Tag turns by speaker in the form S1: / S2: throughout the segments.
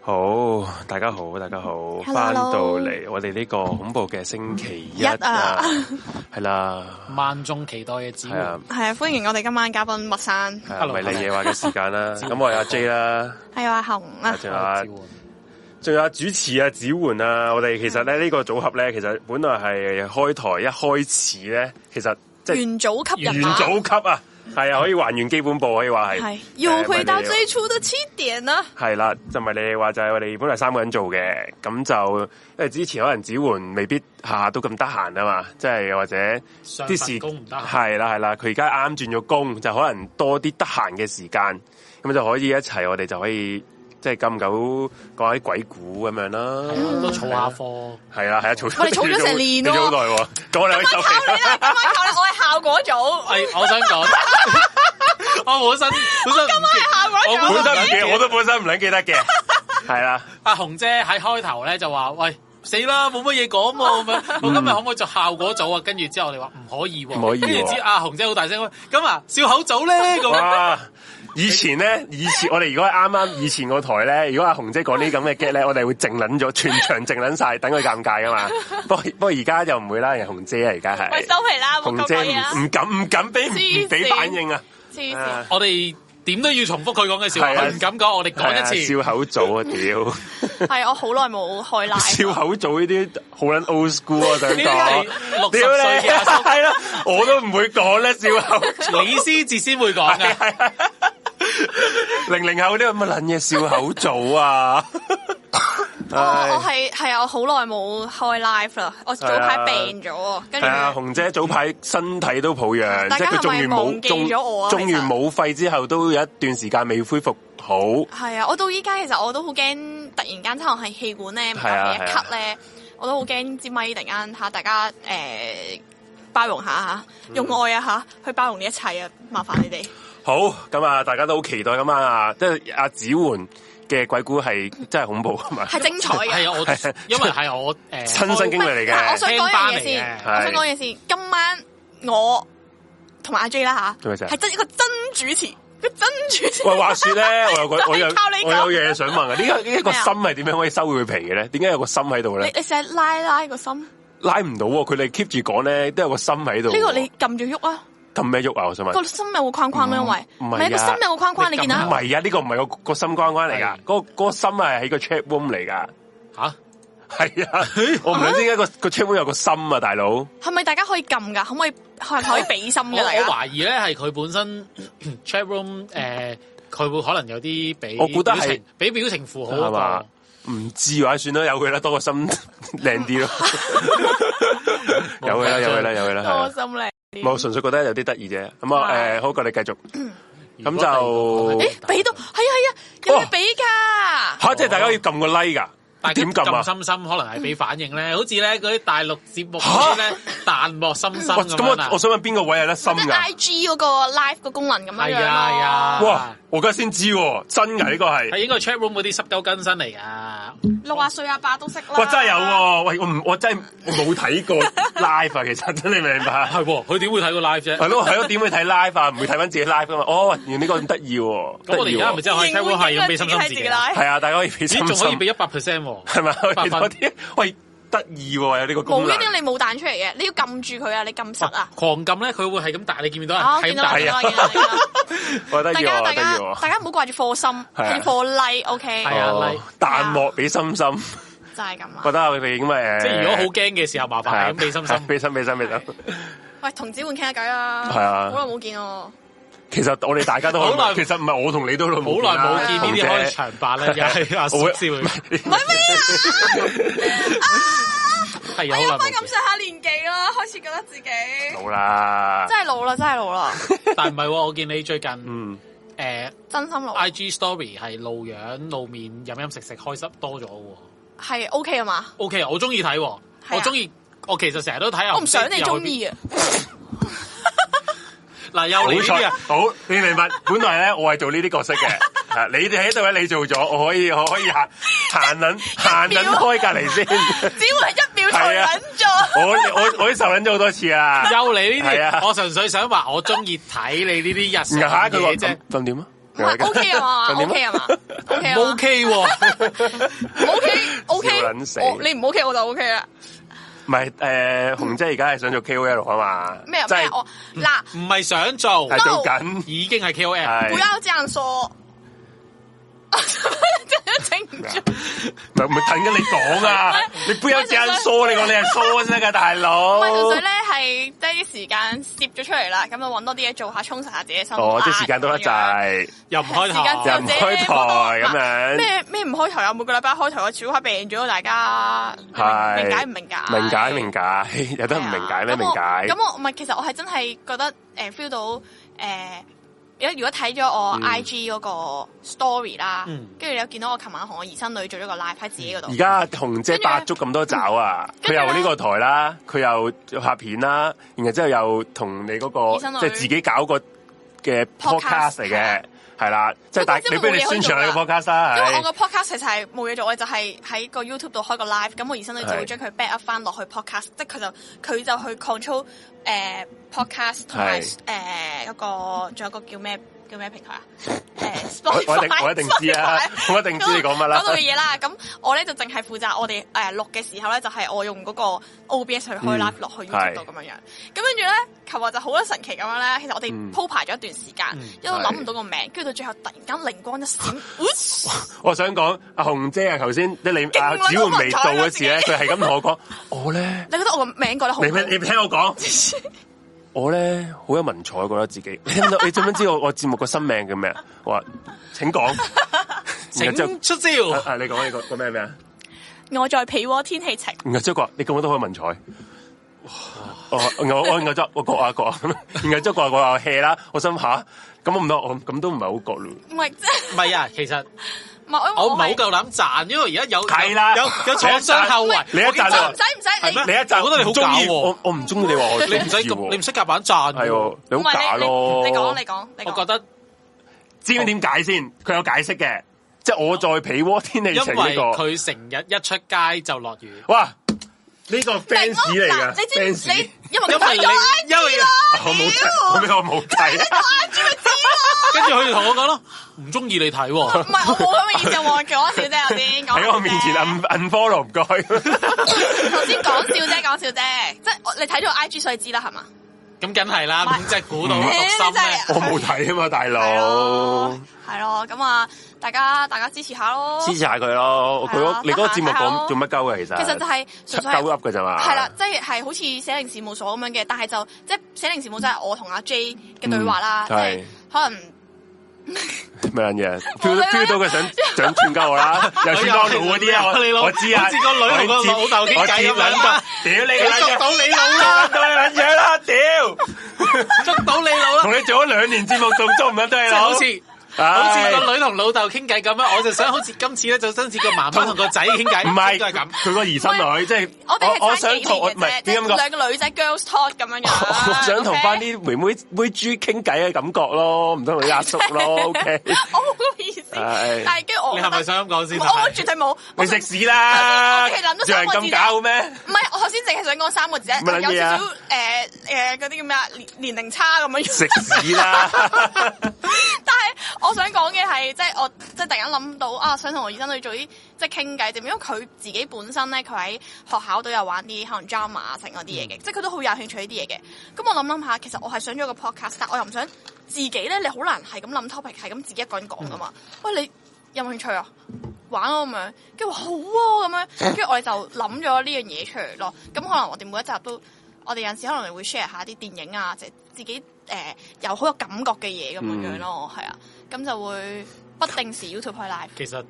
S1: 好，大家好，大家好，翻到嚟我哋呢個恐怖嘅星期一
S2: 一啊
S1: 啊，係啦，
S3: 萬眾期待嘅指
S1: 係啊
S3: 望，，
S2: 系啊，歡迎我哋今晚嘉賓麥生，
S1: 係啊，
S3: Hello，
S1: 迷你
S3: hello
S1: 夜話嘅時間啦，咁我係阿 J 啦，
S2: 係阿紅啊，
S1: 仲有
S3: 啊
S1: 阿仲有阿主持啊，子焕啊，我哋其實咧呢個組合咧，其實本來係開台一開始咧，其實即係
S2: 元祖級人
S1: 元
S2: 馬，
S1: 祖級啊，係啊，可以還原基本步，可以話係
S2: 係，又回到
S1: 誒迷你夜話
S2: 最初的起啊點啦，
S1: 係啦，就咪你哋話就係我哋本來三個人做嘅，咁就因為之前可能子桓未必下下都咁得閒啊嘛，即係或者
S3: 上
S1: 啲時
S3: 份工唔得閒
S1: 係啦係啦，佢而家啱轉咗工，就可能多啲得閒嘅時間，咁就可以一齊，我哋就可以即係咁久講啲鬼故咁樣啦，
S3: 都儲下貨，
S1: 係啦係啊，嘈
S2: 我哋嘈咗成年喎
S1: 嘈咗好耐喎，咁我哋可以收 皮啦
S2: 今晚靠你，我係效果 組，
S3: 係哎我想講， 我本身本身唔
S2: 效果
S3: 我
S1: 本
S2: 組
S3: 本，
S1: 身唔記得，我都本身唔撚記得嘅，係啦。
S3: 阿紅姐喺開頭咧就話喂。死啦，冇乜嘢講喎咁樣。我今日可唔可以做效果組啊？跟住之後我哋話唔可以喎，
S1: 嗯唔可以喎
S3: 跟住之後阿紅姐好大聲喂咁啊，笑口組咧 咁啊樣。
S1: 哇！以前咧，以前我哋如果啱啱以前個台咧，如果阿紅姐講呢咁嘅 get 咧，我哋會靜撚咗，全場靜撚晒，等佢尷尬噶 嘛。不過不過而家就唔會啦，人紅姐啊，而家
S2: 喂
S1: 係
S2: 收皮啦，冇
S1: 紅
S2: 咁
S1: 姐
S2: 多嘢啦
S1: 唔，唔敢唔敢俾唔俾反應啊，
S2: 黐線，
S1: 啊
S3: 我哋點都要重複佢講嘅笑話，
S1: 係啊
S3: 佢唔敢講，我哋講一次
S1: 係。啊笑口組啊
S2: 係我好耐冇開
S1: 屌，笑
S2: live，
S1: 口組呢啲好撚 old school 啊，想
S3: 呢啲係
S1: 講。
S3: 六十
S1: 屌
S3: 歲
S1: 你，
S3: 嘅阿叔
S1: 係啦，我都唔會講啦，笑啊口
S3: 李思哲先 會講啊嘅。
S1: 零零後啲咁嘅撚嘢笑口組 啊！
S2: 我哦我
S1: 唉
S2: 係係啊，我好耐冇開 live 啦，我早排病咗啊，跟住
S1: 係啊，紅姐早排身體都抱恙，
S2: 大
S1: 即
S2: 家
S1: 係佢中完
S2: 係咪
S1: 武
S2: 忘記咗我啊
S1: 中
S2: 其實
S1: 中完武肺之後，都有一段時間未恢復好。
S2: 係啊，我到依家其實我都好驚，突然間可能係氣管咧，唔
S1: 係啊
S2: 得一咳咧，我都好驚支咪突然間嚇大家誒、呃包容下嚇，
S1: 嗯
S2: 用愛啊嚇，去包容呢一切啊，麻煩你哋。
S1: 好咁啊，大家都好期待咁啊，即係阿子桓嘅鬼故係 真係恐怖啊嘛，
S2: 係精彩嘅
S3: 係啊，我因為係我誒
S1: 親身經歷嚟
S2: 但我
S1: 嘅。
S2: 想講一樣嘢
S3: 聽
S2: 先，
S3: 返
S1: 嘅
S3: 嚟
S2: 我想講嘢先。今晚我同埋阿 J 啦
S1: 做
S2: 嚇，
S1: 咩啫
S2: 係真一個真主持，個真主持。
S1: 喂，話說咧，我 有個我有
S2: 真係靠你講
S1: 我有嘢想問啊，呢個呢一個
S2: 咩啊
S1: 心係點樣可以收佢皮嘅咧？點解有個心喺度
S2: 你
S1: 咧？
S2: 你成日拉拉個心，呢
S1: 拉唔到喎，佢哋 keep 住講咧，都有個心喺度喎。
S2: 個你撳住喐啊，
S1: 撳咩喐啊？我想問。
S2: 個心有個框框咧，因為
S1: 唔
S2: 唔
S1: 係啊
S2: 係個心有個框框，你見
S1: 唔
S2: 到
S1: 係啊，呢、個唔係個個心關關嚟噶
S3: 係，
S1: 嗰、個心啊係喺個 chat room 嚟噶，
S3: 嚇
S1: 係啊，我唔知點解個個 chat room 有個心啊，大佬，
S2: 係咪大家可以撳㗎？可唔可以係咪可以俾心
S3: 我
S2: 㗎？
S3: 我
S2: 大家？
S3: 懷疑咧係佢本身 chat room 誒，佢會可能有啲俾
S1: 我估得係
S3: 表情俾表情符號
S1: 係嘛
S3: 嗰
S1: 唔知話算啦，有佢啦，多個心 靚啲 咯，有佢啦，有佢啦，有佢啦，係啊
S2: 多心咧。
S1: 冇純粹覺得有啲得意啫，咁啊，誒、
S2: 係
S1: 好，過你繼續，
S3: 個。
S1: 咁就
S3: 咦
S2: 咦，俾到係啊係啊，有
S1: 哦
S2: 嘢俾㗎。
S1: 吓、即係大家要撳個 like
S3: 大
S1: 噶，
S3: 家
S1: 點撳
S3: 撳
S1: 啊？
S3: 心心可能係俾反應咧，好似咧嗰啲大陸節目嗰啲咧彈幕心心
S1: 哇
S3: 咁
S1: 咁我
S3: 樣啊
S1: 我想問邊個位有得心
S2: 即係
S1: 噶？
S2: I G 嗰個 live 個功能咁樣樣
S3: 係啊係啊
S1: 哇，我而家先知喎，真噶呢個係。
S3: 係應該係 chat room 嗰啲濕鳩更新嚟㗎。
S2: 六啊歲阿爸都識啦。
S1: 哇！真係有喎，喂，我唔我真係冇睇 過 live 啊，其實真係明白。
S3: 係喎，佢點會睇個 live 啫？
S1: 係咯，係咯，點會睇 live 啊？唔會睇翻自己 live 噶嘛？哦，原來呢個咁得意喎，
S3: 咁我哋而家係咪真係可以 chat room 係咁俾心心自己啊？
S2: 拉。
S1: 係啊？大家可以俾心
S3: 咦，仲可以俾
S1: 心，
S3: 一百 percent 喎？
S1: 係咪？可以
S3: 百 分
S1: 多啲，喂，得意喎，有呢個
S2: 無
S1: 功能
S2: 端。端你冇彈出嚟嘅，你要撳住佢啊！你撳實啊！
S3: 狂撳咧，佢會係咁彈，你見唔見到
S2: 啊，
S3: 啊？
S2: 我
S3: 係
S2: 見
S3: 咁
S2: 到啦，
S3: 彈
S2: 見到啦，見到啦見到啦。
S1: 我 覺得得
S2: 大
S1: 意
S2: 家
S1: 喎，
S2: 大
S1: 得
S2: 家
S1: 意喎。
S2: 大家唔好掛住課心，
S1: 係啊
S2: 係課 like，OK，
S3: 係啊
S1: 哦
S3: like
S1: 彈幕俾心心，
S2: 就係咁
S1: 覺
S2: 啊。
S1: 得佢哋咁咪
S3: 即係如果好驚嘅時候，麻
S1: 係啊
S3: 煩係咁俾心
S1: 係
S3: 心。
S1: 俾心俾心俾心。
S2: 喂，同子煥傾下偈啦。
S1: 係啊
S2: 好耐冇見喎。
S1: 其實我哋大家都可以
S3: 好耐
S1: 其實唔係啊我同你都好耐
S3: 好耐冇見呢啲
S1: 紅
S3: 開
S1: 姐
S3: 場白
S1: 啊
S3: 咧，又係阿叔先會，
S2: 唔係咩啊？我翻哎
S3: 係啊，好耐
S2: 咁
S3: 冇
S2: 上下年紀啦，開始覺得自己真
S1: 好啦，
S2: 係老啦，真係 老啦，
S3: 見。但唔係喎，我見你最近
S1: 嗯，
S3: 誒
S2: 真心老
S1: 哎
S2: 啦。
S3: IG story 係露樣露面飲飲食食開心多咗喎。
S2: 係 OK 啊嘛？
S3: OK，我中意睇喎，
S2: 係啊
S3: 我中意。我其實成日都睇下。
S2: 我唔想你中意啊！
S3: 嗱，又
S1: 好
S3: 你呢啲
S1: 彩
S3: 啊，
S1: 好，你明白？本來咧，我係做呢啲角色 嘅，啊你哋喺度咧，你做咗，我可以，我可以行行 撚行撚開隔離先。
S2: 只會係一秒就
S1: 係啊
S2: 忍咗。
S1: 我我我已經受撚咗好多次啦。
S3: 又你呢
S1: 係啊
S3: 啲，我純粹想話我中意睇你呢啲日
S1: 嚇
S3: 常
S1: 佢話
S3: 嘢啫
S1: 咁。咁點啊？
S2: 唔係 OK 啊嘛
S1: 咁
S2: ，OK
S1: 點
S2: 啊
S1: 啊
S2: 嘛，OK 啊
S3: 唔 OK 喎，
S2: ，OK，OK，
S1: 笑撚死
S2: 我你唔 OK 我就 OK 啦。
S1: 唔係诶，紅姐而家係想做 KOL 啊嘛，
S2: 咩啊
S1: 即
S2: 咩
S1: 係
S2: 啊我嗱，
S3: 唔係想做
S1: 係，做緊，
S3: 已經係 KOL。
S2: 不
S1: 係
S2: 要這樣說。 整唔住，
S1: 唔係唔係等緊你講 啊！你不有隻眼梳，你講你係梳先得噶，大佬
S2: 唔。係純粹咧係低啲時間攝咗出嚟啦，咁就揾多啲嘢做下，充實下自己生活。啊
S1: 哦，即係時間多得
S2: 咁樣
S1: 滯，
S3: 又唔開
S2: 時間
S3: 頭，
S2: 就
S1: 又唔開台咁樣
S2: 咩咩唔開頭啊？每個禮拜開頭我小下病咗，大家你明明解唔明解？
S1: 明解明解， 有得唔明解咩？
S2: 係
S1: 明
S2: 啊
S1: 解
S2: 咁我咁我唔係，其實我係真係覺得誒 feel 到誒，如如果睇咗
S1: 嗯
S2: 我 IG 嗰個 story 啦，
S3: 嗯
S2: 跟住你又見到我琴晚同我姨甥女做咗個 live 喺自己嗰度
S1: 而。家紅姐百足咁多爪啊！佢
S2: 嗯跟住呢
S1: 又呢個台啦，佢又拍片啦，然後之後又同你嗰
S2: 醫生女
S1: 個即係自己搞個嘅
S2: Podcast
S1: podcast 嚟嘅，係啦，即係
S2: 不過
S1: 大
S2: 真係
S1: 你不如
S2: 冇嘢可以
S1: 宣
S2: 做啊
S1: 傳你個 podcast 啦，
S2: 因為我
S1: 係
S2: 個 podcast 其實係冇嘢做，我就係喺個 YouTube 度開個 live，咁我姨甥女就會
S1: 係
S2: 將佢 back up 翻落去 podcast，即係佢就佢就去 control 誒、podcast 同埋呃
S1: 係
S2: 誒嗰個仲有個叫咩叫咩平 台啊？誒、
S1: 我我一
S2: Spotify，
S1: 定我一定知啊
S2: Spotify
S1: 我一定知你講乜啦
S2: 嗰類嘢啦，咁我咧就淨係負責我哋誒錄嘅時候咧，就係、我用嗰個 OBS 去開 live
S1: 嗯
S2: 落去 YouTube 度咁樣樣。咁跟住咧，琴日就好得神奇咁樣咧，其實我哋
S1: 嗯
S2: 鋪排咗一段時間，
S3: 嗯
S2: 一路諗
S1: 係
S2: 唔到個名，跟住到最後突然間靈光一閃。oops
S1: 我想講阿紅姐啊，頭先即係你
S2: 勁
S1: 阿
S2: 撚
S1: 子桓未到嗰時咧，
S2: 多啊
S1: 佢係咁同我講，我咧。
S2: 你覺得我個名改得好
S1: 你
S2: 唔好？
S1: 你聽我講，我咧好有文采，覺得自己。你知唔知你知唔知我我節目個新名叫咩啊？我話請講，然後之後
S3: 請出招。
S1: 啊啊你講你個個咩咩啊？
S2: 我在被窩天氣晴，
S1: 然後之後佢話你咁我都好有文采。我我我然後之後我覺啊覺啊，然後之後佢話我 hea 啦，我心下咁我唔得，我咁都唔係好覺咯。
S2: 唔係即係
S3: 唔係啊，其實
S2: 唔係
S3: 我唔係好
S2: 係
S3: 夠膽賺，因為而家有
S1: 係啦
S3: 有有創傷後遺。
S1: 你一賺就話
S2: 唔使唔使
S3: 係
S2: 你
S3: 咩。
S1: 你一陣
S3: 我覺得你好假喎
S1: 我我唔中意你話我
S3: 你唔使咁，你唔使夾板賺
S1: 係
S3: 喎。
S1: 喎，你
S2: 唔
S1: 好假
S2: 係
S1: 咯。
S2: 你你講你講你
S3: 我覺
S2: 講，
S3: 得
S1: 知唔知點解先？佢有解釋嘅，即係我在被窩天氣
S3: 因
S1: 晴呢
S3: 為
S1: 個。
S3: 佢成日一出街就落雨。
S1: 哇！呢、個 fans 嚟
S2: 嗱
S1: 噶
S2: 你知唔知
S1: ，fans，
S2: 你因為
S3: 因
S2: 你
S3: 為
S2: 睇
S3: 你
S2: 咗 I 啊
S3: 因為
S1: 啊我冇睇，咩我冇睇，
S3: 跟住佢就同我講咯，唔中意你睇喎。
S2: 唔係我冇咁嘅意思，我講笑啫，頭先講
S1: 喺我面前啊
S2: 笑啫
S1: un unfollow 唔該，
S2: 頭先講笑啫，講笑啫，即係我你睇咗 I G 所以知啦，係嘛？
S3: 咁梗係啦，
S2: 唔係
S3: 五隻估到
S1: 嗯
S3: 讀心
S2: 真
S3: 咩？
S1: 我冇睇啊嘛，大
S2: 係
S1: 佬
S2: 咯，，係咯，咁啊，大家大家支持下咯。
S1: 哦支持下佢咯。佢
S2: 係
S1: 嗰
S2: 啊
S1: 你嗰個節目
S2: 得閒睇下咯
S1: 講做乜鳩嘅其實？
S2: 其實就係純粹係
S1: 鳩噏啊嘅咋嘛。
S2: 係啦，，即係係好似寫靈事務所咁樣嘅，但係就即係寫靈事務所係我同阿 J 嘅對話啦，
S1: 嗯
S2: 即係
S1: 係
S2: 可能
S1: 咩撚嘢？feel 到 feel 到佢想 想串鳩我 啦，又串鳩我老嗰啲啊，
S3: 你
S1: 我
S3: 老
S1: 我知啊，
S3: 好似個女同個
S1: 我接
S3: 老豆傾偈
S1: 我接
S3: 咁樣
S1: 撚到
S3: 啊
S1: 屌你
S3: 你
S1: 撚
S3: 捉
S1: 嘢，
S3: 到你 老啦，
S1: 到你撚樣啦，屌！
S3: 捉到你老啦
S1: 同，你做咗兩年節目，仲捉唔撚到你
S3: 即係
S1: 老
S3: 好似。好
S1: 唉
S3: 似個女同老豆傾偈咁樣，我就想好似今次咧，就真似個媽媽同個仔傾偈，
S1: 唔係，
S3: 都係咁。
S1: 佢個兒甥女，即係
S2: 我哋
S1: 我
S2: 係差
S1: 想
S2: 幾年
S1: 同我
S2: 嘅
S1: 唔係
S2: 啫，即
S1: 點解咁
S2: 係
S1: 講？
S2: 兩個女仔 girls talk 咁樣 樣。
S1: 我想同翻
S2: OK？
S1: 啲妹妹妹豬傾偈嘅感覺咯，唔通同啲阿叔咯？OK，
S2: 我冇咁嘅意思，
S1: 唉
S2: 但係跟住我
S3: 你
S2: 覺得
S3: 係咪想咁講先？
S2: 我我絕對冇，我
S1: 你食屎 啦！
S2: 我其實諗咗
S1: 做人
S2: 三個字啫
S1: 咁搞咩？
S2: 唔係我頭先淨係想講三個字
S1: 乜撚
S2: 啫，有
S1: 嘢啊
S2: 少少誒誒嗰啲叫咩啊年年齡差咁樣。
S1: 食屎啦！
S2: 但係我想講嘅係，即係我即係突然間諗到啊，想同我醫生去做啲即係傾偈點，因為佢自己本身咧，佢喺學校都有玩啲可能 drama 啊成嗰啲
S1: 嗯
S2: 嘢嘅，即係佢都好有興趣呢啲嘢嘅。咁我諗諗下，其實我係想咗個 podcast，但我又唔想自己咧，你好難係咁諗 topic，係咁自己一個人講噶嘛。
S1: 嗯
S2: 喂，你有冇興趣啊？玩咯咁樣，跟住話好啊喎咁樣，跟住我哋就諗咗呢樣嘢出嚟咯。咁可能我哋每一集都，我哋有陣時可能會 share 下啲電影啊，即係自己誒、呃有好有感覺嘅嘢咁樣樣咯，係啊，咁就會不定時 YouTube 開 live
S3: 其實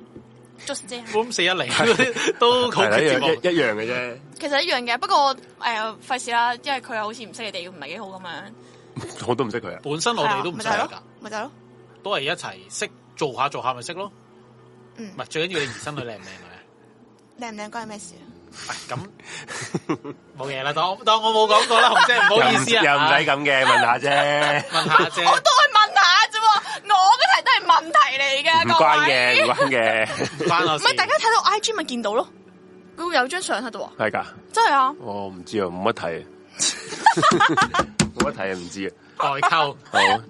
S2: just 啫。
S3: Room 四一零都好
S1: 係啦，一樣
S3: 缺節目。
S1: 一一樣嘅啫。
S2: 其實一樣嘅，不過誒費事啦，因為佢好似唔識你哋，唔係幾好咁樣。
S1: 我都唔識佢啊！
S3: 本身我哋都唔識
S2: 係啊咪就係
S3: 㗎
S2: 咯，，咪就係咯。
S3: 都係一齊識做下做下咪識咯。
S2: 嗯
S3: 唔係最緊要你兒生女靚唔靚 啊？
S2: 靚唔靚關你咩事啊？
S3: 喂咁冇嘢啦， 當我當我冇 講過啦，紅姐唔好意思啊，
S1: 又唔使咁嘅，問下啫，
S3: 問下啫，
S2: 我都係問下啫喎，我嘅題都係問題嚟嘅，
S1: 唔
S2: 各
S1: 關
S2: 位
S1: 嘅，唔關嘅，
S3: 唔關我
S2: 唔
S3: 事。
S2: 係大家睇到 I G 咪見到咯，佢會有張相喺度啊，
S1: 係㗎。
S2: 真係啊！
S1: 我唔知啊，冇乜睇。冇得睇啊，唔知啊，
S3: 代溝，
S1: 好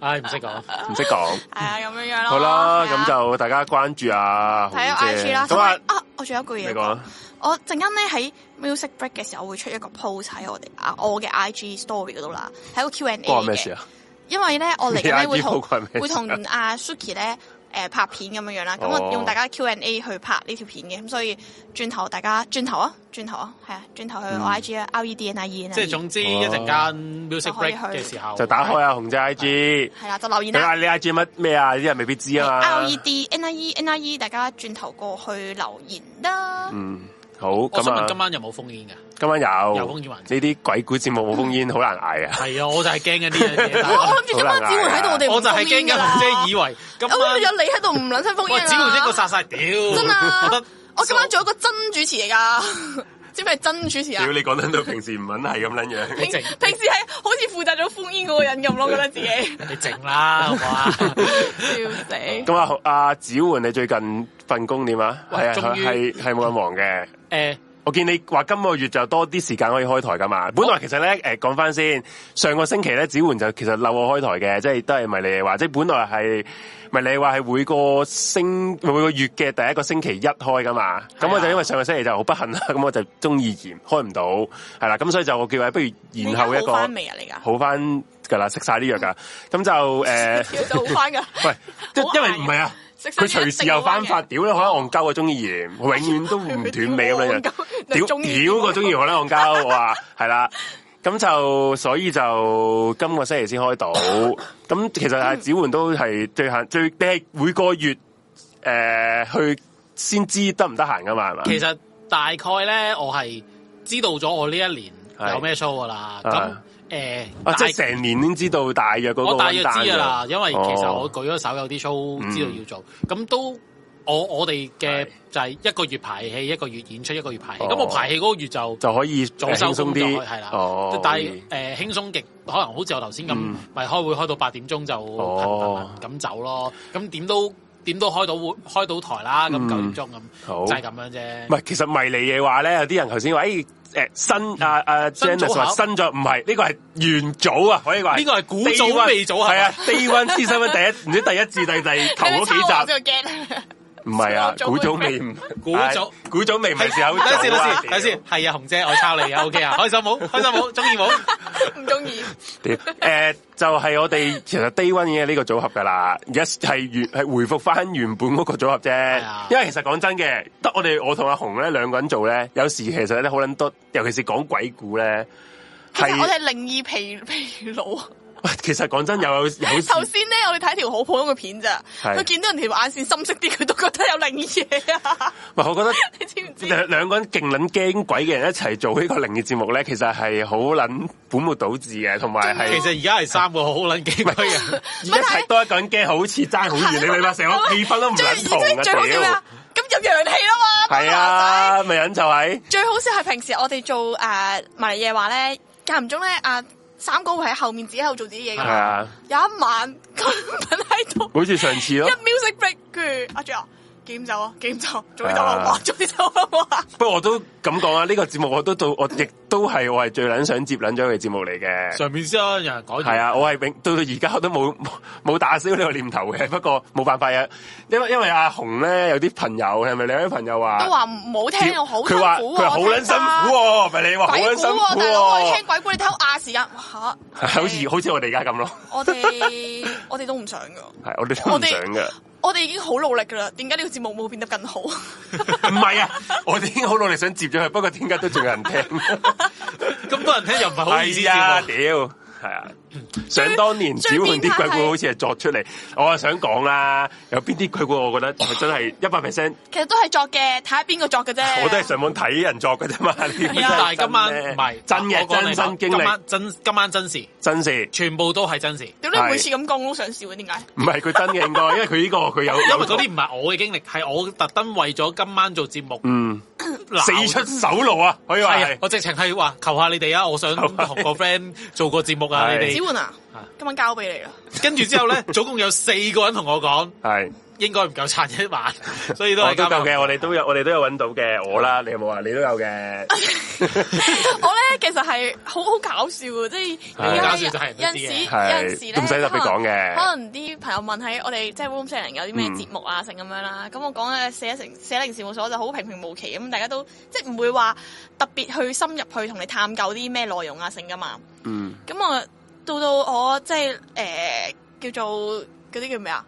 S3: 唉，唔識講。
S1: 唔識講。
S2: 係啊，咁樣樣咯。
S1: 好啦，
S2: 係啊
S1: 咁就大家關注啊，
S2: 睇我
S1: 紅
S2: IG
S1: 姐
S2: 啦。
S1: 咁
S2: 咁
S1: 啊，
S2: 啊，我仲有一句
S1: 你
S2: 嘢
S1: 講
S2: 講
S1: 啊，
S2: 我陣間咧喺 music break 嘅時候會出一個 post 喺我哋啊我嘅 IG story 嗰度啦，係一個 Q&A
S1: 關我咩事
S2: 嘅。
S1: 啊？
S2: 因為咧我嚟
S1: 你
S2: 緊咧
S1: IG
S2: 會同
S1: post 關咩事啊
S2: 會同阿 Suki 咧。誒拍片咁樣樣啦，咁我
S1: 哦
S2: 用大家 Q&A 去拍呢條片嘅，咁所以轉頭大家轉頭啊，轉頭啊，係啊，轉頭去
S1: 嗯
S2: 我 IG 啊，R E D N I E N，
S3: 即係總之一陣間 music
S2: 就可以
S3: break
S2: 去
S3: 嘅時候
S1: 就打開啊，紅姐 I G，
S2: 係啦，就留言
S1: 佢
S2: 啦。
S1: 嗌你 I G 乜咩啊？啲人未必知啊嘛
S2: R。E D N I E N I E，大家轉頭過去留言啦。
S1: 嗯，好，
S3: 我
S1: 咁
S3: 想問今
S1: 啊，
S3: 晚有冇封煙㗎？
S1: 今晚有
S3: 有封煙環
S1: 呢
S3: 節
S1: 啲鬼故節目冇封煙，好難 捱啊。
S3: 係啊，我就係驚緊呢樣 嘢
S2: 我我
S3: 但
S2: 諗住今晚子桓喺度，我哋
S3: 係，
S2: 唔
S3: 我就係
S2: 封
S3: 驚
S2: 煙㗎
S3: 緊，
S2: 啦
S3: 即係以為今
S2: 我諗
S3: 晚
S2: 住有你喺度唔撚親封
S3: 喂
S2: 煙啦。
S3: 只要一個殺晒，屌！
S2: 真啊
S3: 我覺得！
S2: 我今晚做一個真主持嚟㗎， 知唔知係真主持啊
S1: 屌，？你講緊到平時唔撚係咁撚 樣，
S2: 平
S3: 你
S2: 平
S3: 靜
S2: 時係好似負責咗封煙嗰個人咁咯，覺得自 己
S3: 你靜啦，好 嘛？
S2: 笑死。
S1: 咁啊，阿子煥，你最近份工點啊？
S3: 喂
S1: 係啊，
S3: 終於
S1: 係係冇咁忙嘅。
S3: 誒，
S1: 我見你話今個月就多啲時間可以開台噶嘛？本來其實咧，誒講翻先，上個星期咧，子桓就其實漏我開台嘅，即係都係咪你話，即係本來係咪你話係每個星每個月嘅第一個星期一開噶嘛？
S2: 啊
S1: 咁我就因為上個星期就好不幸啦，咁我就中意延開唔到，係啦，咁所以就我叫你不如延後一
S2: 你而家
S1: 個
S2: 好翻未啊？你㗎？
S1: 好翻㗎啦，食晒啲藥㗎，咁就 誒。呃
S2: 就好 翻㗎。
S1: 喂，即
S2: 好
S1: 因為
S2: 硬
S1: 唔係啊，
S2: 食
S1: 佢
S2: 生嘢
S1: 隨
S2: 一
S1: 時
S2: 定
S1: 又翻發，
S2: 好
S1: 屌你可能戇鳩啊，中意嫌，永遠都唔斷尾咁樣樣，
S2: 屌
S1: 屌
S2: 戇鳩你
S1: 屌個中意嫌可能戇鳩，我話係 啦，咁就所以就今個星期先開 到，咁其實阿子焕都係最限最，你係每個月誒、呃去先知得唔得閒噶嘛，係嘛？
S3: 其實大概咧，我係知道咗我呢一年
S1: 係
S3: 有咩 show 㗎啦。咁
S1: 啊
S3: 誒，
S1: 啊，即係
S3: 大
S1: 成年先知道大約嗰個
S3: 我大約知
S1: 㗎
S3: 㗎啦，因為其實
S1: 哦
S3: 我舉咗手有啲 show
S1: 嗯
S3: 知道要做，咁、都我我哋嘅
S1: 係
S3: 就係一個月排戲，一個月演出，一個月排戲。
S1: 哦
S3: 咁、我排戲嗰個月就
S1: 就可以
S3: 早收
S1: 輕鬆
S3: 工就
S1: 啲，
S3: 開係啦，
S1: 哦，
S3: 但係誒、輕鬆極，可能好似我頭先咁，
S1: 嗯
S3: 咪、開會開到八點鐘就
S1: 哦
S3: 頻頻咁走咯。咁點都點都開到會開到台啦，咁
S1: 嗯
S3: 九點鐘咁、
S1: 好
S3: 就係咁樣啫。
S1: 唔係，其實迷你嘅話咧，有啲人頭先話，哎誒、誒新啊啊
S3: 嗯新組
S1: Janice 話
S3: 合
S1: 新咗，唔係呢個係元祖啊，可以話
S3: 呢個係古早
S1: Day one，
S3: 未組合
S1: 係啊，Day One 之身第一唔知第一至第第頭嗰 幾集，
S2: 幾集。
S1: 唔係啊，
S2: 抄我
S1: 古
S2: 組
S1: 早未唔
S3: 古早
S1: 唉古早未唔係時候
S3: 等陣先，
S1: 做
S3: 等
S1: 啊
S3: 陣先，等陣先，係啊，紅姐，我抄你啊 ，OK 啊，開心冇？開心冇？中意冇？
S2: 唔中意，
S1: 屌誒就係我哋其實 Day One 嘅呢個組合噶啦，而家係原係回復翻原本嗰個組合啫
S3: 啊。
S1: 因為其實講真嘅，得我哋我同阿紅咧兩個人做咧，有時其實咧好撚多，尤其是講鬼故咧，
S2: 其實
S1: 係
S2: 我哋係靈異疲疲勞。啊
S1: 喂，其實講真，有有有 時
S2: 頭先咧，我哋睇條好普通嘅片咋，
S1: 係
S2: 佢見到人條眼線深色啲，佢都覺得有靈異嘢啊！
S1: 喂，我覺得
S2: 你知唔知？
S1: 兩兩個人勁撚驚鬼嘅人一齊做呢個靈異節目咧，其實係好撚本末倒置嘅，同埋
S3: 其
S1: 係
S3: 實而家係三個好撚幾鬼人。
S1: 一齊多一個人驚，好似爭好遠，你明
S2: 啊
S1: 白？成個氣氛都唔
S2: 最
S1: 撚同
S2: 最最好
S1: 嘅
S2: 笑咩
S1: 屌
S2: 啊！！咁入陽氣啦嘛，
S1: 係
S2: 班男仔。
S1: 啊，咪人就係
S2: 最好笑係平時我哋做誒迷啊你夜話咧，間唔中咧，阿三哥會喺後面自己喺度做自己嘢
S1: 係
S2: 㗎。
S1: 啊，
S2: 有一晚佢瞓 喺度，
S1: 好似上次
S2: 一
S1: 咯。
S2: music break，跟住阿 J 啊，幾點走啊？幾點走？早啲走
S1: 係
S2: 啦
S1: 啊，
S2: 哇！早啲走啊啦，哇！
S1: 不過我都咁講啊，呢個節目我都做，我亦都係我係最撚想接撚咗佢節目嚟嘅。
S3: 上面先有人改
S1: 係啊，我係永到到而家我都冇 冇冇打消呢個念頭嘅， 不過冇辦法啊，因為因為阿紅咧有啲朋友係咪你有啲朋友話
S2: 都話唔好聽，我好
S1: 啊
S2: 辛
S1: 佢話
S2: 苦喎。
S1: 佢話好撚
S2: 啊
S1: 辛苦啊
S2: 喎。
S1: 喎，咪你話好
S2: 鬼
S1: 撚
S2: 故
S1: 辛
S2: 喎，
S1: 苦
S2: 大佬我哋聽
S1: 喎，
S2: 鬼故，你睇我亞時間，哇！
S1: 好似好似我哋而家咁咯，
S2: 我哋我哋都唔想噶，
S1: 係我哋都唔想噶，
S2: 我哋已經好努力噶啦，點解呢個節目冇變得更好？
S1: 唔係啊，我哋已經好努力想接咗佢，不過點解都仲有人 聽？
S3: 咁多人聽又唔係好意思
S1: 係啊，屌，係啊！想當年
S2: 最
S1: 小換啲鬼
S2: 最變態係
S1: 故好似係作出嚟，我啊想講啦，有邊啲鬼故我覺得係真係一百 percent，
S2: 其實都係作嘅，睇下邊個作嘅啫。
S1: 我都係上網睇人作嘅啫 嘛。呢啲
S3: 係啊，但係今晚
S1: 真係
S3: 唔係
S1: 真
S3: 我
S1: 嘅
S3: 講你
S1: 真身經
S3: 今
S1: 歷，
S3: 晚真今晚真事，
S1: 真事
S3: 全部都係真事，
S2: 屌你每次咁講，我都想笑嘅，點解？
S1: 唔係佢真嘅應該，因為佢呢個佢有
S3: 因為
S1: 有
S3: 嗰啲唔係我嘅經歷，係我特登為咗今晚做節目
S1: 嗯
S3: 鬧
S1: 四出手路啊，可以話
S3: 係啊
S1: 係。
S3: 我直情係話求下你哋啊！我想同個 friend 做個節目啊！
S1: 係
S3: 你
S2: 子
S3: 哋
S2: 換啊
S3: 啊，
S2: 今晚交俾 你啦。
S3: 跟住之後咧，總共有四個人同我講，
S1: 係，
S3: 應該唔夠撐一晚，所以都
S1: 我
S3: 係
S1: 都
S3: 交
S1: 夠
S3: 俾
S1: 嘅，我哋都有，我哋都有揾到嘅，我啦，你有冇啊？你都有嘅，
S2: 我咧其實係好好搞笑嘅，即係
S1: 係
S3: 搞笑就係呢啲嘅
S2: 有陣時有陣時
S1: 係
S2: 咧，
S1: 都唔使特別講嘅
S2: 可能啲朋友問喺我哋即係 room sharing 有啲咩節目啊，成咁樣啦。咁我講咧寫成寫零事務所就好平平無奇咁，大家都即係唔會話特別去深入去同你探究啲咩內容啊，成噶嘛。
S1: 嗯，
S2: 咁我到到我即係誒、呃叫做嗰啲叫咩啊？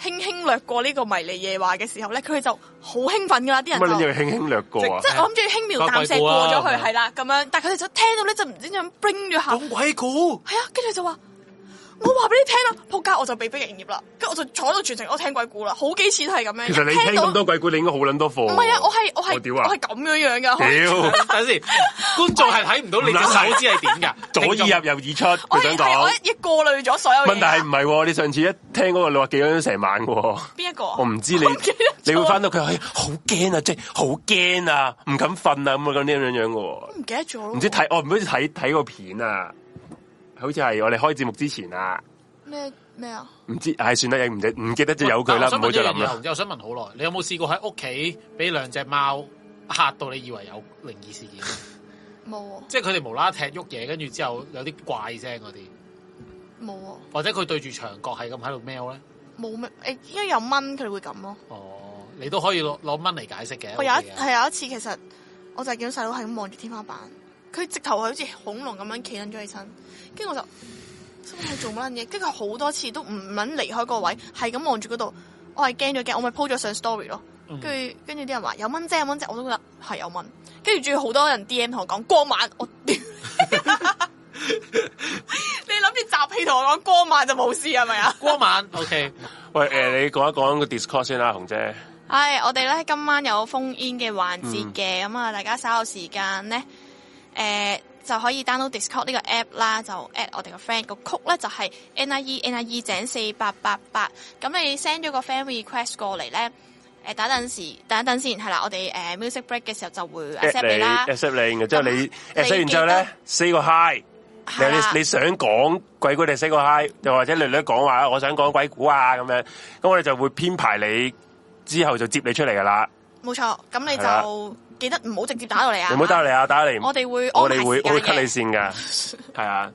S2: 輕輕掠過呢個迷離夜話嘅時候咧，佢哋就好興奮噶啦，啲人
S1: 乜你
S2: 就
S1: 要。輕輕掠過啊
S2: 即？係我諗住輕描淡寫過咗佢，係啦咁樣，但係佢哋就聽到咧就唔知點樣 bring 咗下，
S3: 講鬼故，
S2: 係啊，跟住就話我話俾你聽啦，仆街我就被逼營業啦，跟住我就坐喺度全程我聽鬼故啦，好幾次都係咁樣。
S1: 其實你
S2: 一
S1: 聽咁多鬼故，你應該好撚多貨。
S2: 唔係啊，我係我係
S1: 我屌啊
S2: 係咁樣樣噶，我
S1: 屌，
S3: 等陣先，觀眾係睇唔到你隻手指係點㗎，
S1: 左耳啊入右耳出，
S2: 我
S1: 佢
S2: 係
S1: 想
S2: 係我
S1: 講。
S2: 一一過濾咗所有
S1: 問
S2: 嘢
S1: 題係唔
S2: 啊。
S1: 係喎？你上次一聽嗰個你話幾咗成晚嘅喎，
S2: 邊一個啊？
S1: 我唔知你
S2: 記得咗
S1: 你會翻到佢係好驚啊，即係好驚啊，唔敢瞓啊咁啊咁呢樣樣嘅喎。
S2: 唔記得咗咯。
S1: 唔知睇我唔好似睇睇個片啊，好似係我哋開節目之前啊，
S2: 咩咩啊？
S1: 唔知唉算啦，唔記唔記得就由佢啦，
S3: 但
S1: 唔
S3: 我
S1: 好
S3: 想
S1: 再
S3: 問
S1: 諗
S3: 一樣嘢
S1: 啦。
S3: 我想問好耐，你有冇試過喺屋企俾兩隻貓嚇到你以為有靈 異事件？
S2: 冇啊
S3: 即係佢哋無啦啦踢喐嘢，跟住之後有啲怪聲嗰啲，
S2: 冇啊
S3: 或者佢對住牆角係咁喺度喵咧。
S2: 冇咩？誒，因為有蚊佢哋會咁咯。
S3: 哦，你都可以攞攞蚊嚟解釋嘅。
S2: 我有一
S3: OK 嘅
S2: 係有一次，其實我就係見到細佬係咁望住天花板，佢直頭係好似恐龍咁樣企緊咗起身，跟住我就心諗佢做乜撚嘢，跟住佢好多次都唔撚離開個位，係咁望住嗰度，我係驚咗驚，我咪 po 咗上 story 咯。跟
S3: 嗯
S2: 住跟住啲人話有蚊啫，有蚊啫，我都覺得係有蚊。跟住仲要好多人 D M 同我講光晚，我 屌 你諗住集氣同我講光晚就冇事係咪啊？
S3: 光晚 OK，
S1: 喂誒，你講一講個 Discord 先啦，紅姐。
S2: 唉，我哋咧今晚有封煙嘅環節
S1: 嗯
S2: 嘅，咁啊、大家稍後時間咧，誒、呃就可以 download Discord 呢個 app 啦，就 at 我哋個 friend 個曲咧就係 NIE NIE E 井四八八八，咁你 send 咗個 friend request 過嚟咧，誒、等等時，等一等先，係啦，我哋誒、music 呃 break 嘅時候就會
S1: at
S2: accept 你
S1: 你
S2: 啦，
S1: accept 你，然之後你
S2: 你
S1: accept 完之後咧，say 個 hi。你
S2: 係啦
S1: 你你想講鬼故定 say 個 hi，又或者女女講話我想講鬼故啊咁樣，咁我哋就會編排你之後就接你出嚟噶啦。
S2: 冇錯，咁你
S1: 係啦
S2: 就記得唔好直接打到嚟啊，
S1: 你唔好打嚟啊，打嚟
S2: 我哋會
S1: 我哋會我
S2: 安排時間嘅
S1: 會 cut 你線噶， 係啊，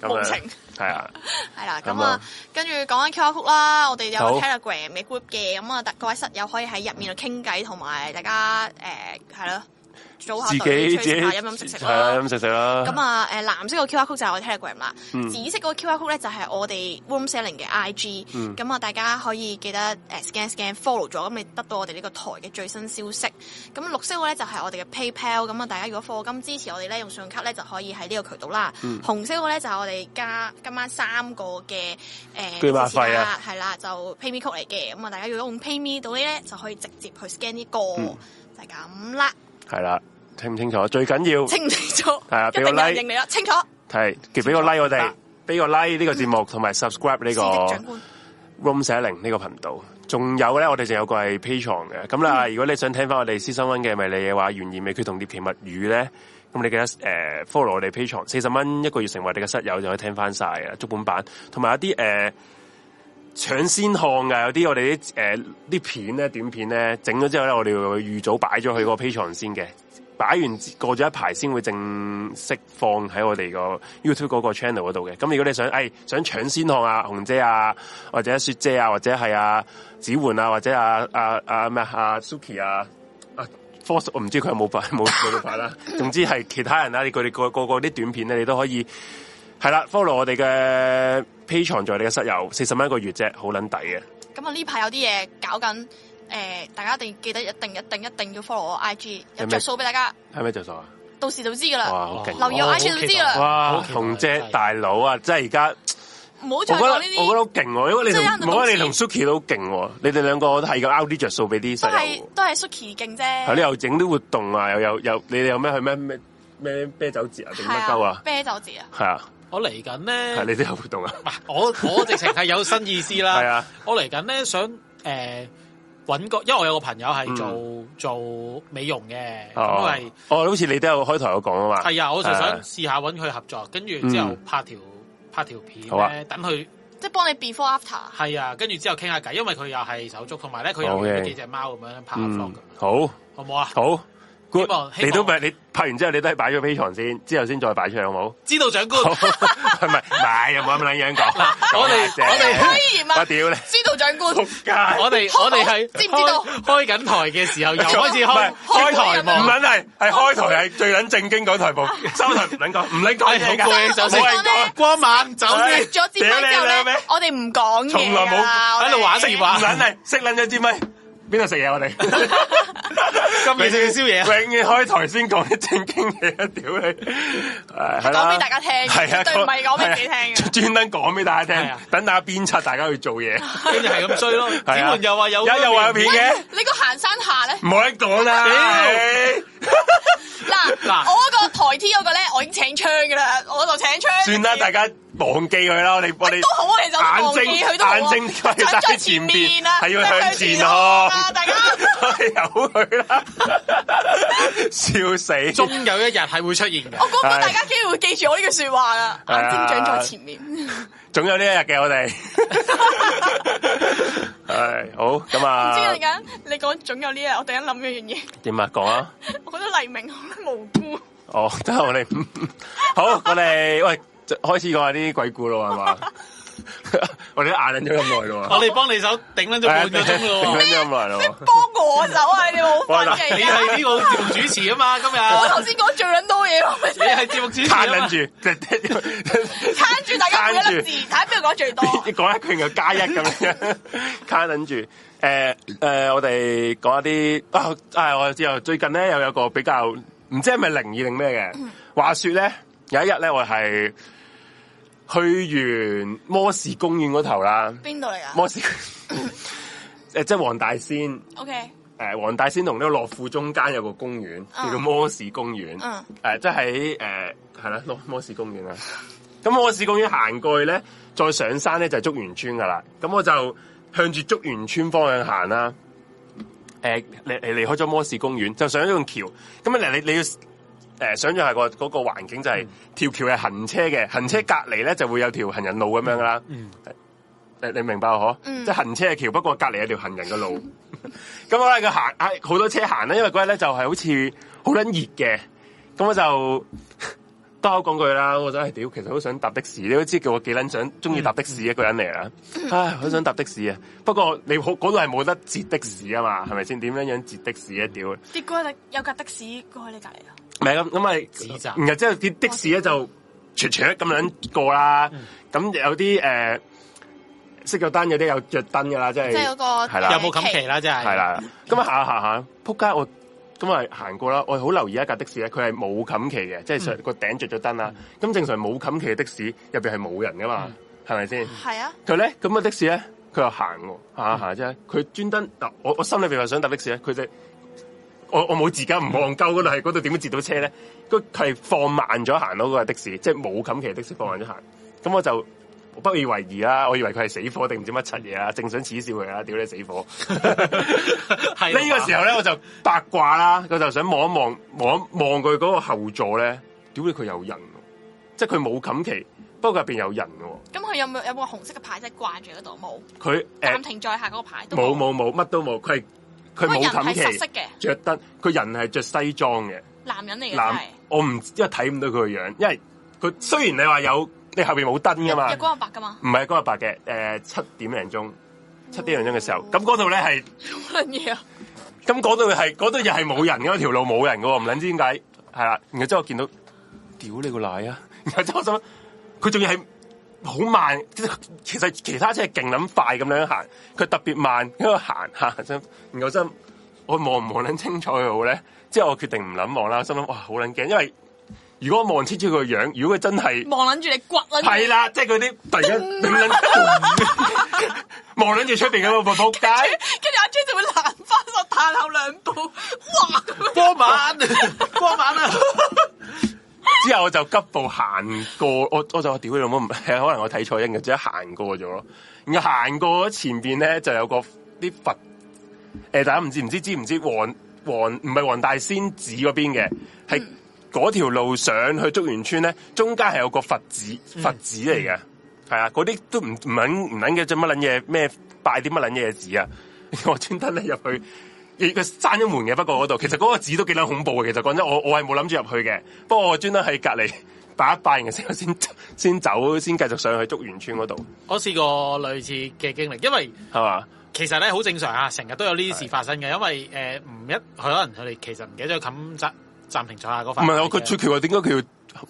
S1: 咁
S2: 無
S1: 樣
S2: 情
S1: 係啊，
S2: 係啦，
S1: 咁
S2: 咁啊
S1: 啊，
S2: 跟住講緊 QR code 啦，我哋有
S1: 好
S2: Telegram 嘅 group 嘅，咁啊，大各位室友可以喺入面度傾偈，同埋大家誒係咯，組
S1: 自
S2: 下隊
S1: 己自
S2: trace
S1: 己
S2: 下飲飲食食
S1: 係啊，
S2: 啦
S1: 飲。食食啦。
S2: 咁啊，誒藍色個 QR code 就係我 Telegram 啦，
S1: 嗯
S2: 紫色嗰個 QR code 咧就係我哋 Room Selling 嘅 IG。咁
S1: 嗯
S2: 啊，大家可以記得誒 scan scan follow 咗，咁你得到我哋呢個台嘅最新消息。咁綠色個咧就係我哋嘅 PayPal。咁啊，大家如果課金支持我哋咧，用信用卡咧就可以喺呢個渠道啦。
S1: 嗯
S2: 紅色個咧就係我哋加今晚三個嘅誒
S1: 捐馬費啊，
S2: 係啦，就 PayMe 曲嚟嘅。咁啊，大家如果用 PayMe 到呢咧，就可以直接去 scan 呢個，
S1: 嗯
S2: 就係咁啦。
S1: 係啦，清唔清楚？最緊要
S2: 清唔清楚？
S1: 係啊
S2: 一定
S1: 俾
S2: 有
S1: 個
S2: 人
S1: like
S2: 認你啦，清楚。
S1: 係，其實俾個 like 我哋
S2: 啊
S3: 白，
S1: 俾個 like 呢個節目，
S2: 嗯
S1: 同埋 subscribe 呢
S2: 司長
S1: 個。
S2: 官
S1: Room 寫零呢個頻道，仲有咧，我哋仲有個係 P 床嘅。咁
S2: 嗯
S1: 啦，如果你想聽翻我哋私生温嘅迷你嘅話，懸疑未決同獵奇物語咧，咁你記得誒、呃 follow 我哋 P 床，四十蚊一個月成為我哋嘅室友就可以聽翻晒嘅足本版，同埋有啲誒、呃、搶先看嘅，有啲我哋啲誒啲片咧短片咧整咗之後咧，我哋會預早擺咗去個 P 床先嘅。擺完過咗一排先會正式放喺我哋個 YouTube 嗰個 channel 嗰度嘅。咁如果你想，誒、哎想搶先看啊，紅姐啊，或者雪姐啊，或者係啊子媛啊，或者啊啊啊咩啊啊 Suki 啊啊 Force，我唔知佢有冇擺冇冇得擺啦。總之係其他人啦、你佢哋個個個啲短片咧，你都可以係啦 follow 我哋嘅 p a t r o n 在你嘅室友，四十蚊一個月啫，好撚抵嘅。
S2: 咁啊呢排有啲嘢搞緊，誒大家一定記得一定一定一定要 follow 我 IG，
S1: 咩
S2: 有着數俾大家，
S1: 係咪就數啊？
S2: 到時就知噶
S1: 哇，
S2: 啦。
S1: 好勁！
S2: 啊留啊意我
S3: 哦
S2: IG
S3: 好
S2: 就
S3: 期
S2: 知
S3: 待
S2: 啦，
S1: 哇，
S3: 好期待啊
S1: 紅姐
S3: 真係
S1: 大佬啊，真係而家。
S2: 唔好
S1: 我
S2: 再
S1: 覺得
S2: 講
S1: 我
S2: 呢
S1: 覺得
S2: 啲，
S1: 好勁喎，因為你
S2: 即係
S1: 同
S2: 有人
S1: 我覺
S2: 同
S1: 得
S2: 事
S1: 你同 Suki 都好勁喎，你哋兩個都係咁 out 啲着數俾啲
S2: 都
S1: 室
S2: 係
S1: 友，
S2: 都係 Suki 勁
S1: 係啊你
S2: 啫。
S1: 又整啲活動啊，又有又你哋有咩去咩咩咩啤酒節啊定乜鳩啊，
S2: 啤酒節啊，
S1: 係啊，
S3: 我嚟緊咧
S1: 係。你哋有活動啊，
S3: 唔係我我直情係有新意思啦。
S1: 係啊，
S3: 我嚟緊咧想誒揾個，因為我有個朋友係做、做美容嘅，咁
S1: 哦
S3: 係，
S1: 哦，好似你都有開台有講啊嘛，
S3: 係啊，我就
S1: 係
S3: 想試下揾佢合作，跟住之後
S1: 嗯
S3: 拍條。拍條片
S1: 好啊
S3: 咧，等佢
S2: 即係幫你 before after。
S3: 係啊，跟住之後傾下偈，因為佢又係手足，同埋咧佢又養
S1: OK
S3: 咗幾隻貓咁樣拍下 vlog
S1: 嗯
S3: 咁，，
S1: 好
S3: 好唔好啊？
S1: 好，good，
S3: 希望希望
S1: 你都咪你拍完之後，你都係擺咗 P 床先，之後先再擺出去 好冇？
S3: 知道長官，
S1: 好，係咪？咪又冇咁撚樣講，
S3: 我哋
S1: 講下啫
S3: 我哋
S2: 虛言啊
S1: 我屌你，
S2: 知道長官，
S1: 仆街！
S3: 我哋我哋係
S2: 知唔知道
S3: 開開緊台嘅時候又開始
S1: 唔
S3: 開
S1: 係
S3: 開台
S1: 唔
S3: 幕，
S1: 撚係，係開台係最撚正經嗰台部，收台唔撚講，唔 撚講
S3: 係好
S1: 嘢
S3: 攰
S1: 㗎，
S3: 啊！首
S2: 我想講呢
S3: 先光晚走
S1: 唉
S3: 先
S2: 熄。咗支咪之後
S1: 哎屌你老
S2: 咧
S1: 味，
S2: 我哋唔講嘢
S1: 從來冇
S2: 㗎
S3: 喺度玩
S2: 我哋
S3: 食玩
S1: 唔撚係，識撚咗支咪，邊度食嘢我哋？
S3: 今夜食嘅宵夜啊，
S1: 永遠開台先講啲正經嘢啊！屌你，誒係啦，
S2: 講俾大家聽嘅
S1: 係啊，
S2: 絕對唔係講俾自己聽 嘅
S1: 係啊專登講俾大家
S3: 係
S1: 聽
S3: 啊，
S1: 等大家鞭策大家去做 嘢。
S3: 跟住係咁追咯。子
S1: 係啊
S3: 桓又話有
S1: 有又話有片嘅，
S2: 你個行山下咧，
S1: 唔好得講啦。
S3: 屌
S1: 唉
S2: 嗱，
S3: 嗱
S2: 我嗰個台 T 嗰個咧，我已經請槍㗎啦，我就請槍。
S1: 算啦，大家忘記佢啦。我哋我哋
S2: 都好啊，其實我
S1: 眼
S2: 忘記
S1: 睛
S2: 佢都好啊
S1: 眼睛係
S2: 想
S1: 喺
S2: 在
S1: 前
S2: 前
S1: 邊
S2: 面啊，
S1: 係要向前看
S2: 啊， 大家
S1: 由佢啦， 笑死！
S3: 終有一日係會出現嘅
S1: 哦
S2: 我。估唔到大家竟然會記住我呢句說話啦，
S1: 係啊
S2: 眼睛長在前面。
S1: 總有呢一日嘅，我哋 係好咁
S2: 唔知
S1: 啊
S2: 陣？間你講總有呢日，我突然間諗咗樣 嘢，
S1: 點啊？講啊！
S2: 我覺得黎明好無 辜。
S1: 哦， 得我哋 好，我哋喂就開始講下啲鬼故咯，係嘛？ 我哋都眼忍咗咁耐咯
S3: 我，哋幫你手頂
S1: 哎
S3: 撚咗半個鐘
S1: 啊頂
S3: 咯。
S1: 咗咁耐咯。
S2: 幫我手啊！你 好
S1: 哇
S2: 煩
S1: 嗱
S3: 你
S2: 嘅而家，
S3: 係呢個節目主持啊嘛，今
S2: 啊我
S3: 日
S2: 頭先講最撚 多嘢喎，咪
S3: 你係節目主持
S1: 攤
S3: 啊
S1: 撚。
S3: 嘛
S1: 住，
S2: 攤住大家每一粒
S1: 攤
S2: 字，睇下邊個講 最多。
S1: 住，講一句又加一咁樣，攤撚住。誒誒，我哋講一啲啊啊！我知啊，最近咧又有個比較唔知係咪靈異定咩嘅。話說咧，有一日咧，我係去完摩士公園嗰頭啦。
S2: 邊度嚟啊
S1: 摩士 誒，即係黃大仙
S2: ？OK，
S1: 誒，呃黃大仙同呢個樂富中間有個公園，
S2: 嗯
S1: 叫做摩士公園。
S2: 嗯
S1: 誒，即係喺誒係啦，摩摩士公園啦。啊咁摩士公園行過去咧，再上山咧就係竹園村噶啦。咁我就向住竹園村方向行啦。誒，離離離開咗摩士公園，就上咗棟橋。咁啊，你你你要誒呃想象係個嗰個環境就係條橋係行車嘅，行車隔離咧就會有條行人路咁樣噶啦。
S3: 嗯，
S1: 你你明白我嗬？
S2: 嗯
S1: 即係行車嘅橋，不過隔離有條行人嘅路。 咁我咧佢行，啊好多車行啦，因為嗰日咧就係好似好撚熱嘅。咁我就 多口講句啦，我真係屌，其實好想搭的士。你都知叫我幾撚想中意搭的士一個人嚟啦。唉，好想搭的士啊！不過你好嗰度係冇得截的士啊嘛，係咪先？點樣樣截的士啊？屌！
S2: 結果你有架的士過喺你隔離啊！
S1: 唔係咁咁咪
S3: 紙紮，
S1: 然後之後啲的士咧就唰唰咁樣過啦。
S3: 嗯
S1: 咁、有啲誒、呃、熄咗燈，有啲有着燈噶啦，即係
S2: 即係嗰個
S1: 係啦
S3: 有冇冚期啦？真係
S1: 係，啦。咁啊行下行下，仆街我咁啊行過啦。我好留意一架的士咧，佢係冇冚旗嘅，即係
S3: 嗯
S1: 上個頂着咗燈啦。咁正常冇冚旗嘅的士入邊係冇人噶
S3: 嗯
S1: 嘛，係咪先？
S2: 係啊，
S1: 佢咧咁嘅的士咧，佢又行喎，啊行下行啫。佢專登嗱，我我心裏邊又想搭的士啊咧，佢就我我冇自己唔戇鳩嗰度，係嗰度點樣截到車咧？佢佢係放慢咗行咯，嗰個的士即係冇冚其的士放慢咗行。咁我就不以為意啦，我以為佢係死火定唔知乜柒嘢啊啦，正想恥笑佢啦，屌你死火！
S3: 係
S1: 呢個時
S3: 候
S1: 候咧，我就八卦啦，我就想望一望，望一望佢嗰個後座咧，屌你佢有人喎，即係佢冇冚旗，不過入邊有人嘅
S2: 咁佢有冇有冇紅色嘅牌仔掛住喺度冇？
S1: 喎，佢誒。
S2: 暫停再下嗰個牌都
S1: 冇冇冇，乜都冇，佢係佢冇
S2: 嗰個
S1: 冚
S2: 人係實色
S1: 旗，
S2: 嘅
S1: 着得佢人係着西裝嘅。
S2: 男人嚟嘅真
S1: 男
S2: 係，
S1: 我唔因為睇唔到佢個樣，因為佢雖然你話有你後邊冇燈噶嘛
S2: 日，光日白噶嘛，
S1: 唔係嗰日白嘅，誒七點零鐘，七點零鐘嘅時候，咁嗰度咧係，
S2: 乜嘢啊？
S1: 咁嗰度係嗰度又係冇人嘅，條路冇人嘅喎，唔撚知點解係啦。然後之後我見到，屌你個奶啊！ 然後之後我心諗，佢仲要係。好慢，其實其他車係勁撚快咁樣行，佢特別慢，喺度行下真，然後真我望唔望撚清楚佢好咧？之後我決定唔撚望啦，心諗哇好撚驚，因為如果我望清楚佢個樣，如果佢真 係
S2: 望撚住你骨撚住
S1: 係啦，即係嗰啲突然間頂撚 望撚住出邊嗰個仆街，
S2: 跟住阿 J 就會攔翻我彈後兩步，哇！咁樣
S3: 光 晚，光晚啊！
S1: 之後我就急步行過，我我就話屌你老母，唔 係可能我睇錯音嘅，即係行過咗咯。然後行過咗前邊咧就有個啲佛，誒、大家唔知唔知知唔知黃黃唔係黃大仙寺嗰邊嘅，係嗰條路上去竹園村咧，中間係有個佛寺，佛寺嚟嘅，係、啊，嗰啲都唔唔捻唔捻嘅，做乜捻嘢咩拜啲乜捻嘢寺啊？ 我專登咧入去，亦佢閂咗門嘅，不過嗰度其實嗰個寺都幾捻恐怖嘅。其實講真，我我係冇諗住入去嘅，不過我專登喺隔離 拜一拜，然之後先 先走，先繼續上去竹園村嗰度，
S3: 我試過類似嘅經歷，因為
S1: 係嘛？
S3: 其實咧好正常啊，成日都有呢啲事發生嘅，因為誒唔、一可能佢哋其實唔記得咗冚暫暫停咗下嗰
S1: 唔
S3: 塊。
S1: 係我佢最奇怪點解佢要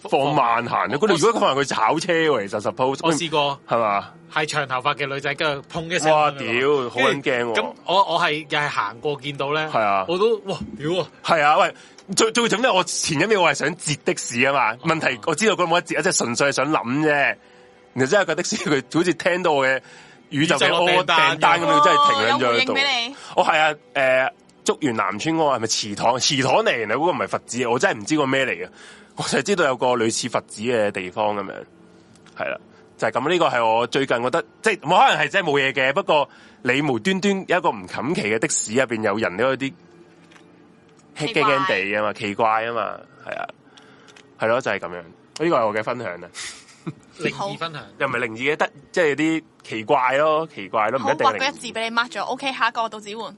S1: 放慢行咧？嗰度如果可能佢炒車喎，其實 suppose
S3: 我試過
S1: 係嘛？
S3: 係長頭髮嘅女仔，跟住砰一聲。
S1: 哇！屌，好撚驚喎！
S3: 咁我我係又係行過見到咧，
S1: 係啊
S3: 我都哇屌啊！
S1: 系啊，喂，最最重要我前一秒我係想截的士啊嘛，問題我知道佢冇得截啊，即係純粹係想諗啫。然後真係個的士佢 好似聽到我嘅宇宙嘅
S3: 宇宙嘅
S1: 我
S3: 訂單
S1: 訂單咁樣，真係停
S2: 有
S1: 響咗
S2: 回
S1: 喺
S2: 應
S1: 度。
S2: 俾你，
S1: 我係啊，诶、竹園南村嗰個係咪祠堂？祠堂嚟，原來嗰個唔係佛寺，我真係唔知個咩嚟嘅。我就係知道有個類似佛寺嘅地方咁樣，係啦，就係咁。呢個係我最近覺得，即係冇可能係真係冇嘢嘅。不過你無端端有一個唔冚期嘅的士入邊有人都有啲驚
S2: 怪
S1: 驚地啊嘛，奇怪啊嘛，係啊，係咯，就係、咁樣。呢個係我嘅分享啦，啊
S3: 靈
S2: 好
S3: 異分享，
S1: 又唔係靈異嘅，得即係啲奇怪咯，奇怪咯，唔
S2: 好
S1: 一定係
S2: 畫嗰
S1: 靈
S2: 一字俾你 mark 咗，OK，下一個到子換，
S1: 異。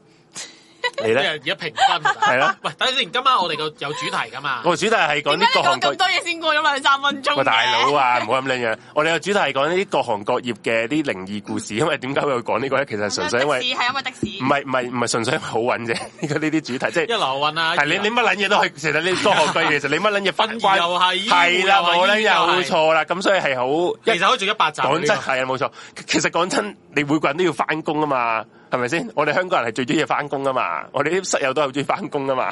S1: 你
S3: 即
S1: 咧
S3: 係而家評分啊
S1: 係啦。
S3: 喂，等陣先，今晚我哋個有主題噶嘛？
S1: 我主題係講啲各
S2: 點解你講
S1: 行各
S2: 咁多嘢先過咗兩三分鐘
S1: 喂，
S2: 嘅？
S1: 大佬 啊，唔好咁樣樣。我哋嘅主題係講呢啲各行各業嘅啲靈異故事，因為點解會講呢個咧？其實純粹因
S2: 的
S1: 為
S2: 士係因為的士
S1: 唔。係唔係唔係純粹因為好揾啫。 呢個呢啲主題即
S3: 一
S1: 係
S3: 流運啊！
S1: 係你你乜撚嘢都係，其實你各 行各業，其實你乜撚嘢
S3: 分
S1: 分
S3: 兒
S1: 關
S3: 又係醫護
S1: 係啦，
S3: 又係
S1: 冇撚
S3: 醫護
S1: 有
S3: 又係
S1: 錯啦。咁所以係好
S3: 其
S1: 一
S3: 實可以做一百集
S1: 講真
S3: 嘅呢個。
S1: 係啊，冇錯。其實講真，你每個人都要翻工啊嘛，係咪先？我哋香港人係最中意翻工啊嘛，我哋啲室友都係好中意翻工啊嘛。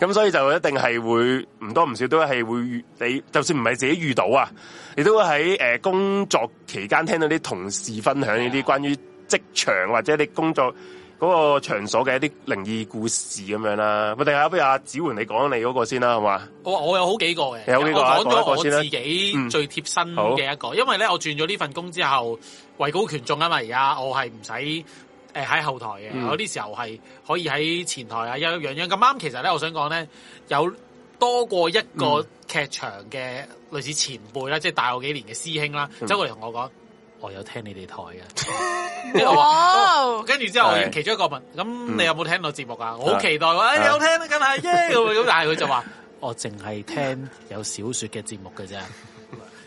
S3: 咁
S1: 咁所以就一定係會唔多唔少都係會遇你，就算唔係自己遇到啊，你都會喺誒、呃工作期間聽到啲同事分享呢
S3: 啊
S1: 啲關於職場或者你工作嗰個場所嘅一啲靈異故事咁樣啦。我哋啊下不如阿子桓你講你嗰個先啦，好嘛？
S3: 我我有好幾個嘅，
S1: 你有幾個啊
S3: 我講咗
S1: 講
S3: 我
S1: 一個先啦
S3: 自己
S1: 嗯
S3: 最貼身
S1: 好
S3: 嘅一個，因為咧我轉咗呢份工之後，位高權重啊嘛，而家我係唔使誒喺後台嘅，
S1: 嗯
S3: 有啲時候係可以喺前台啊，有樣樣咁啱。其實咧，我想講咧，有多過一
S1: 嗯
S3: 個劇場嘅類似前輩啦，即係大我幾年嘅師兄啦，
S1: 嗯
S3: 走過嚟同我講，我有聽你哋台嘅。 因為我
S2: 哇！
S3: 跟住之後，我
S1: 係
S3: 其中一個問：咁
S1: 嗯
S3: 你有冇聽到節目啊？我好期待喎！哎有聽啦，梗係 耶咁咁，但係佢就話：我淨係聽有小說嘅節目嘅 啫。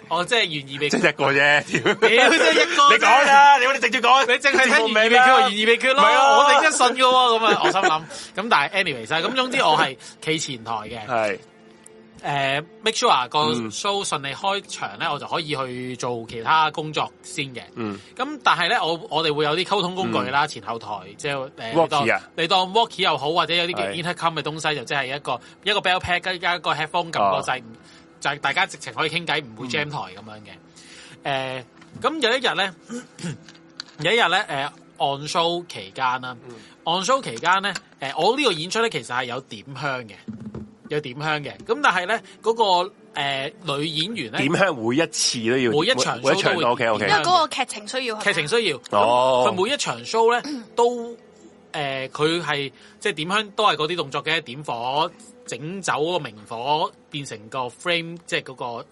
S3: 我哦真係願意俾
S1: 即
S3: 佢，
S1: 係一個啫，屌
S3: 屌真係一個啫
S1: 你講啦，你你直接講，
S3: 你淨係聽願意俾
S1: 啦
S3: 佢，我願意俾佢咯。
S1: 咪咯
S3: 我哋真係信嘅喎。咁啊，我心諗咁，但係 anyways 啊咁總之我 係企前台嘅。
S1: 係
S3: 誒 make sure 啊個
S1: 嗯
S3: show 順利開場咧，我就可以去做其他工作先嘅。
S1: 嗯
S3: 咁但係咧，我我哋會有啲溝通工具啦，前後台即係誒，你
S1: Walkie
S3: 當
S1: 啊
S3: 你當 walkie 又好，或者有啲叫
S1: 係
S3: intercom 嘅東西，就即係一個一個 bell pad 跟加一個 headphone 撳個掣，
S1: 哦
S3: 就係大家直情可以傾偈，唔會 jam 台咁樣嘅。
S1: 嗯
S3: 誒、咁有一日咧， 有一日咧，誒、on show 期間啦、on
S1: 嗯
S3: show 期間咧，誒、我呢個演出咧其實係有點香嘅，有點香嘅。咁但係咧，嗰、個、呃、女演員咧
S1: 點，香每一次都要
S3: 每一場
S1: 每一
S3: show 都
S1: 場
S3: 會
S1: OK
S2: 因
S1: OK
S2: 為。嗰個劇情需要，
S3: 劇情需要，咁
S1: 哦
S3: 佢、每一場 show 咧都誒，佢係即係點香都係嗰啲動作嘅，點火整走嗰個明火，變成個 frame，即係嗰個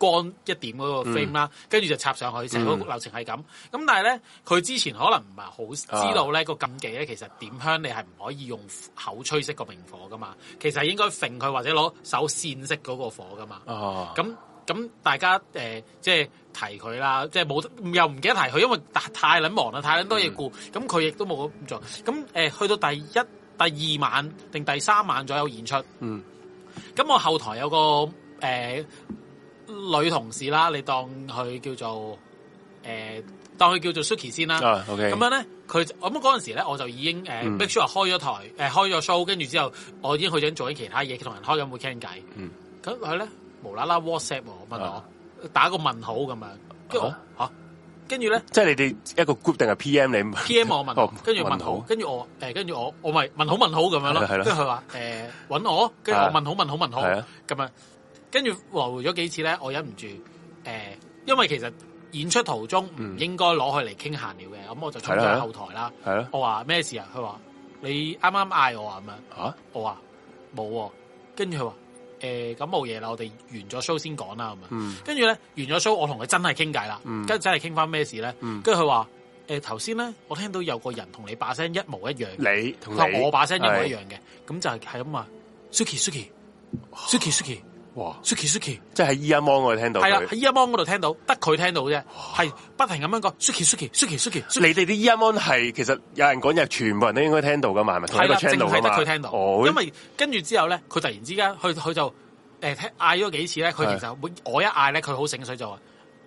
S3: 光一點嗰個 frame 啦，跟住、就插上去，成個
S1: 嗯
S3: 流程係咁。咁、但係咧，佢之前可能唔係好知道咧、個禁忌咧，其實點香你係唔可以用口吹熄個明火噶嘛，其實係應該揈佢或者攞手扇熄嗰個火噶嘛。
S1: 哦，
S3: 咁咁大家誒、呃即係提佢啦，即係冇又唔記得提佢，因為太太撚忙啦，太撚多嘢顧，咁佢亦都冇咁做。咁誒、呃去到第一、第二晚定第三晚左右演出，
S1: 嗯，
S3: 咁我後台有個誒、呃女同事啦，你當佢叫做誒、呃，當佢叫做 Suki 先啦。
S1: 啊 OK，
S3: 咁樣咧，佢就咁嗰陣時咧，我就已經誒、呃
S1: 嗯
S3: make sure 開咗台，誒、開咗 show，跟住之後，我已經去咗做緊其他嘢，同人開緊會傾偈
S1: 嗯。
S3: 咁佢咧無啦啦 WhatsApp 我問我、
S1: 啊
S3: 打個問號咁樣，跟住我
S1: 啊
S3: 嚇，跟住咧
S1: 即係你哋一個 group 定係 PM 你
S3: PM 我問
S1: 哦
S3: 號，跟住問
S1: 問
S3: 號
S1: 號，
S3: 跟住我誒，跟住我我咪問號問號咁樣咯，
S1: 係啦
S3: 跟
S1: 係啦
S3: 住佢話誒揾我，跟住我
S1: 啊
S3: 問號問號問號
S1: 係啊
S3: 咁樣，跟住來回咗幾次咧，我忍唔住誒，因為其實演出途中唔
S1: 嗯
S3: 應該攞佢嚟傾閒聊嘅，咁我就衝咗
S1: 係啦係
S3: 去
S1: 啦
S3: 後台啦。
S1: 係咯
S3: 我話咩事啊？佢話你啱啱嗌我啊咁樣，
S1: 吓
S3: 我話冇喎，跟住佢話誒咁冇嘢啦，我哋完咗 show 先講啦咁樣。
S1: 嗯
S3: 跟住咧完咗 show，我同佢真係傾偈啦，
S1: 嗯
S3: 跟住真係傾翻咩事咧？
S1: 嗯
S3: 跟住佢話誒頭先咧，我聽到有個人同你把聲一模一樣，
S1: 你同
S3: 同
S1: 你
S3: 我把聲一模一樣嘅，咁就係係咁啊，Suki Suki Suki Suki
S1: 係，哇！
S3: Suki Suki。
S1: 即係喺 E 阿 Mon 我哋聽到
S3: 系啦，
S1: 佢
S3: 喺，依一芒嗰度聽到，得佢聽到啫，係不停咁樣講 Suki Suki Suki Suki，
S1: 你哋啲 E 阿 Mon 係其實有人講嘢，全部人都應該聽到噶嘛，係咪同
S3: 係
S1: 一個
S3: 啦，淨
S1: channel
S3: 係
S1: 㗎
S3: 得
S1: 嘛？
S3: 佢聽到，
S1: 哦，
S3: 因為跟住之後咧，佢突然之間，佢佢就誒聽嗌咗幾次咧，佢其實會我一嗌咧，佢好醒水就話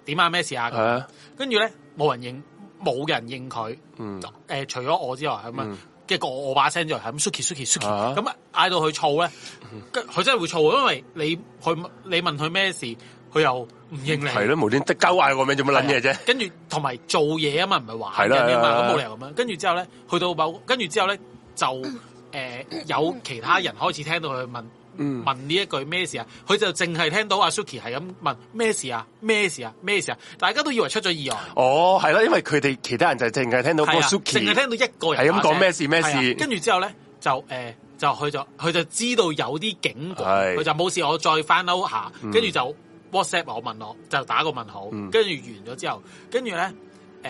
S3: 點啊咩事啊
S1: 係，啊，
S3: 跟住咧冇人認冇人認佢，
S1: 嗯
S3: 誒、除咗我之外咁啊
S1: 嗯，
S3: 跟住個我把聲之外係咁 Suki Suki Suki，
S1: 啊
S3: 咁啊嗌到佢燥咧，跟佢真係會燥，啊因為你佢你問佢咩事，佢又唔應你。
S1: 係咯，無端即鳩嗌我名做乜撚嘢啫？
S3: 啊跟住同埋做嘢啊嘛，唔係玩
S1: 係啦
S3: 緊啊
S1: 係
S3: 嘛，
S1: 啦
S3: 咁冇理由咁樣。跟住之後咧，去到某，跟住之後咧就誒、呃有其他人開始聽到佢問
S1: 嗯，
S3: 問呢一句咩事啊？佢就淨係聽到阿 Suki 係咁問咩事啊，咩事啊，咩事啊，大家都以為出咗意外。
S1: 哦，係啦，因為佢哋其他人就係淨係聽到嗰
S3: 係
S1: 個
S3: 啊，淨
S1: Suki，
S3: 係聽到一個人
S1: 係咁講
S3: 把聲
S1: 咩事咩事
S3: 係啊跟住之後咧就誒、呃就佢就佢就知道有啲警告，
S1: 係
S3: 佢就冇事，我再翻嬲下，跟住就 WhatsApp 我問我，就打個問號，
S1: 嗯
S3: 跟住完咗之後，跟住咧誒，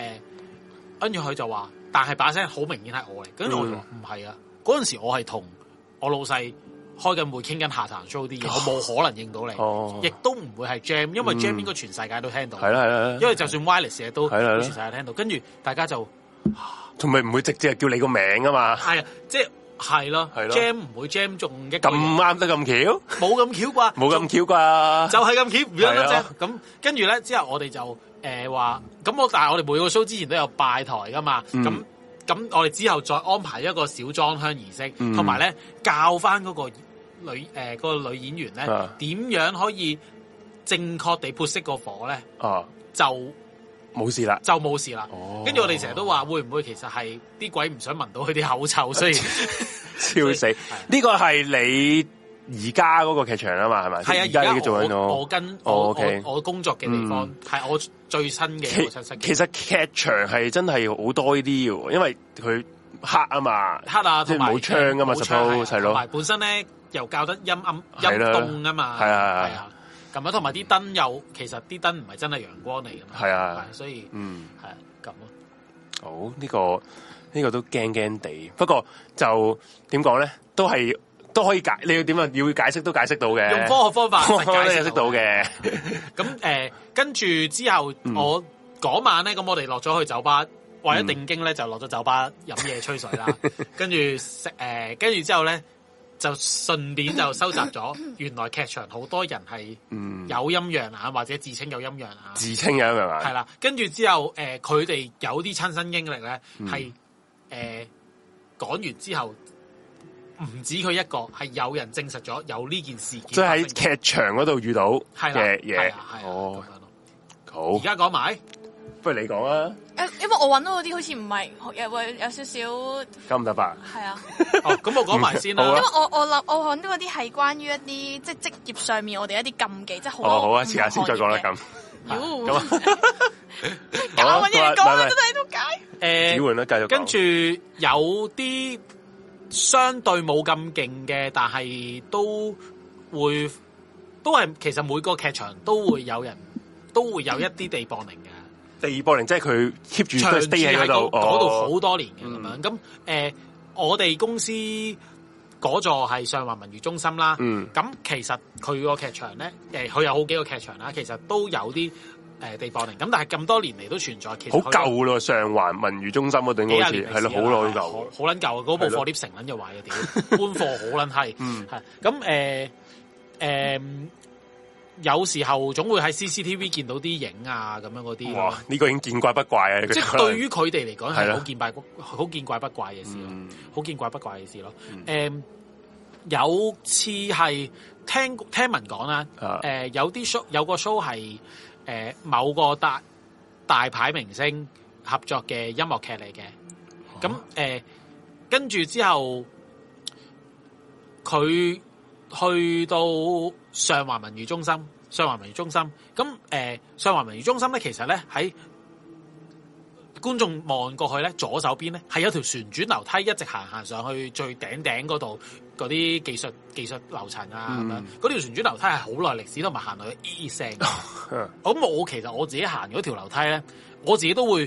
S3: 跟住佢就話，但係把聲好明顯係我嚟，跟住我就話
S1: 嗯
S3: 唔係啊，嗰陣時我係同我老細。開緊會傾緊下壇 show 啲嘢，我冇可能認到
S1: 哦
S3: 你，亦都唔會係 jam，因為 jam
S1: 嗯
S3: 應該全世界都聽到，
S1: 係啦係啦，
S3: 因為就算 wireless 嘢都
S1: 係啦係啦
S3: 全世界聽到，跟住大家就
S1: 同埋唔會直接係叫你個名啊嘛，
S3: 係啊，即係係咯
S1: 係咯
S3: ，jam 唔會 jam 中一個
S1: 咁
S3: 人
S1: 啱得咁巧，
S3: 冇咁巧啩，
S1: 冇咁巧啩？
S3: 就係咁巧唔得
S1: 係
S3: 啫
S1: 啊。
S3: 咁跟住咧之後我哋就誒話，咁我但係我哋每個 show 之前都有拜台噶嘛，
S1: 嗯
S3: 咁咁我哋之後再安排一個小裝香儀式，
S1: 嗯
S3: 同埋咧教翻嗰個女誒嗰個女演員咧
S1: 啊
S3: 點樣可以正確地潑熄個火咧，
S1: 哦，
S3: 就
S1: 冇事啦。
S3: 就冇事啦。
S1: 哦
S3: 跟住我哋成日都話，會唔會其實係啲鬼唔想聞到佢啲口臭，所以
S1: 笑死！呢個係你而家嗰個劇場啊嘛，係咪？
S3: 係啊，
S1: 而
S3: 而
S1: 家
S3: 家
S1: 你做緊
S3: 我我
S1: 我。
S3: 跟
S1: 哦
S3: 我
S1: OK
S3: 我我工作嘅地方
S1: 嗯
S3: 係我最新嘅一
S1: 其
S3: 個親戚
S1: 其實劇場係真係好多呢啲嘅喎，因為佢黑啊嘛，
S3: 黑啊，
S1: 即係
S3: 同埋
S1: 冇窗㗎嘛
S3: 冇窗
S1: suppose，
S3: 係啊
S1: 係咯
S3: 同埋本身咧又教得陰暗
S1: 係
S3: 陰
S1: 啦
S3: 凍啊嘛，
S1: 係啊係啊
S3: 係啊，咁啊同埋啲燈又其實啲燈唔係真係陽光嚟㗎嘛，
S1: 係啊
S3: 係所以
S1: 嗯，
S3: 係啊咁咯，
S1: 好呢個呢個都驚驚地，不過就點講咧，都係都可以解，你要點啊？要解釋都解釋到嘅，
S3: 用科學 方法
S1: 科
S3: 實
S1: 學都
S3: 解
S1: 解釋
S3: 釋
S1: 到。嘅，
S3: 咁誒，跟住之後
S1: 嗯
S3: 我嗰晚咧，咁我哋落咗去酒吧，為咗定經咧，就落咗酒吧飲嘢吹水啦。
S1: 嗯
S3: 跟住食誒，跟住之後咧，就順便就收集咗，原來劇場好多人係
S1: 嗯，
S3: 有陰陽眼或者自稱有陰陽眼，
S1: 自稱嘅係
S3: 係
S1: 咪？
S3: 啦。跟住之後誒，佢哋有啲親身經歷咧，
S1: 嗯
S3: 係誒講呃完之後。唔止佢一個，係有人證實咗有呢件事件
S1: 即
S3: 發
S1: 係
S3: 生
S1: 喺劇場嗰度遇到
S3: 係啦，
S1: 嘅
S3: 係
S1: 嘢
S3: 啦，係啦，啊咁
S1: 哦，
S3: 樣咯。
S1: 好
S3: 而，家講埋，
S1: 不如你講啊，
S2: 誒因為我揾到嗰啲好似唔係，有有有少少
S1: 得唔得吧？
S2: 係啊。
S3: 哦，咁我講埋先
S1: 好
S2: 因
S1: 啊
S2: 為
S3: 啦。
S2: 我我諗我揾到嗰啲係關於一啲即係職業上面我哋一啲禁忌，即係好多
S1: 哦，好啊，
S2: 唔同
S1: 遲下先再講啦，咁。
S2: 行業嘅。
S1: 咁
S2: 妖
S1: 啊，
S2: 搞
S1: 好啊
S2: 乜嘢
S1: 拜
S2: 講
S1: 拜
S2: 啊？真係都解。
S1: 指
S3: 誒，
S1: 換啦，繼續講。
S3: 跟住有啲相對冇咁勁嘅，但係都會都係其實每個劇場都會有人都會有一啲地磅零嘅，
S1: 第二波零即係佢 keep 住
S3: 長
S1: 都
S3: 住
S1: stay 喺
S3: 喺
S1: 嗰
S3: 嗰
S1: 度，
S3: 嗰
S1: 哦
S3: 度好多年嘅咁
S1: 嗯
S3: 樣。咁誒，我哋公司嗰座係上環文娛中心啦。
S1: 嗯
S3: 咁其實佢個劇場咧，誒佢有好幾個劇場啦，其實都有啲誒地磅零，咁但係咁多年嚟都存在，其實
S1: 好
S3: 佢
S1: 舊咯，上環文娛中心嗰
S3: 幾
S1: 段好
S3: 廿
S1: 似
S3: 年
S1: 係咯，好耐
S3: 好
S1: 舊。
S3: 好撚舊啊！嗰部
S1: 係咯
S3: 貨 lift 成撚就壞 嘅屌，搬貨好撚閪，
S1: 嗯
S3: 係咁誒誒，有時候總會喺 CCTV 見到啲影啊咁樣嗰啲咯
S1: 哇，，呢個已經見怪不怪啊！
S3: 即
S1: 係
S3: 係對於佢哋嚟
S1: 係
S3: 講係
S1: 咯
S3: 好見怪不好見怪不怪嘅事咯。
S1: 嗯
S3: 好見怪不怪嘅事咯。誒、
S1: 嗯
S3: 有次係聽聽聞講啦，誒、
S1: 啊
S3: 有啲 show 有個 show 係誒、某個大大牌明星合作嘅音樂劇嚟嘅，咁
S1: 哦
S3: 誒、跟住之後佢去到上環文娛中心，呃上環文娛中心咁誒、上環文娛中心咧，其實咧喺觀眾望過去咧，左手邊咧係有條旋轉樓梯，一直行行上去最頂頂嗰度嗰啲技術技術樓層啊咁樣
S1: 嗯。
S3: 嗰條旋轉樓梯係好耐歷史，同埋行落去咦聲嘅。
S1: 嗯
S3: 咁我其實我自己行嗰條樓梯咧，我自己都會，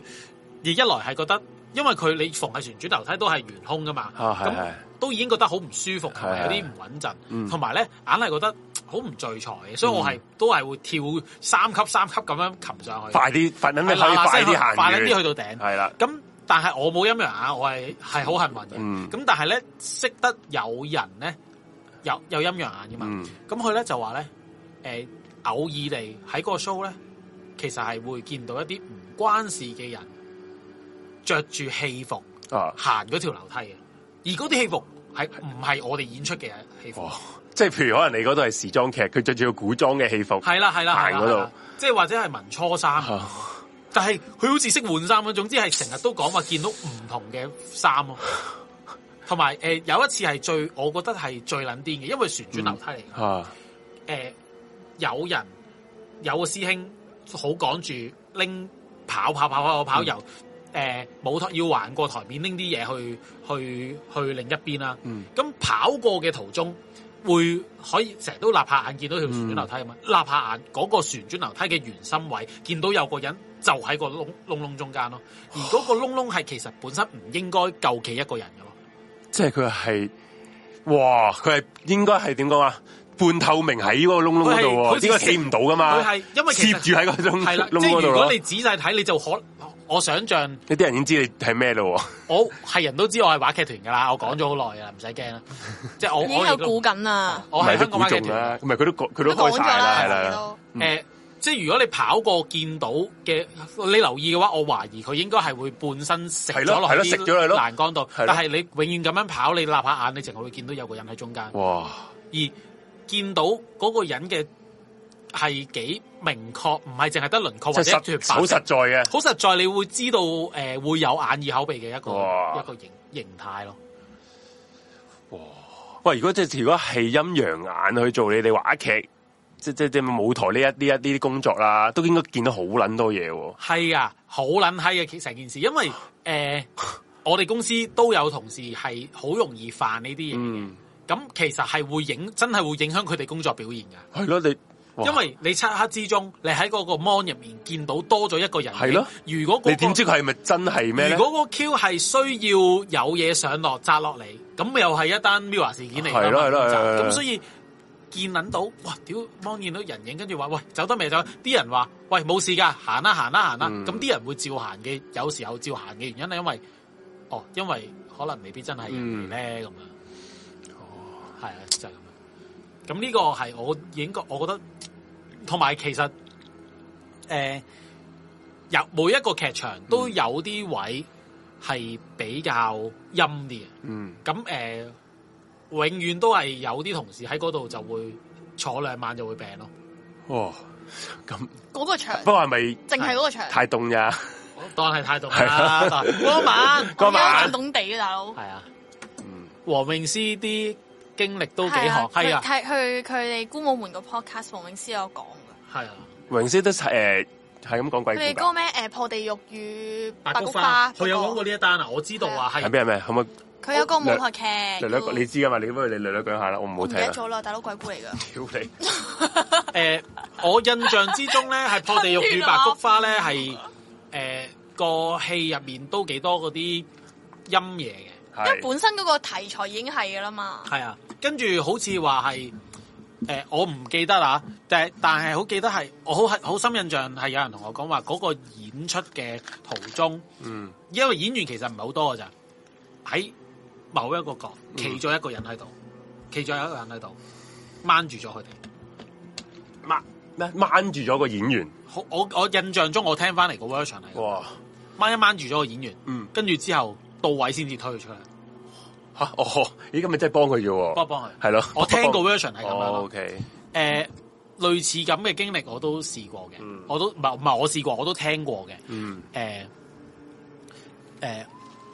S3: 而一來係覺得，因為佢你逢係旋轉樓梯都係懸空噶嘛，
S1: 啊係
S3: 咁、
S1: 係
S3: 都已經覺得好唔舒服，同埋
S1: 係
S3: 有啲
S1: 係
S3: 唔穩陣，
S1: 嗯
S3: 同埋咧硬係覺得好唔聚財嘅，所以我係、都係會跳三級三級咁樣擒上去，
S1: 快啲，快，等你可以
S3: 係嗱嗱
S1: 快
S3: 聲去
S1: 啲行
S3: 快
S1: 完，
S3: 啲去到頂。
S1: 係啦，
S3: 咁但係我冇陰陽眼，我係係好幸運嘅。
S1: 嗯
S3: 咁、但係咧識得有人咧有有陰陽眼噶嘛。
S1: 嗯
S3: 咁佢咧就話咧，誒、偶爾地喺嗰個 show 咧，其實係會見到一啲唔關事嘅人着住戲服
S1: 啊，
S3: 行嗰條樓梯嘅，而嗰啲戲服係唔係我哋演出嘅戲服？
S1: 哦，即係譬如可能你嗰度係時裝劇，佢着住個古裝嘅戲服，
S3: 係啦係啦
S1: 行
S3: 係啦
S1: 嗰度
S3: 係啦，即係或者係文初衫。
S1: 啊
S3: 但係佢好似識換衫咯，總之係成日都講話見到唔同嘅衫咯，同埋誒有一次係最，我覺得係最撚癲嘅，因為旋轉樓梯嚟嘅，誒、
S1: 啊，
S3: 有人有個師兄好趕住拎跑跑跑跑跑由誒舞台要橫過台面拎啲嘢去去去另一邊啦，
S1: 嗯
S3: 咁、跑過嘅途中。會可以成日都立下眼見到條旋轉樓梯啊嘛，立下眼嗰、個旋轉樓梯嘅圓心位，見到有個人就喺個窿窿窿中間咯，而嗰個窿窿係其實本身唔應該夠企一個人嘅咯，
S1: 即係佢係，哇，佢係應該係點講啊？半透明喺嗰個窿窿嗰度
S3: 佢係好
S1: 喎，
S3: 似
S1: 應該企唔到噶嘛？
S3: 佢係因為其
S1: 貼
S3: 實
S1: 住喺個窿
S3: 係啦，
S1: 窿
S3: 即係
S1: 嗰度
S3: 如果
S1: 咯
S3: 你，仔細睇你就可，我想象
S1: 你啲人已經知你係咩咯喎？
S3: 我係人都知我係話劇團噶啦，我講咗好耐噶啦，唔使 驚啦，即係我
S2: 已經
S3: 我
S2: 有
S3: 亦都
S2: 估緊啦，
S3: 我
S1: 唔係
S3: 係
S1: 啲
S3: 香港
S1: 估
S3: 話劇
S1: 中啊
S3: 團
S1: 啦，唔嗯係佢都講佢
S2: 都
S1: 都
S2: 講
S1: 開
S2: 咗
S1: 晒啦，係
S2: 啦，自己
S1: 啦，
S2: 都
S3: 誒、即係如果你跑過見到嘅，你留意嘅話，我懷疑佢應該係會半身食咗
S1: 係咯
S3: 落
S1: 係咯
S3: 啲
S1: 食咗佢咯
S3: 欄杆度。
S1: 係咯
S3: 但係你永遠咁樣跑，你立下眼，你淨係會見到有個人喺中間，
S1: 哇，
S3: 而見到嗰個人嘅係幾明確，唔係淨係得輪廓
S1: 即
S3: 或者
S1: 係
S3: 脱
S1: 實好實在嘅，
S3: 好實在，你會知道誒、呃、會有眼耳口鼻嘅一個
S1: 哇
S3: 一個形形態咯。
S1: 喂，如果即係如果係陰陽眼去做你哋話劇，即即即舞台呢一呢一呢啲工作啦，都應該見到好撚多嘢喎。
S3: 係啊，好撚閪嘅成件事，因為誒、呃我哋公司都有同事係好容易犯呢啲嘢。
S1: 嗯，
S3: 咁其實係會影，真係會影響佢哋工作表現㗎。
S1: 係咯，你哇
S3: 嗯因為你漆黑之中，你喺嗰個 mon 入面見到多咗一個人影。
S1: 係咯
S3: 如果嗰個
S1: 你點知佢係咪真係咩咧
S3: 如？果個 Q 係需要有嘢上落摘落嚟，咁又係一單 Mirror 事件嚟㗎嘛
S1: 係咯係咯
S3: 咁
S1: 係咯
S3: 就
S1: 係咯
S3: 咁所以見撚到，哇！屌 mon 見到人影，跟住話喂走得未走？啲人話喂冇事㗎，行啦行啦行啦。
S1: 嗯
S3: 咁啲、人會照行嘅，有時候照行嘅原因係因為，哦，因為可能未必真係人嚟咧咁樣。啊哦，係啊，就係、咁樣。咁呢個係我影覺，我覺得同埋其實誒。呃有每一個劇場都有啲位係比較陰啲嘅，
S1: 嗯，
S3: 咁誒、呃永遠都係有啲同事喺嗰度就會坐兩晚就會病咯。
S1: 哦，咁
S2: 嗰個場
S1: 不過係咪
S2: 淨係嗰個場，
S1: 太凍呀？
S3: 當係態度
S1: 係
S3: 啦
S1: 啊，
S3: 當嗰晚
S1: 嗰晚
S2: 凍凍地嘅大佬。
S3: 係啊，
S1: 嗯，
S3: 黃詠詩啲經歷都幾
S2: 係
S3: 行，係啊，
S2: 佢佢佢哋姑母門個 podcast 黃永詩有講㗎，
S3: 係啊，
S1: 榮師都誒係咁講鬼
S2: 佢哋
S1: 故
S2: 嗰個
S1: 㗎，
S2: 咩誒破地獄與
S3: 白
S2: 白
S3: 菊
S2: 菊
S3: 花
S2: 花，
S3: 佢有講過呢一單啊，我知道啊，
S1: 係
S3: 係
S1: 咩係咩？可唔可以
S2: 佢有個舞台劇
S1: 略
S2: 叫，
S1: 略講你知㗎嘛？你不如你略略講下啦，我唔
S2: 我
S1: 好
S2: 唔記
S1: 睇啊
S2: 得
S1: 啦。
S2: 咗啦，大佬鬼故嚟㗎。
S1: 屌你！
S3: 誒，我印象之中咧，係《破地獄與白菊花》咧，係誒個戲入面都幾多嗰啲陰嘢嘅。
S2: 因為
S1: 係
S2: 本身嗰個題材已經係噶啦嘛，
S3: 係啊，跟住好似話係誒，我唔記得啦，但係但係好記得係我好係好深印象係有人同我講話嗰個演出嘅途中，
S1: 嗯
S3: 因為演員其實唔係好多㗎咋，喺某一個角企咗一個人喺度，企咗一個人喺度掹住咗佢哋。
S1: 掹咩掹住咗個演員，
S3: 好，我我印象中我聽翻嚟個 version 係
S1: 哇！
S3: 掹一掹住咗個演員，
S1: 嗯
S3: 跟住之後到位先至推佢出嚟，
S1: 吓哦，咦咁咪真係幫佢啫
S3: 幫一
S1: 喎，
S3: 幫佢。
S1: 係咯，哦
S3: 我聽過 version 係咁樣咯
S1: O。K，
S3: 誒、類似咁嘅經歷我都試過嘅，
S1: 嗯
S3: 我都唔係唔係我試過，我都聽過嘅。誒、
S1: 嗯，
S3: 誒、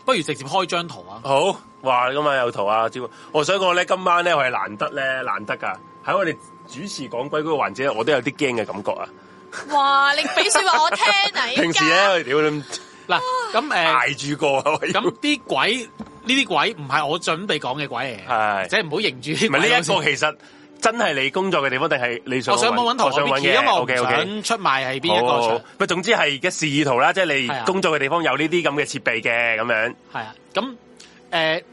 S3: 不如直接開張圖啊！
S1: 好，哇，今晚有圖啊，招，我想講咧，今晚咧我係難得咧，難得噶，喺我哋主持講鬼嗰個環節呢，我都有啲驚嘅感覺啊。
S2: 哇！你俾說話我聽啊，
S1: 平時
S2: 依家
S1: 咧，我哋屌你，
S3: 嗱，咁誒，
S1: 挨住過啊！
S3: 咁啲鬼呢啲鬼唔係我準備講嘅鬼嚟嘅，
S1: 係
S3: 即係唔好認住
S1: 唔
S3: 啲
S1: 係呢
S3: 鬼
S1: 一
S3: 佬
S1: 個
S3: 先。
S1: 其實真係你工作嘅地方，定係你想
S3: 我上網揾圖
S1: 我想
S3: 我
S1: 揾
S3: Vicky，因為
S1: 嘅。
S3: 我
S1: O K
S3: 唔
S1: O K，
S3: 想出賣係邊一個場。
S1: 唔總之係嘅示意圖啦，即係
S3: 係啊
S1: 你工作嘅地方有呢啲咁嘅設備嘅咁樣。
S3: 系啊，咁诶、呃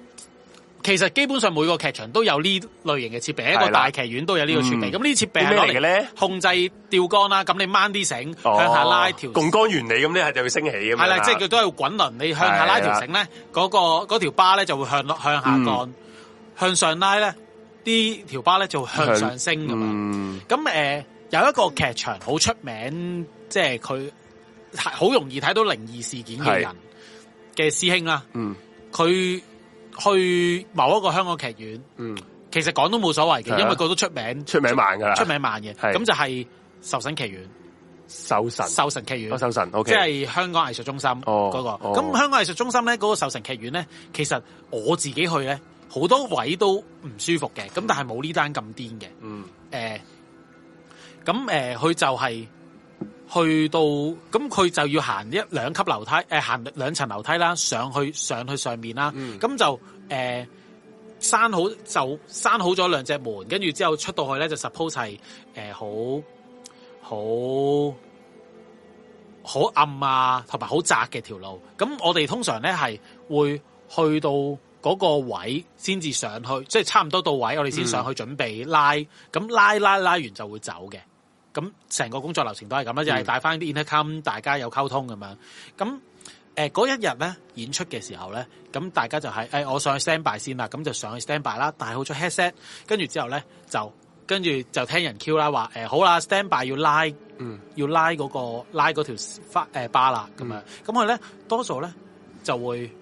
S3: 其實基本上每個劇場都有呢類型嘅設備，一
S1: 啦
S3: 個大劇院都有呢個設備。
S1: 嗯
S3: 咁呢啲設備
S1: 啲
S3: 係
S1: 咩
S3: 攞
S1: 嚟嘅咧？
S3: 控制吊竿啦，咁你掹啲繩
S1: 哦
S3: 向下拉條，
S1: 槓桿原理咁咧，係就會升起咁樣啊
S3: 係啦，即係佢都係滾輪，你向下拉條繩咧，嗰、個嗰條巴咧就會向落向
S1: 嗯
S3: 下降，向上拉咧，啲條巴咧就會向上升咁樣。
S1: 嗯
S3: 咁诶、呃有一個劇場好出名，即係佢好容易睇到靈異事件嘅
S1: 係
S3: 人嘅師兄啦。
S1: 嗯
S3: 佢去某一個香港劇院，
S1: 嗯，
S3: 其實講都冇所謂
S1: 係
S3: 嘅，
S1: 啊
S3: 因為佢都出名
S1: 出名慢噶啦，
S3: 出名慢嘅，
S1: 係
S3: 咁就係壽神劇院、
S1: 手神，
S3: 壽神劇院
S1: 我，手神，O
S3: 即
S1: K，
S3: 係香港藝術中心嗰
S1: 哦
S3: 個。
S1: 哦
S3: 咁香港藝術中心咧，嗰個壽神劇院咧，其實我自己去咧，好多位都唔舒服嘅，咁但係冇呢單咁癲嘅。
S1: 嗯，
S3: 誒，呃咁誒，佢就係去到，咁佢就要行一兩級樓梯，誒行兩層樓梯啦，上去上去上面啦，
S1: 嗯
S3: 咁、就誒閂好就閂好咗兩隻門，跟住之後出到去咧就 suppose 係誒好好好暗啊，同埋好窄嘅條路。咁我哋通常咧係會去到嗰個位先至上去，即係差唔多到位，我哋先上去準備拉。咁拉拉拉完就會走嘅。咁成個工作流程都係咁啦，就係帶翻啲 intercom，大家有溝通咁樣。咁誒嗰一日咧演出嘅時候咧，咁大家就係、誒、我上去 stand by 先啦，咁就上去 stand by 啦，戴好咗 headset，跟住之後咧就跟住就聽人 Q 啦，話誒、好啦，stand by 要拉，
S1: 嗯
S3: 要拉嗰、個拉嗰條花誒巴啦咁
S1: 嗯
S3: 樣，咁佢咧多數咧就會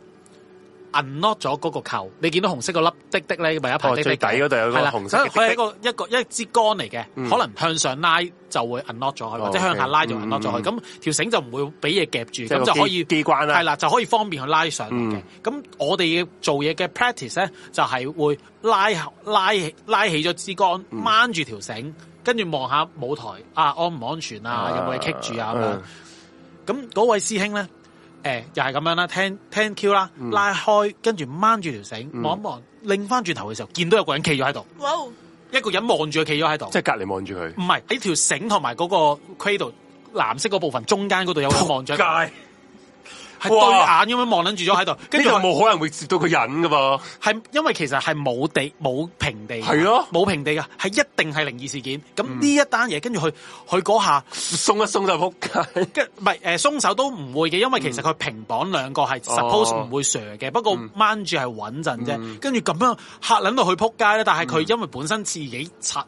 S3: unlock 咗嗰個球，你見到紅色個粒滴滴咧，咪有一排
S1: 哦
S3: 滴滴
S1: 最底
S3: 嘅
S1: 嗰度有個
S3: 係啦
S1: 紅色
S3: 所
S1: 嘅
S3: 以
S1: 滴滴
S3: 佢係一個一個一支杆嚟嘅，
S1: 嗯
S3: 可能向上拉就會 unlock 咗佢，或者
S1: 哦
S3: 向下拉就
S1: 嗯
S3: unlock 咗佢，
S1: 嗯
S3: 咁條繩就唔會俾嘢夾
S1: 即
S3: 住，
S1: 係
S3: 咁
S1: 個
S3: 就可
S1: 機
S3: 以。
S1: 機關啦，嗯
S3: 係啦，就可以方便去拉上嚟嘅。咁、我哋做嘢嘅 practice 咧，就係、會拉拉起拉起咗支杆，
S1: 嗯
S3: 掹住條繩，跟住望下舞台啊安唔安全啊，有冇嘢棘住啊
S1: 嗯
S3: 咁樣。咁嗰位師兄咧，誒、又係咁樣啦，聽聽 Q 啦，
S1: 嗯
S3: 拉開跟住掹住條繩，望一望，擰翻轉頭嘅時候，見到有個人企咗喺度，
S2: 哇哦！
S3: 一個人望住佢企咗喺度
S1: 即。係隔離望住佢，
S3: 唔係喺條繩同埋嗰個 cradle 藍色嗰部分中間嗰度有個望住喺度，
S1: 街
S3: 係對
S1: 哇
S3: 眼咁樣望撚住咗喺度，跟
S1: 呢
S3: 住
S1: 度
S3: 佢
S1: 冇可能會接到個人噶噃，
S3: 係因為其實係冇地冇平地，
S1: 係咯嗯
S3: 冇平地㗎，係一定係靈異事件。咁呢一單嘢，跟住佢佢嗰下，
S1: 鬆一鬆就仆街，
S3: 跟唔係誒鬆手都唔會嘅，因為其實佢平綁兩個係
S1: 哦
S3: suppose 唔會 s 嘅，不過
S1: 嗯
S3: 掹住係穩陣啫。跟住咁樣嚇撚到佢撲街咧，但係
S1: 嗯
S3: 佢因為本身自己擦。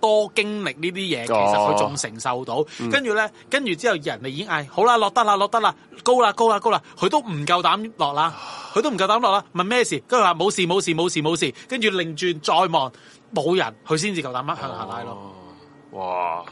S3: 多經歷呢
S1: 哦
S3: 啲嘢，其實佢仲承受到。
S1: 嗯
S3: 跟住咧，跟住之後人哋已經嗌好啦，落得啦，落得啦，高啦，高啦，高啦，佢都唔夠膽 落啦，佢都唔夠膽落啦。問咩事？跟住話冇事，冇事，冇事，冇事。跟住擰轉再望冇人，佢先至夠膽向下拉
S1: 哦
S3: 咯。
S1: 哇！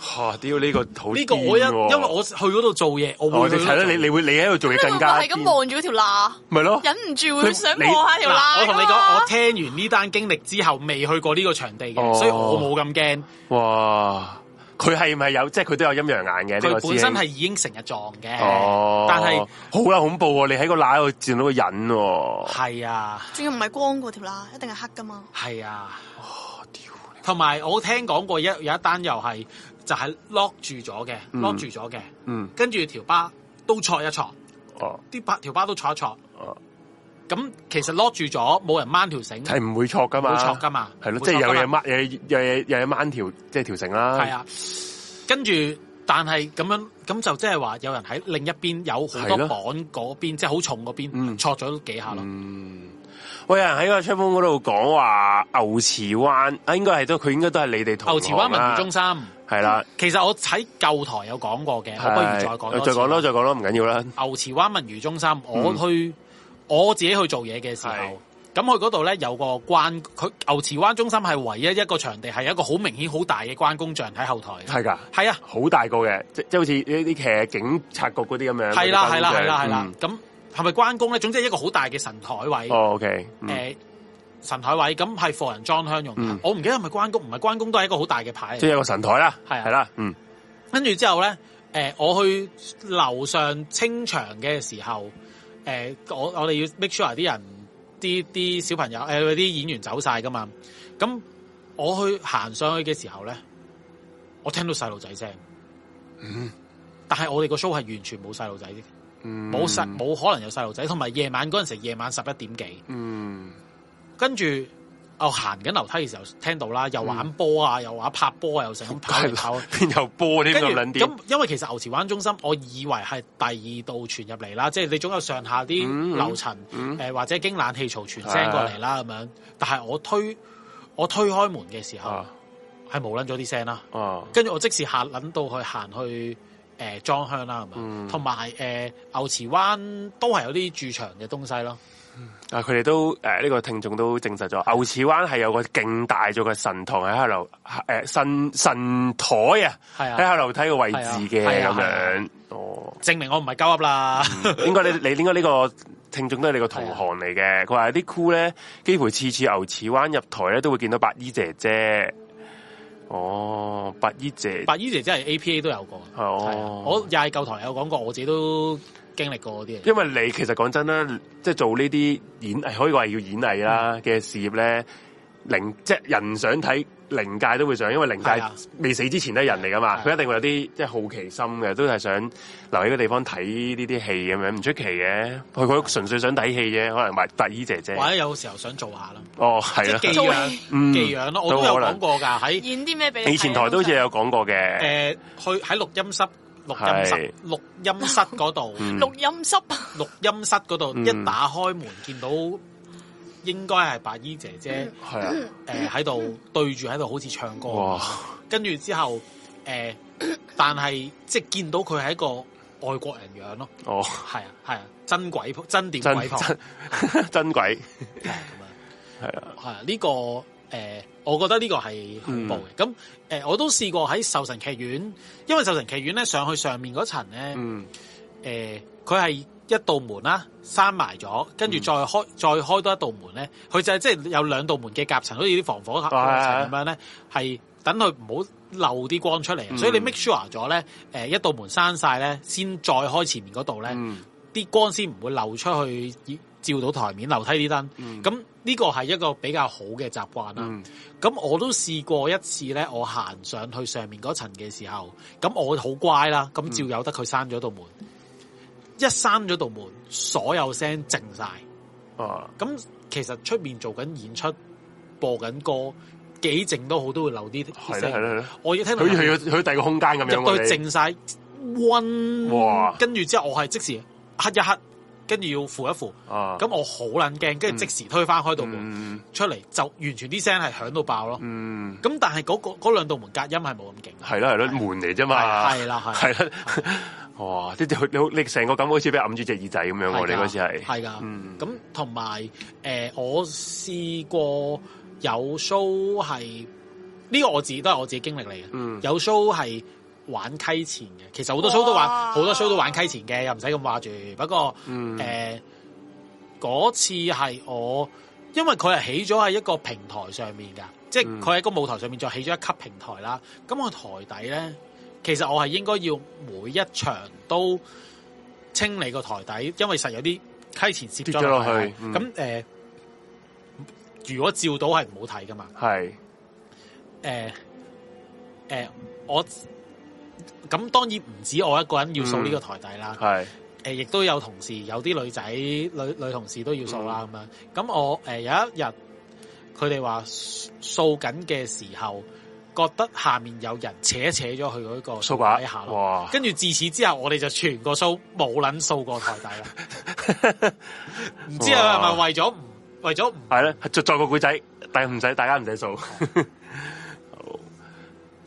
S1: 嚇！屌呢個好
S3: 呢個我一
S1: 癲
S3: 因
S1: 喎
S3: 為我去嗰度做嘢，我
S1: 我
S3: 會
S1: 哋
S3: 去
S1: 睇
S3: 嗰度
S1: 啦，
S3: 做
S1: 你你會你喺度做嘢
S2: 你
S1: 更
S2: 咪
S1: 加
S2: 係咁
S1: 癲
S2: 望住嗰條罅，
S1: 咪咯。
S2: 忍唔住
S1: 佢
S2: 會想
S1: 你
S2: 望下條
S3: 嗱，
S2: 罅。
S3: 我同你講，我聽完呢單經歷之後，未去過呢個場地嘅，
S1: 哦
S3: 所以我冇咁驚。
S1: 哇！佢係咪有即係佢都有陰陽眼嘅？呢個
S3: 佢本
S1: 師
S3: 身
S1: 兄
S3: 係已經成日撞嘅，
S1: 哦，
S3: 但係
S1: 好啦，恐怖喎！你喺個罅度見到個人喎，
S3: 係啊
S2: 仲要唔係光嗰條罅，一定係黑噶嘛。
S3: 係啊，
S1: 屌
S3: 同埋我聽講過一有一單又係就係 lock 住咗嘅，lock 住咗嘅，
S1: 嗯，
S3: 跟住條巴都錯一錯，
S1: 哦，
S3: 啲巴條巴都錯一錯
S1: 哦。
S3: 咁其實 lock 住咗，冇人掹條繩，
S1: 係唔會錯噶嘛？
S3: 冇錯㗎嘛
S1: 係
S3: 冇
S1: 咯，
S3: 錯
S1: 即係有嘢
S3: 㗎嘛
S1: 掹，有嘢有嘢有嘢掹條，即係條繩啦。
S3: 係，啊。跟住但係咁樣咁就即係話有人喺另一邊有好多
S1: 係咯
S3: 綁嗰邊，即係好重嗰邊
S1: 嗯
S3: 錯咗幾下咯。
S1: 嗯，喂，有人喺個出風嗰度講話牛池灣啊，應該係都佢應該都係你哋同啊
S3: 牛池灣文娛中
S1: 心
S3: 心，
S1: 係啦，
S3: 其實我喺舊台有講過嘅，我不如再講
S1: 係
S3: 多
S1: 再講咯，
S3: 次。啊
S1: 再講咯，唔緊要啦。
S3: 牛池灣文娛中心，我去、我自己去做嘢嘅時
S1: 係
S3: 候，咁佢嗰度咧有個關，佢牛池灣中心係唯一一個場地係一個好明顯好大嘅關公像喺後台。
S1: 係㗎，
S3: 係啊，
S1: 好大個嘅，即即係好似呢啲騎警察局嗰啲咁樣。
S3: 係啦，
S1: 嗰啲
S3: 係啦，
S1: 包
S3: 係啦，
S1: 廂
S3: 係啦。。咁係咪關公咧？總之係一個好大嘅神台位。
S1: 嗯哦，OK，嗯
S3: 誒神台位，咁係貨人裝香用嘅。
S1: 嗯
S3: 我唔記得係咪關公，唔係關公都係一個好大嘅牌嚟
S1: 即係有個神台啦，
S3: 係啊
S1: 係啦，嗯，
S3: 跟住之後咧，誒、诶、我去樓上清場嘅時候，诶、我我哋要 make sure 啲人啲啲小朋友诶啲演員走晒噶嘛。咁我去行上去嘅時候咧，我聽到細路仔聲，但係我哋個 show 係完全冇細路仔嘅，
S1: 嗯
S3: 冇細冇可能有細路仔，同埋夜晚嗰陣時夜晚十一點幾，
S1: 嗯
S3: 跟住。我行緊樓梯嘅時候聽到啦，又玩
S1: 嗯
S3: 波啊，又玩拍波啊，又成咁 跑嚟跑去。
S1: 边有波添
S3: 跟
S1: 咁
S3: 住
S1: 撚
S3: 咁
S1: 掂？，
S3: 因為其實牛池灣中心，我以為係第二度傳入嚟啦，即係你總有上下
S1: 嗯
S3: 啲
S1: 嗯
S3: 樓層，誒、
S1: 嗯
S3: 或者經冷氣槽傳聲過嚟啦咁樣。但係我推我推開門嘅時候，
S1: 啊
S3: 係冇撚咗啲聲啦。
S1: 啊
S3: 跟住我即時下撚到去行去誒裝、香啦咁
S1: 嗯
S3: 樣，同埋誒牛池灣都係有啲駐場嘅東西咯。
S1: 啊！佢哋都诶，呢、個個聽眾都證實咗，牛池灣係有個勁大咗嘅神堂喺下樓诶神神台啊，
S3: 係
S1: 喺
S3: 啊
S1: 下樓梯嘅位置嘅
S3: 係
S1: 咁
S3: 啊係啊
S1: 樣。哦，
S3: 證明我唔係鳩噏啦，
S1: 應該你你應該呢個聽眾都係你個同行嚟嘅。佢話啲酷咧，幾乎次次牛池灣入台咧都會見到白衣姐姐。哦，白衣姐
S3: 白衣姐姐係 APA 都有過，係
S1: 哦
S3: 啊我又係舊台有講過，我自己都經歷過嗰啲嘢。
S1: 因為你其實講真啦，即係做呢啲演藝，可以話係叫演藝啦
S3: 嗯
S1: 嘅事業咧，靈即係人想睇靈界都會想，因為靈
S3: 係
S1: 界
S3: 啊
S1: 未死之前都係人嚟噶嘛，
S3: 係啊
S1: 佢一定會有啲即係好奇心嘅，都係想留喺個地方睇呢啲戲咁樣，唔出奇嘅。佢佢純粹想睇戲啫，可能埋白衣姐姐。
S3: 或者有時候想做下咯，
S1: 哦，嗯係啦
S3: 即，係寄
S2: 做
S3: 養
S2: 戲
S1: 嗯
S3: 寄養咯，我
S1: 都
S3: 都有
S1: 可能
S3: 講過㗎，喺
S2: 演啲咩俾你睇啊？
S1: 以前台都好似有講過嘅，
S3: 誒去喺錄音室。錄音室
S1: 嗯係、
S3: 錄音室嗰度，
S1: 嗯
S2: 錄音室啊，
S3: 錄音室嗰度
S1: 嗯
S3: 一打開門，見到應該係白衣姐姐
S1: 係啊，
S3: 誒喺度對住喺度，好似唱歌。
S1: 哇，
S3: 跟住之後誒，但係即係見到佢係一個外國人樣咯，
S1: 哦，
S3: 係啊係啊，真鬼仆真點
S1: 真
S3: 鬼婆。
S1: 真 真鬼，
S3: 係咁
S1: 係
S3: 啊，係啊，呢個誒、呃我覺得呢個係恐怖
S1: 嗯
S3: 嘅。咁誒、呃我都試過喺壽神劇院，因為壽神劇院咧上去上面嗰層咧，誒、
S1: 嗯
S3: 佢係一道門啦，閂埋咗，跟
S1: 嗯
S3: 住再開、再開多一道門咧，佢就係即係有兩道門嘅夾層，好似啲防火夾
S1: 啊係啊
S3: 層咁樣咧，係等佢唔好漏啲光出嚟。啊
S1: 嗯
S3: 所以你 make sure 咗咧，誒、一道門閂晒咧，先再開前面嗰度咧。
S1: 嗯
S3: 啲光先唔會漏出去，照到台面樓梯啲燈。
S1: 嗯
S3: 咁呢個係一個比較好嘅習慣啦。
S1: 嗯
S3: 咁、我都試過一次咧，我行上去上面嗰層嘅時候，咁我好乖啦，
S1: 嗯
S3: 咁照有得佢閂咗道門。一閂咗道門，所有聲靜晒。
S1: 啊，
S3: 咁其實出面做緊演出，播緊歌，幾靜都好，都會漏啲
S1: 係啦
S3: 啲
S1: 係
S3: 聲。
S1: 啦係啦。
S3: 我要聽到
S1: 佢去咗去咗第二個空間咁樣
S3: 入
S1: 喎，
S3: 到
S1: 你
S3: 去靜晒温，
S1: 哇
S3: 跟住之後我係即時黑一黑，跟住要扶一扶，
S1: 啊，
S3: 咁我好撚驚，跟住即時推翻開道門
S1: 嗯
S3: 出嚟，就完全啲聲係響到爆咯。
S1: 嗯，
S3: 咁但係嗰個嗰兩道門隔音係冇咁勁，啊
S1: 係啦係啦，門嚟啫嘛，
S3: 係係啦係
S1: 係啦， 哇！即係你好你成個感覺好似俾人揞住隻耳仔咁樣
S3: 係啊
S1: 喎，
S3: 㗎
S1: 你嗰次係
S3: 係噶
S1: 嗯。
S3: 咁同埋誒，我試過有 show 係呢個我自己都係我自己經歷嚟
S1: 嗯
S3: 嘅，有 show 係。玩溪錢嘅，其實好多 show 都玩，
S2: 哇
S3: 好多 show 都玩溪錢嘅，又唔使咁話住。不過
S1: 嗯
S3: 誒嗰次係我，因為佢係起咗喺一個平台上面㗎，即
S1: 嗯
S3: 係佢喺個舞台上面再起咗一級平台啦。咁我台底咧，其實我係應該要每一場都清理個台底，因為實有啲溪前攝咗
S1: 跌
S3: 落
S1: 咗落去嗯
S3: 咁誒、呃如果照到係唔好睇㗎嘛。
S1: 係
S3: 誒、誒、呃我咁當然唔止我一個人要掃呢個台底啦。
S1: 係
S3: 誒，亦都有同事，有啲女仔女女同事都要掃啦
S1: 嗯
S3: 咁樣。咁我誒、呃有一日，佢哋話掃緊嘅時候，覺得下面有人扯一扯咗佢嗰個
S1: 掃
S3: 台
S1: 把
S3: 底下咯。
S1: 哇！
S3: 跟住自此之後，我哋就全個掃冇撚掃過台底啦。 唔知係咪
S1: 哇
S3: 為咗唔為咗唔
S1: 係啦，再再個故仔，但係唔使大家唔使 數。好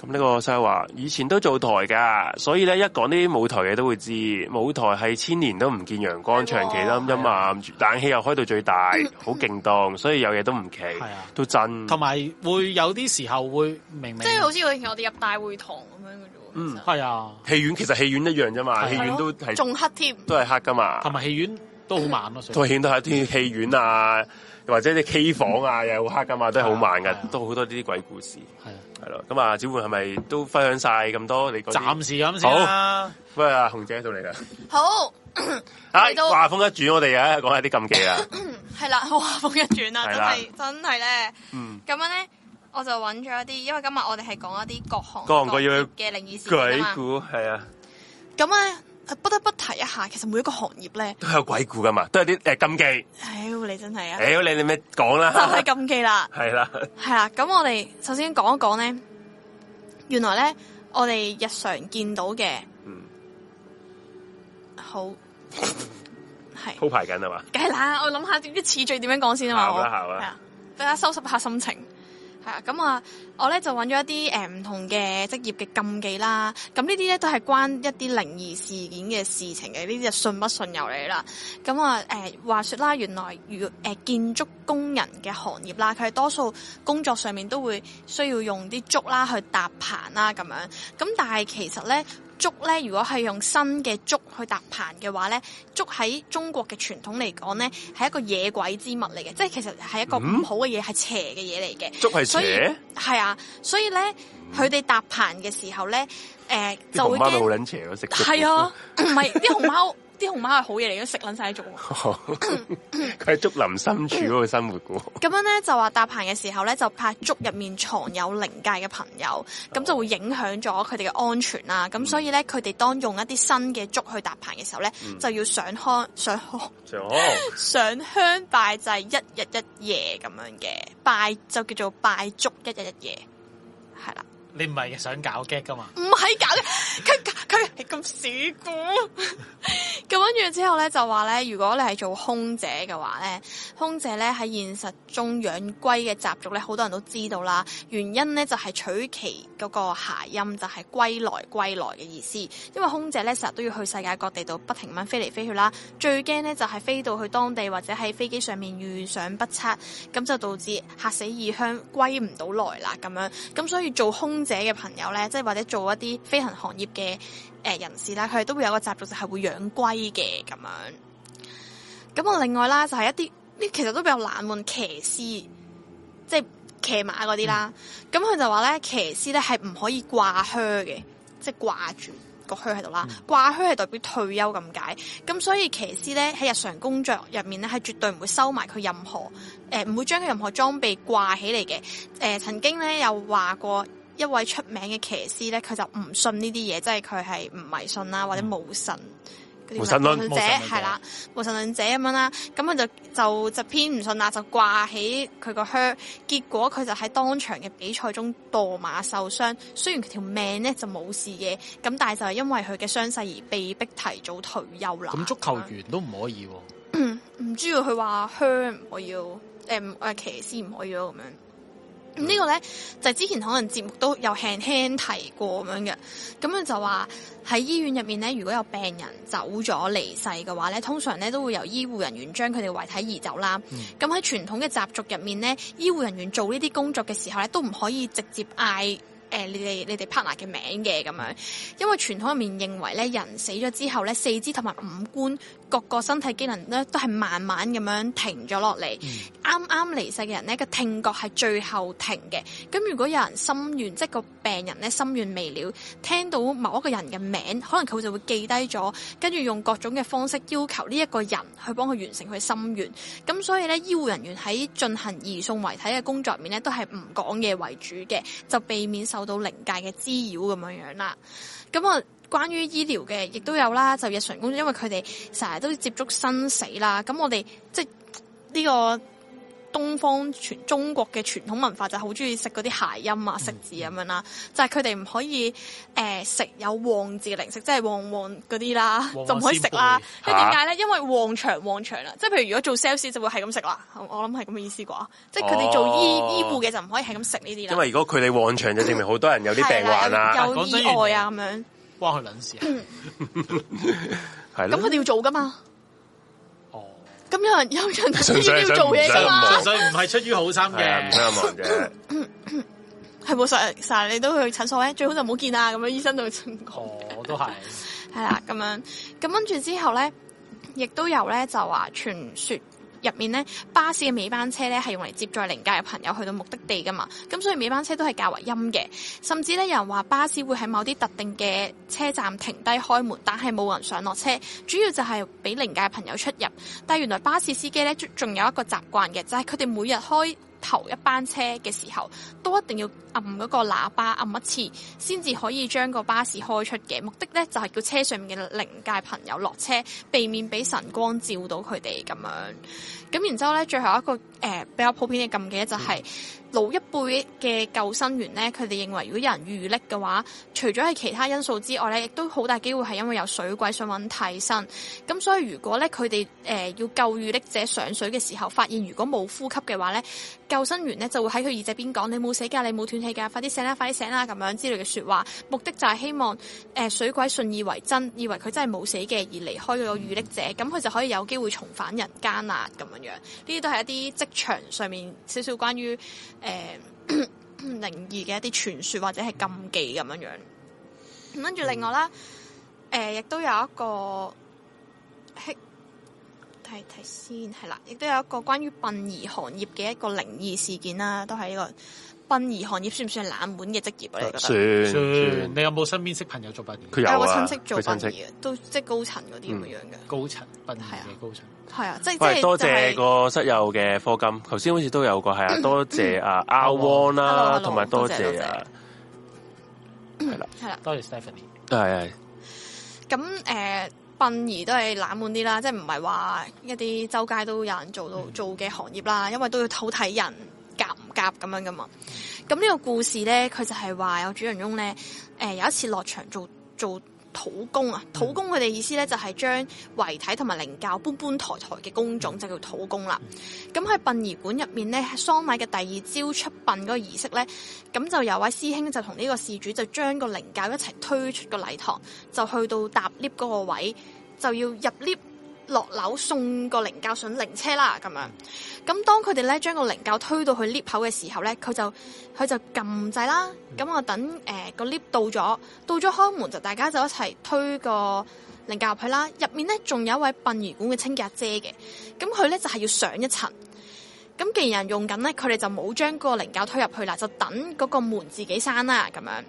S1: 咁呢個細佬話以前都做台㗎，所以咧一講呢啲舞台嘅都會知，舞台係千年都唔見陽光，
S2: 係喎
S1: 長期都
S3: 哦
S1: 陰
S3: 啊
S1: 暗，冷氣又開到最大，好勁當，所以有嘢都唔奇
S3: 係啊，
S1: 都真。
S3: 同埋會有啲時候會明明
S2: 即係好似我以前我哋入大會堂咁樣嘅啫喎。
S1: 嗯
S2: 其實
S3: 係啊，
S1: 戲院其實戲院一樣啫嘛，
S3: 係
S1: 戲院都
S2: 係咯
S1: 係
S2: 仲黑添，
S3: 嗯
S1: 都係黑噶嘛
S3: 同，埋戲院都好猛咯。所以
S1: 套戲院都係啲戲院啊，或者啲 K 房啊，又好黑噶嘛，都係好慢噶
S3: 係啊，
S1: 都好多呢啲鬼故事。
S3: 系啊，
S1: 係咯，咁啊，子焕係咪都分享晒咁多你嗰啲？
S3: 暫時咁先啦。
S1: 喂，阿紅姐到嚟啦，
S2: 好，
S1: 啊
S2: 嚟，到
S1: 話風一轉，我哋啊講下啲禁忌 啦。
S2: 係啦，好話風一轉啦，
S1: 係
S2: 真
S1: 啦
S2: 係真係咧。
S1: 嗯，
S2: 咁樣咧，我就揾咗一啲，因為今日我哋係講一啲各行
S1: 各行各業
S2: 嘅靈異事件
S1: 鬼
S2: 啊嘛。
S1: 故係啊，
S2: 咁咧，不得不提一下，其實每一個行業咧，
S1: 都有鬼故噶嘛，都有啲誒禁忌。
S2: 屌你真係啊，
S1: 屌你你咩講啦？
S2: 就係禁忌啦。
S1: 係啦，
S2: 係啦，咁我哋首先講一講咧，原來咧，我哋日常見到嘅
S1: 嗯，
S2: 好係。
S1: 鋪排緊係嘛？
S2: 梗係啦，我諗下啲次序點樣講先啊嘛，
S1: 好
S2: 我
S1: 啊好啊
S2: 係啊，等下收拾下心情。係啊，咁啊，我咧就揾咗一啲誒呃唔同嘅職業嘅禁忌啦。咁呢啲咧都係關一啲靈異事件嘅事情嘅，呢啲就信不信由你啦。咁啊誒話說啦，原來如誒、呃建築工人嘅行業啦，佢哋多數工作上面都會需要用啲竹啦去搭棚啦咁樣。咁但係其實咧。竹咧，如果係用新嘅竹去搭棚嘅話咧，竹喺中國嘅傳統嚟講咧，係一個野鬼之物嚟嘅，即係其實係一個唔好嘅嘢，係、邪嘅嘢嚟嘅。
S1: 捉係
S2: 所以
S1: 邪，
S2: 係啊，所以咧，佢哋搭棚嘅時候咧，誒、
S1: 啲
S2: 就會
S1: 熊貓咪好
S2: 驚，
S1: 撚邪咯，食粥
S2: 係啊，唔係啲熊貓，啲熊貓係好嘢嚟嘅，食撚晒做。
S1: 佢係竹林深處嗰個生活噶喎，
S2: 咁樣咧就話搭棚嘅時候咧，就怕竹入面藏有靈界嘅朋友，咁就會影響咗佢哋嘅安全啦。
S1: 嗯
S2: 咁所以咧，佢哋當用一啲新嘅竹去搭棚嘅時候咧，
S1: 嗯
S2: 就要上香上香
S1: 上
S2: 上香拜祭一日一夜咁樣嘅，拜就叫做拜竹一日一夜，係啦。
S3: 你唔係想搞 get 噶嘛？
S2: 唔係搞嘅，佢佢係咁屎估。 咁跟住之後咧，就話咧，如果你係做空姐嘅話咧，空姐咧喺現實中養龜嘅習俗咧，好多人都知道啦。原因咧就係、取其嗰個諧音，就係、歸來歸來嘅意思。因為空姐咧成日都要去世界各地度不停咁飛嚟飛去啦，最驚咧就係、飛到去當地或者喺飛機上面遇上不測，咁就導致嚇死異鄉歸唔到來啦咁樣。咁所以做空姐嘅朋友咧，即係或者做一啲飛行行業嘅誒、呃人士啦，佢哋都會有個習俗就係會養龜嘅咁樣。咁我另外啦，就係、一啲呢，其實都比較冷門騎師，即係騎馬嗰啲啦。
S1: 嗯
S2: 咁佢、就話咧，騎師咧係唔可以掛靴嘅，即係掛住。個靴喺度
S1: 嗯
S2: 啦，掛靴係代表退休咁解，咁所以騎師咧喺日常工作入面咧係絕對唔會收埋佢任何誒，呃唔、會將佢任何裝備掛起嚟嘅，誒、曾經咧有話過一位出名嘅騎師咧，佢就唔信呢啲嘢，即係佢係唔迷信啦，或者無神。嗰啲
S1: 無嗯神論
S2: 無者
S3: 無神論者
S2: 係啦，無神論者咁樣啦，咁佢就就就偏唔信啦，就掛起佢個靴，結果佢就喺當場嘅比賽中墮馬受傷，雖然佢條命咧就冇事嘅，咁但係就係因為佢嘅傷勢而被逼提早退休啦。
S3: 咁足球員都唔可以喎。
S2: 唔知道佢話靴唔可以要，誒唔誒騎師唔可以咯咁樣。咁呢個咧就係之前可能節目都有輕輕提過咁樣嘅，咁樣就話喺醫院入面咧，如果有病人走咗離世嘅話咧，通常咧都會由醫護人員將佢哋遺體移走啦。咁喺傳統嘅習俗入面咧，醫護人員做呢啲工作嘅時候咧，都唔可以直接嗌。誒、你哋你哋 partner 嘅名嘅咁樣，因為傳統入面認為咧，人死咗之後咧，四肢同埋五官各個身體機能咧都係慢慢咁樣停咗落嚟。啱啱離世嘅人咧，個聽覺係最後停嘅。咁如果有人心願，即係個病人咧心願未了，聽到某一個人嘅名，可能佢就會記低咗，跟住用各種嘅方式要求呢一個人去幫佢完成佢心願。咁所以咧，醫護人員喺進行移送遺體嘅工作入面咧，都係唔講嘢為主嘅，就避免受到靈界嘅滋擾咁樣樣啦。咁啊，關於醫療嘅亦都有啦，就日常工作，因為佢哋成日都接觸生死啦。咁我哋即係呢個。東方傳中國嘅傳統文化就好中意食嗰啲諧音啊、食字咁樣啦，就係佢哋唔可以誒、呃食有旺字嘅零食，即係旺旺嗰啲啦，
S3: 旺旺
S2: 就唔可以食啦。
S1: 先
S2: 因
S1: 輩
S2: 為點解咧？因為旺場旺場啊啦，即係譬如如果做 sales 就會係咁食啦，我我諗係咁嘅意思啩。即係佢哋做醫、
S1: 哦
S2: 醫護嘅就唔可以係咁食呢啲啦。
S1: 因為如果佢哋旺場，就證明好多人有啲
S2: 係
S1: 病
S2: 啦
S1: 患啊，嗯
S2: 有有
S3: 講真
S2: 意外啊咁樣，
S3: 關佢撚事
S2: 嗯
S3: 啊！
S1: 啊 係
S2: 咁佢
S1: 咯。
S2: 哋要做噶嘛？
S3: 哦，
S2: 咁有人有人
S1: 純粹係
S2: 要做嘢噶
S1: 想唔想
S2: 嘛
S1: 望
S3: 純？粹唔係出於好心
S1: 係啊，唔
S3: 嘅，
S1: 想望啫。
S2: 係冇實實，你都去診所咧，最好就唔好見啊！咁樣醫生就會咁講。
S3: 哦，都係
S2: 係啦，咁樣咁跟住之後咧，亦都有咧就話傳說入面咧，巴士嘅尾班車咧係用嚟接載靈界嘅朋友去到目的地噶嘛，咁所以尾班車都係較為陰嘅，甚至咧有人話巴士會喺某啲特定嘅車站停低開門，但係冇人上落車，主要就係俾靈界嘅朋友出入。但係原來巴士司機咧仲有一個習慣嘅，就係佢哋每日開頭一班車嘅時候，都一定要按嗰個喇叭按一次，先至可以將個巴士開出嘅。目的咧就係、叫車上面嘅靈界朋友落車，避免俾晨光照到佢哋咁樣。咁然之後咧，最後一個誒、呃比較普遍嘅禁忌咧就係、老一輩嘅救生員咧，佢哋認為如果有人遇溺嘅話，除咗係其他因素之外咧，亦都好大機會係因為有水鬼想揾替身。咁所以如果咧佢哋誒要救遇溺者上水嘅時候，發現如果冇呼吸嘅話咧，救生員咧就會喺佢耳仔邊講：你冇死㗎，你冇斷氣㗎，快啲醒啦，快啲醒啦咁樣之類嘅説話。目的就係希望誒、呃水鬼信以為真，以為佢真係冇死嘅而離開嗰個遇溺者，咁佢就可以有機會重返人間啦咁樣樣。呢啲都係一啲職場上面少少關於誒、呃靈異嘅一啲傳說或者係禁忌咁樣樣。咁跟住另外啦，誒、亦都有一個嘿睇睇先，係啦，亦都有一個關於殯儀行業嘅一個靈異事件啦，都係呢個殯儀行業算唔算係冷門嘅職業啊？你覺
S1: 算
S2: 得？
S3: 算
S1: 算，
S3: 你有冇身邊識朋友做殯儀？
S1: 佢有
S2: 我
S1: 啊，
S2: 親戚
S1: 佢
S2: 做殯
S1: 親
S2: 儀
S1: 戚。嗯
S2: 嘅，都即係高層嗰啲咁樣嘅，
S3: 高層殯儀
S2: 係啊
S3: 嘅高層，
S2: 係啊，即係即
S1: 喂，
S2: 係
S1: 多
S2: 就係
S1: 謝個室友嘅課金，頭先好似都有個係啊，多謝
S2: 嗯
S1: 啊阿 Won 啦，
S2: Hello，hello，
S1: 同埋多
S2: 多謝
S1: 謝
S2: 多
S1: 啊
S2: 謝，
S1: 係啦，
S2: 係啦。
S3: 多謝 Stephanie。
S1: 係係
S2: 咁誒、呃、殯儀都係冷門啲啦，即係唔係話一啲周街都有人做到做嘅行業啦，因為都要好睇人夾唔夾咁樣噶嘛。咁呢個故事咧，佢就係話有主人翁咧，誒、有一次落場做做。土工啊，土工佢哋意思咧就係將遺體同埋靈柩搬搬抬抬嘅工種就叫土工啦。咁喺殯儀館入面咧，喪禮嘅第二朝出殯嗰個儀式咧，咁就有位師兄就同呢個事主就將個靈柩一齊推出個禮堂，就去到搭 lift 嗰個位，就要入 lift 落樓送個靈柩上靈車啦咁樣。咁當佢哋咧將個靈柩推到去 lift 口嘅時候咧，佢就佢就撳掣啦。咁我等誒個 lift 到咗，到咗開門就大家就一齊推個靈柩入去啦。入面咧仲有一位殯儀館嘅清潔阿姐嘅，咁佢咧就係、要上一層。咁既然有人用緊咧，佢哋就冇將個靈柩推入去啦，就等嗰個門自己閂啦咁樣。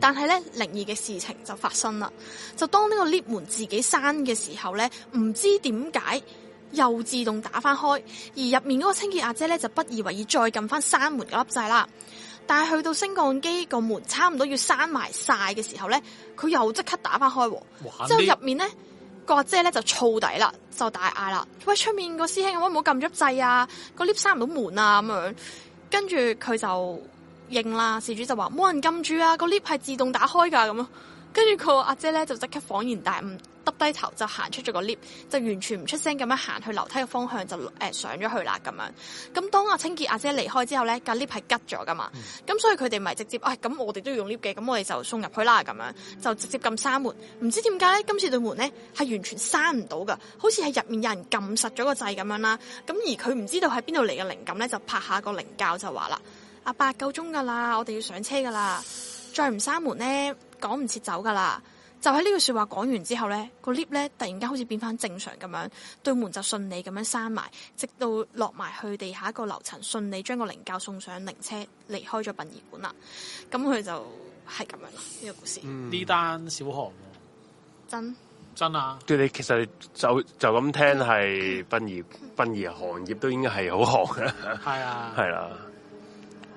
S2: 但係咧，靈異嘅事情就發生啦。就當呢個 lift 門自己閂嘅時候咧，唔知點解又自動打翻開，而入面嗰個清潔阿姐咧就不以為意，再撳翻閂門嗰粒掣啦。但係去到升降機個門差唔多要閂埋晒嘅時候咧，佢又即刻打翻開喎。
S3: 玩
S2: 之後
S3: 啲
S2: 入面咧，個阿姐咧就燥底啦，就大嗌啦：喂，出面個師兄，可唔可以唔好撳咗掣啊？個 lift 閂唔到門啊咁樣。跟住佢就應啦，事主就話冇人撳住啊，個 lift 係自動打開㗎咁咯。跟住個阿姐咧就即刻恍然大悟，耷低頭就行出咗個 lift，就完全唔出聲咁樣行去樓梯嘅方向就誒、呃上咗去啦咁樣。咁當阿清潔阿姐離開之後咧，架 lift 係吉咗噶嘛，咁、所以佢哋咪直接，唉、咁我哋都要用 lift 嘅，咁我哋就送入去啦咁樣，就直接撳閂門。唔知點解咧，今次對門咧係完全閂唔到噶，好似係入面有人撳實咗個掣咁樣啦。咁而佢唔知道喺邊度嚟嘅靈感咧，就拍下個靈教就話啦：阿伯夠鐘噶啦，我哋要上車噶啦，再唔閂門咧，趕唔切走噶啦。就喺呢句説話講完之後咧，個 lift 咧突然間好似變翻正常咁樣，對門就順利咁樣閂埋，直到落埋去地下一個樓層，順利將個靈教送上靈車，離開咗殯儀館啦。咁佢就係咁樣啦，呢、個故
S1: 啊
S2: 事、
S1: 嗯
S3: 呢單小行喎
S2: 真
S3: 真啊！
S1: 對你其實就就咁聽係殯儀殯儀行業都應該係好行嘅，
S3: 係啊，
S1: 係啦。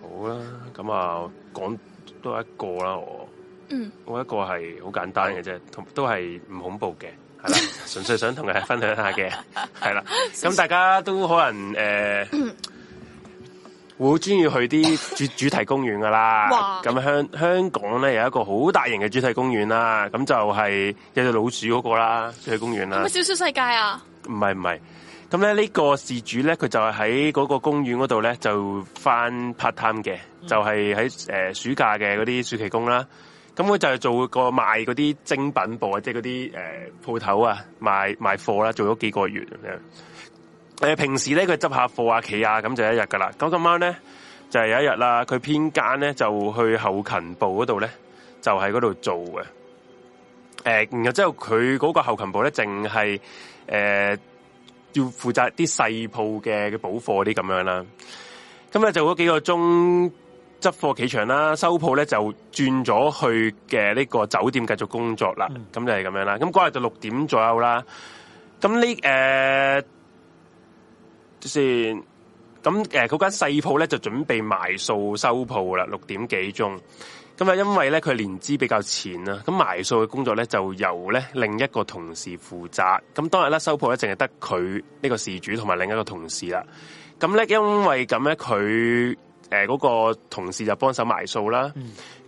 S1: 好啦，咁啊講多一個啦，我
S2: 嗯
S1: 我一個係好簡單嘅啫，同都係唔恐怖嘅，係 啦，純粹想同大家分享下嘅，係啦。咁大家都可能誒。
S2: 嗯
S1: 會好中意去啲主主題公園噶啦
S2: 哇，
S1: 咁香香港咧有一個好大型嘅主題公園啦，咁就係有隻老鼠嗰個啦，主題公園
S2: 係
S1: 啦
S2: 咪。小小世界啊？
S1: 唔係唔係，咁咧呢個事主咧，佢就係喺嗰個公園嗰度咧就翻 part time 嘅，就係喺诶暑假嘅嗰啲暑期工啦。咁佢就係做個賣嗰啲精品部啊，即係嗰啲诶鋪頭啊，賣賣貨啦，做咗幾個月咁樣。誒、平時咧佢執下貨啊、企啊咁就一日噶啦。咁咁啱咧就係、有一日啦，佢偏間咧就去後勤部嗰度咧，就喺嗰度做嘅。誒、然後之後佢嗰個後勤部咧，淨係誒呃要負責啲細鋪嘅嘅補貨啲咁樣啦。咁咧就嗰幾個鐘執貨企場啦，收鋪咧就轉咗去嘅呢個酒店繼續工作啦。咁、就係咁樣啦。咁嗰日就六點左右啦。咁呢誒先。咁誒嗰間細鋪咧就準備埋數收鋪啦，六點幾鐘。咁啊，因為咧佢年資比較淺啦，咁埋數嘅工作咧就由咧另一個同事負責。咁當日咧收鋪咧淨係得佢呢個事主同埋另一個同事啦。咁咧因為咁咧佢誒嗰個同事就幫手埋數啦。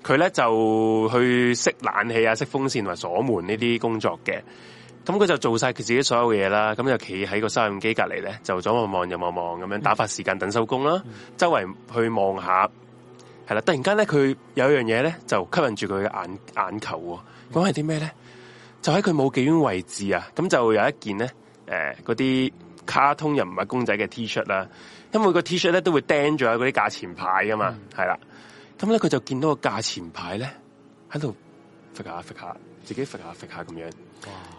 S1: 佢咧就去熄冷氣啊、熄風扇同埋鎖門呢啲工作嘅。咁佢就做晒佢自己所有嘢啦，咁就企喺個收音機隔離咧，就左望望右望望咁樣打發時間等收工啦，周圍去望下，係啦。突然間咧，佢有一樣嘢咧就吸引住佢嘅眼眼球喎、咁係啲咩咧？就喺佢冇幾遠位置啊，咁就有一件咧誒嗰啲卡通人物公仔嘅 T 恤啦，因為個 T 恤咧都會釘咗喺嗰啲價錢牌噶嘛，係啦、咁咧佢就見到個價錢牌咧喺度揈下揈下，自己揈下揈下咁樣。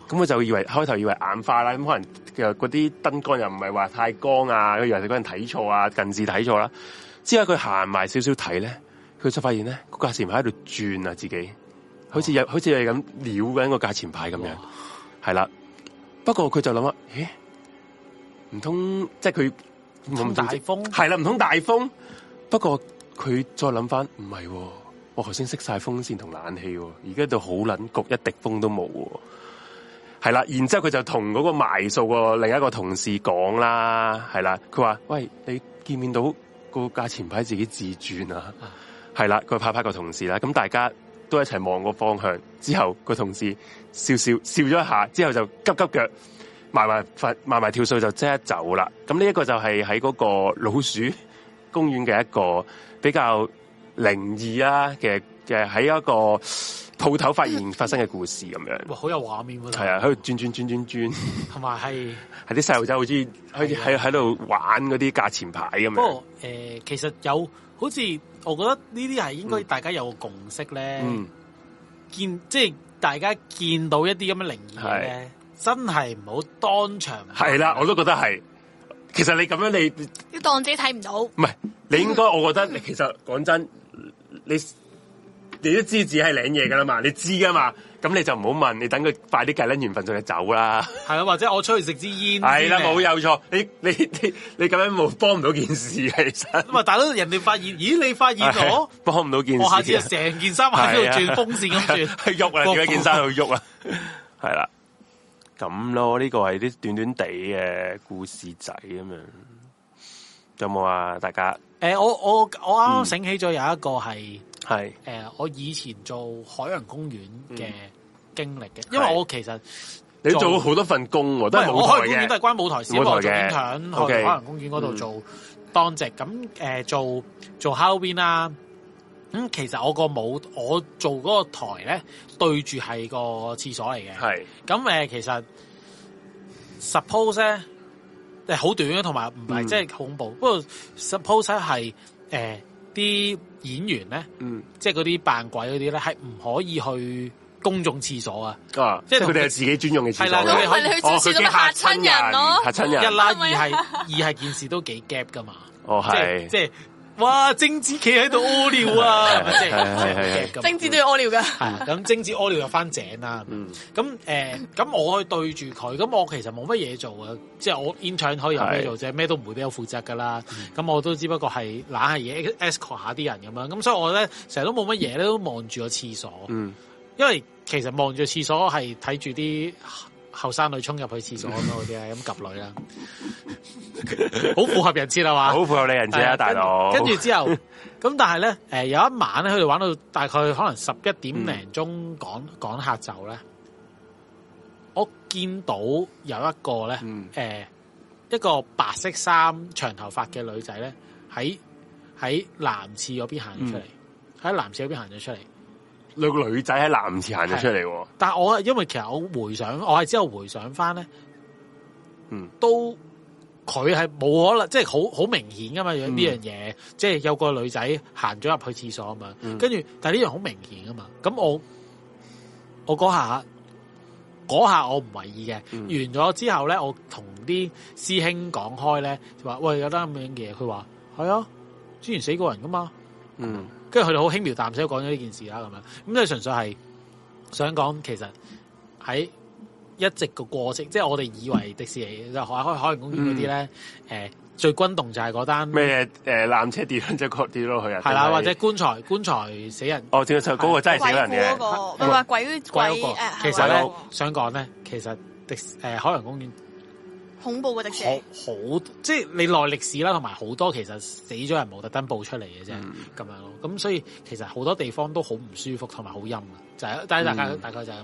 S1: 咁佢就以為開頭以為眼花啦，咁可能又嗰啲燈光又唔係話太光啊，佢以為嗰人睇錯啊，近視睇錯啦。之後佢行埋少少睇咧，佢就發現咧個價錢牌喺度轉啊，自己好似有好似係咁撩緊個價錢牌咁樣，係啦。不過佢就諗啊，咦？唔通即係佢
S3: 同大風
S1: 係啦，唔通大風？不過佢再諗翻，唔係喎，我頭先熄晒風扇同冷氣喎，而家度好撚焗，一滴風都冇喎。係啦，然之後佢就同嗰個埋數個另一個同事講啦，係啦，佢話：喂，你見唔見到個價錢牌自己自轉啊？係啦，佢拍拍個同事啦，咁大家都一齊望個方向，之後個同事笑笑笑咗一下，之後就急急腳埋埋發埋埋跳數就即刻走啦。咁呢一個就係喺嗰個老鼠公園嘅一個比較靈異啊嘅嘅喺一個鋪頭發現發生嘅故事咁樣。
S3: 哇，好有畫面喎！
S1: 係啊，，喺度轉轉轉轉轉，
S3: 同埋係。
S1: 係啲細路仔好似好似喺喺度玩嗰啲價錢牌咁
S3: 不過
S1: 樣。
S3: 誒、其實有好似我覺得呢啲係應該大家有個共識咧，
S1: 嗯，
S3: 見即係大家見到一啲咁嘅靈異嘢咧，真係唔好當場
S1: 係啦，我都覺得係。其實你咁樣你
S2: 要當自己睇唔到。
S1: 唔係，你應該我覺得 你其實講真，你你都知自己係領嘢噶啦嘛，你知噶嘛，咁你就唔好問，你等佢快啲計捻完份數就走 啦。
S3: 係啊，或者我出去食支煙
S1: 係啦，
S3: 先啊
S1: 冇。有錯，你你你你咁樣冇幫唔到件事，其實
S3: 咁啊，大佬人哋發現，咦？你發現我，
S1: 幫唔到件事。
S3: 我下次就成件衫喺度轉風扇咁 轉，
S1: 去啊喐啦，
S3: 個
S1: 點解件衫喺度 喐啦？啊係啦，咁咯，呢個係啲短短地嘅故事仔咁樣，有冇啊？大家
S3: 誒、呃我我
S1: 嗯
S3: 我啱啱醒起咗有一個係誒、
S1: 係
S3: 呃我以前做海洋公園嘅經歷嘅，嗯因為我其實
S1: 你
S3: 做
S1: 做咗好多份工喎，都係
S3: 唔係我
S1: 舞
S3: 海洋
S1: 台
S3: 公園都係
S1: 嘅，
S3: 關舞台事，
S1: 舞
S3: 因為
S1: 台
S3: 我做
S1: 嘅
S3: intern 去
S1: OK 嗯
S3: 海洋公園嗰度做當值，咁誒、做做 Halloween 啦。咁其實我個舞我做嗰個台咧對住係個廁所嚟嘅，
S1: 係
S3: 咁誒、呃其實 suppose 咧，誒好短同埋唔係
S1: 嗯
S3: 即係恐怖。不過 suppose 呢係誒啲演員咧，
S1: 嗯
S3: 即係嗰啲扮鬼嗰啲咧，係唔可以去公眾廁所啊！
S1: 啊，即
S3: 即係
S1: 係佢
S3: 同
S1: 哋
S3: 佢
S1: 係自己專用嘅廁所
S3: 係啦
S1: 嘅
S3: 佢哋可以
S2: 因為你去
S1: 哦
S2: 廁所
S1: 佢
S2: 咁咪
S1: 驚
S2: 嚇
S1: 親
S2: 親人咯。
S1: 嚇親
S3: 一
S1: 人，
S3: 啦，二
S2: 係咪
S3: 係
S2: 啊
S3: 二係件事都幾 gap 噶嘛，
S1: 哦
S3: 即係
S1: 係
S3: 即，係哇！貞子企喺度屙尿啊，
S1: 係
S3: 即係
S1: 係係係
S3: gap 噶嘛。
S2: 政治都要屙尿噶，
S3: 係啊咁貞子屙尿就翻井啦。
S1: 嗯
S3: 咁誒，呃咁、我去對住佢，咁我其實冇乜嘢做啊，即係我 intern 可以有咩做啫，咩都唔會俾我負責噶啦。
S1: 嗯
S3: 咁、我都只不過係懶係嘢 escort 下啲人咁樣，咁所以我咧成日都冇乜嘢咧，都望住個廁所，
S1: 嗯
S3: 因為其實望住廁所係睇住啲後生女衝入去廁所咁樣嗰啲啊咧，咁 及女啦，好符合人設啦嘛。
S1: 好配合你人啫
S3: 係啊
S1: 啊，大佬，
S3: 跟住跟住 之後，咁但係咧，誒、有一晚咧，佢哋玩到大概可能十一點零
S1: 嗯
S3: 鐘趕趕客走咧，我見到有一個咧，誒、
S1: 嗯
S3: 一個白色衫長頭髮嘅女仔咧，喺喺男廁嗰邊行
S1: 嗯
S3: 咗出嚟，喺、男廁嗰邊行咗出嚟。
S1: 兩個女仔喺男廁行咗出嚟喎，
S3: 但係我係因為其實我回想，我係之後回想翻咧，
S1: 嗯，
S3: 都佢係冇可能，即係好好明顯噶嘛呢
S1: 嗯
S3: 樣嘢，即係有個女仔行咗入去廁所啊嘛，
S1: 嗯
S3: 跟住但係呢樣好明顯噶嘛，咁我我嗰下嗰下我唔為意嘅。
S1: 嗯
S3: 完咗之後咧，我同啲師兄講開咧，就話喂有單咁樣嘅嘢，佢話係啊，之前死過人噶嘛。
S1: 嗯，
S3: 跟住佢哋好輕描淡寫講咗呢件事啦，咁樣咁即係純粹係想講，其實喺一直個過程，即係我哋以為迪士尼就海海海洋公園嗰啲咧，誒、最轟動就係嗰單
S1: 咩誒纜車跌咗只角跌落去啊？
S3: 係啦，
S1: 定係
S3: 或者棺材棺材死人
S1: 哦，正就嗰個真係死人
S2: 鬼
S1: 嘅，嗯
S2: 故嗰個，唔係鬼
S3: 鬼
S2: 鬼
S3: 嗰、個，
S2: 誒，
S3: 其
S2: 係
S3: 實
S2: 鬼
S3: 咧
S2: 嗰個
S3: 想講咧，其實迪誒、海洋公園
S2: 恐怖嘅迪士
S3: 好
S2: 尼，
S3: 好即係你耐歷史啦，同埋好多其實死咗人冇特登報出嚟嘅啫，咁、樣咯。咁所以其實好多地方都好唔舒服，同埋好陰啊，就係、但係大家、大概就係咁。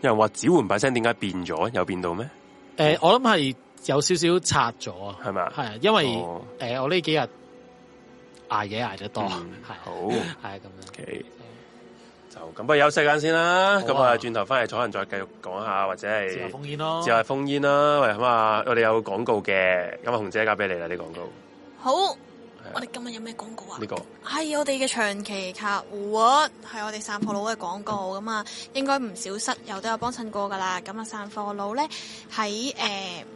S1: 有人話指換把聲點解變咗？有變到咩？
S3: 誒、呃我諗係有少少拆咗啊，
S1: 係咪啊
S3: 係啊，因為誒、
S1: 哦
S3: 我呢幾日捱嘢捱得多，係
S1: 嗯
S3: 啊
S1: 好
S3: 係啊咁樣。
S1: OK，就咁，不如休息間先啦。
S3: 好啊
S1: 咁啊，轉頭翻嚟，楚人再繼續講下，或者
S3: 自由
S1: 係
S3: 封煙咯，
S1: 自由封煙啦。喂，咁啊，我哋有廣告嘅，咁啊，紅姐交俾你啦，啲廣告
S2: 好，我哋今日有咩廣告啊
S1: 呢？個
S2: 係我哋嘅長期客戶啊，係我哋散貨佬嘅廣告咁啊，應該唔少室友都有幫襯過噶啦。咁啊，散貨佬咧喺誒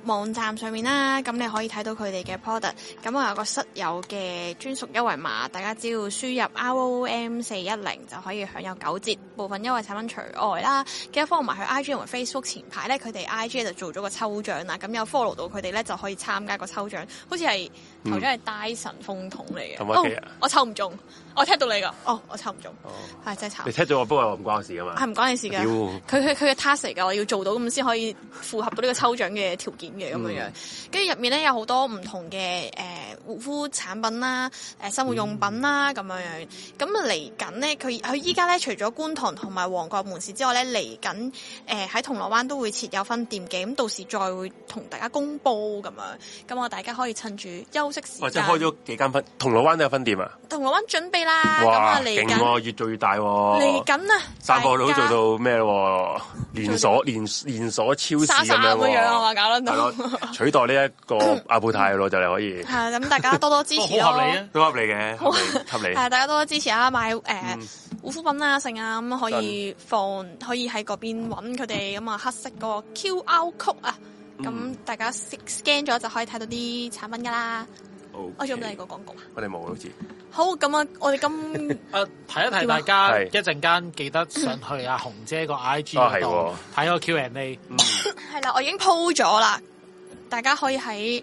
S2: 網站上面啦，咁你可以睇到佢哋嘅 product。咁啊我有個室友嘅專屬優惠碼，大家只要輸入 R O M 四一零就可以享有九折，部分優惠產品除外啦。記得 follow 埋佢 I G 同埋 Facebook。前排咧佢哋 I G 就做咗個抽獎啦，咁有 follow 到佢哋咧就可以參加個抽獎，好似係頭獎係 Dyson 風筒嚟嘅。
S1: 咁 OK 啊
S2: 哦我抽唔中，我踢到你噶，哦，我抽唔中，係真係慘
S1: 你，啊踢咗我，不過我唔關我事噶
S2: 係啊
S1: 嘛。
S2: 唔關你事嘅。
S1: 屌
S2: 佢佢佢嘅 task 嚟㗎，我要做到咁先可以符合到呢個抽獎嘅條件嘅咁樣
S1: 嗯
S2: 樣。跟住入面咧有好多唔同嘅誒護膚產品啦、誒、生活用品啦咁樣樣。咁嚟緊咧，佢佢依家咧除咗觀塘同埋旺角門市之外咧，嚟緊誒喺銅鑼灣都會設有分店嘅。咁到時再會同大家公佈咁樣。咁我大家可以趁住休息時
S1: 或者
S2: 間，
S1: 開咗幾間分，銅鑼灣都有分店啊！
S2: 銅鑼灣準備啦。咁
S1: 哇，
S2: 啊嚟
S1: 勁
S2: 緊
S1: 喎，越做越大
S2: 嚟
S1: 喎。
S2: 緊啊，
S1: 散貨佬
S2: 大家
S1: 做到咩咯？連鎖連連鎖超市
S2: 沙
S1: 咁
S2: 沙
S1: 樣
S2: 咁樣樣啊
S1: 喎
S2: 嘛，，搞得
S1: 係
S2: 到
S1: 咯。，取代呢一 個阿布泰咯，就嚟可以
S2: 係啊咁大家多多支
S3: 都
S2: 持
S3: 好
S2: 咯
S3: 合。理啊！
S1: 都合理嘅，合理合
S2: 係
S1: 理。
S2: 啊大家多多支持啊！買誒
S3: 嗯
S2: 護膚品啊、剩啊，咁可以放，可以喺嗰邊揾佢哋咁啊，黑色嗰個 QR code 啊，
S3: 嗯
S2: 咁大家 scan 咗就可以睇到啲產品噶啦。我仲有冇第二個廣告啊？
S1: 我哋冇好似。
S2: 好，咁啊，我哋今
S3: 啊，提一提大家
S1: 係
S3: 一陣間記得上去阿紅姐個 I G
S1: 啊係
S3: 度睇個 Q and A，
S1: 嗯
S2: 係啦，我已經 po 咗啦，大家可以喺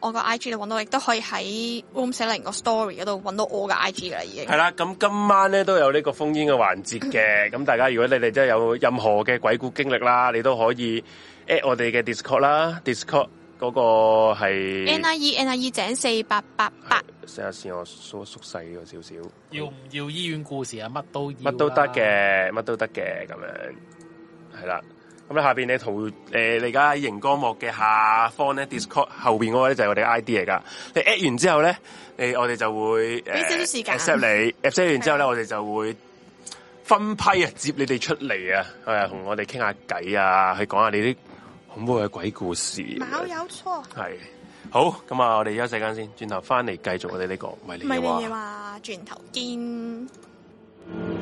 S2: 我個 IG 度揾到，亦都可以喺 Room 四零個 story 嗰度揾到我嘅 IG 噶啦，已經
S1: 係。啦，咁今晚咧都有呢個封煙嘅環節 嘅，咁大家如果你哋真係有任何嘅鬼故經歷啦，你都可以 at 我哋嘅 Discord 啦，Discord 嗰個
S2: N
S1: 係
S2: I E N I E 井四八八八。
S1: 睇下先，我縮縮細咗少少，
S3: 要唔要醫院故事啊？乜都要啦，
S1: 乜都得嘅，乜都得嘅咁樣，係啦。咁咧下邊你圖誒、你而家喺熒光幕嘅下方咧 Discord 後邊嗰個咧就係我哋 ID 嚟噶，你 at 完之後咧，你我哋就會
S2: 俾少少時間啊
S1: accept 你 accept 完之後咧，我哋就會分批啊接你哋出嚟啊，係啊同我哋傾下偈啊，去講下你啲恐怖嘅鬼故事。
S2: 冇有錯，
S1: 係好咁啊！我哋休息間先，轉頭翻嚟繼續我哋呢、個迷
S2: 唔係
S1: 你
S2: 你
S1: 話
S2: 嘢。話轉頭見。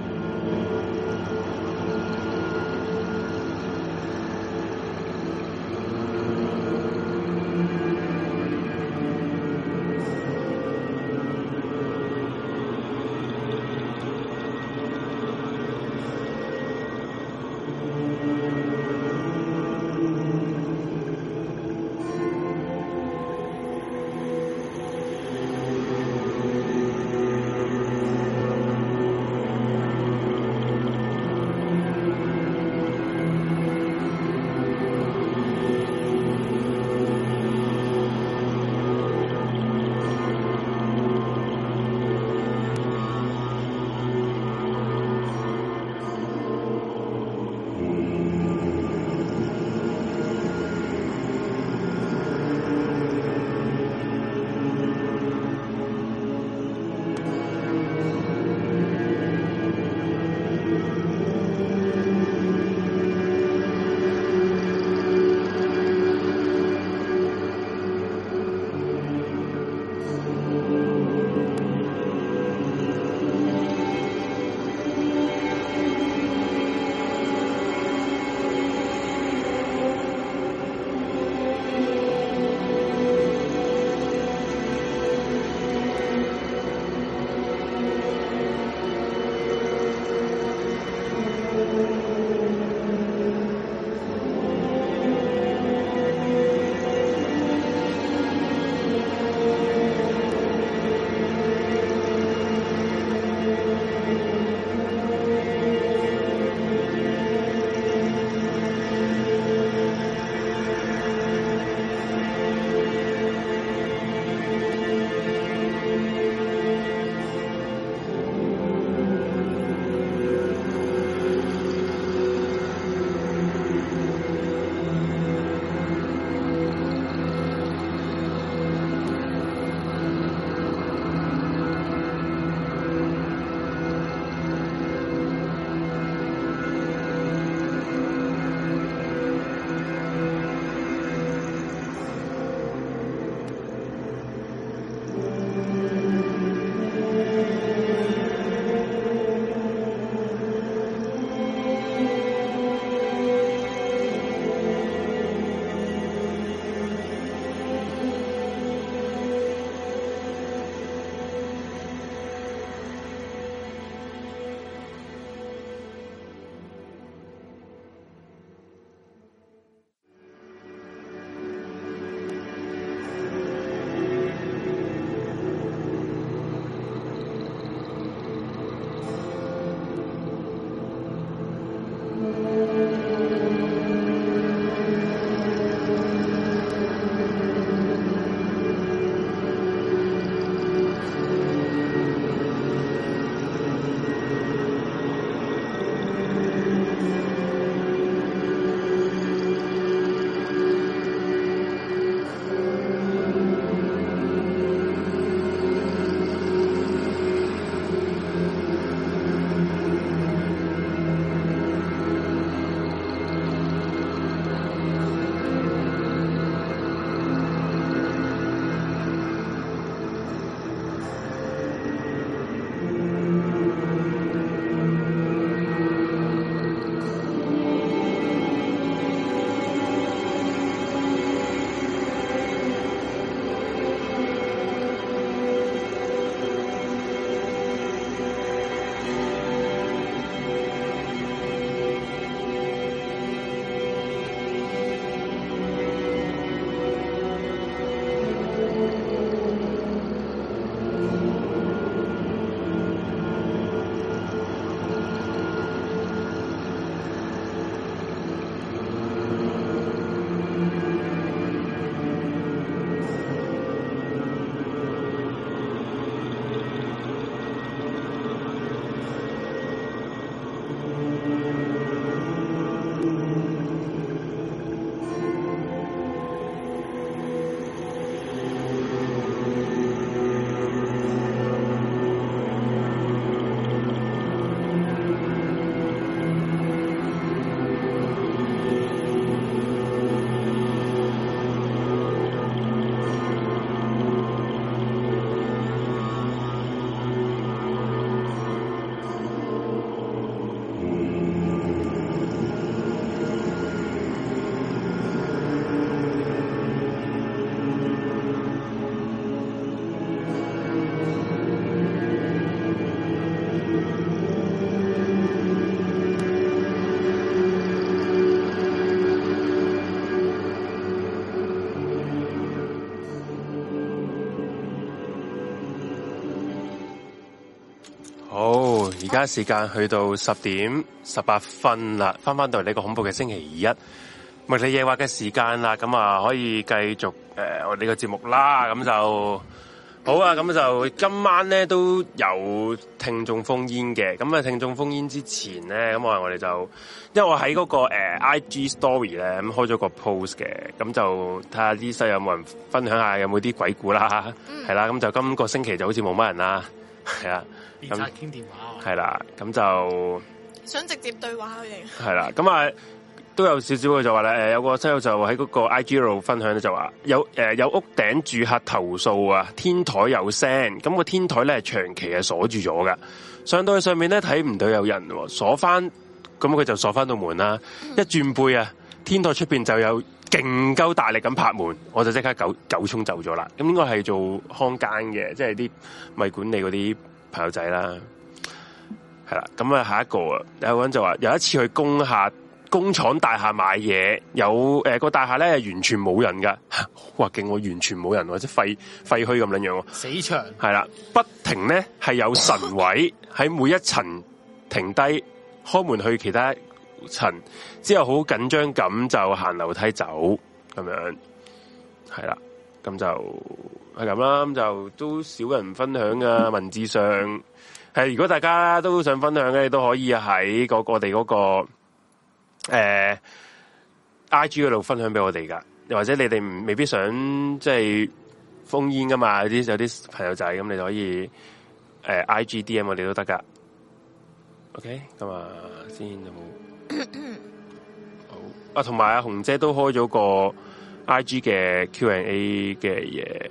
S4: Thank
S1: 好，而家時間去到十點十八分啦，翻翻到呢個恐怖嘅星期一，咪你夜話嘅時間啦，咁啊可以繼續誒、呃我哋個節目啦，咁就好啊，咁就今晚咧都有聽眾封煙嘅，咁啊聽眾封煙之前咧，咁我我哋就因為我喺嗰、個、呃、IG Story 咧咁開咗個 post 嘅，咁就睇下呢世有冇人分享下有冇啲鬼故啦，係啦，咁就今個星期就好似冇乜人啦，啊係啦。
S3: 變晒傾電話啊！
S1: 系啦，咁就
S2: 想直接對話佢哋，
S1: 系啦，咁啊都有少少嘅就話咧，诶有個室友就喺嗰個 I G 度分享咧，就話有诶、誒有屋頂住客投訴啊，天台有聲，咁、個天台咧係長期係鎖住咗噶，上到去上面咧睇唔到有人喎，鎖翻，咁佢就鎖翻到門啦，一轉背啊，天台出边就有。勁鳩大力咁拍門，我就即刻狗狗衝走咗啦。咁應該係做看更嘅，即係啲咪管理嗰啲朋友仔啦。系啦，咁啊下一個啊，有個人就話有一次去工廈工廠大廈買嘢，有诶、呃個大廈咧完全冇人噶， 哇勁喎，完全冇人喎，即係廢廢墟咁樣樣喎。
S3: 死場
S1: 系啦，不停咧係有神位喺每一層停低，開門去其他層之後好緊張咁就行樓梯走咁樣，係啦，咁就係咁啦，咁就都少人分享噶文字上，係如果大家都想分享嘅，你都可以喺嗰個我哋嗰、個诶呃 I G 嗰度分享俾我哋噶，又或者你哋唔未必想即係。封煙噶嘛，有啲有啲朋友仔咁，你就可以诶、I G D M 我哋都得噶。OK，咁啊先有冇好啊？同埋阿紅姐都開咗個 I G 嘅 Q and A 嘅嘢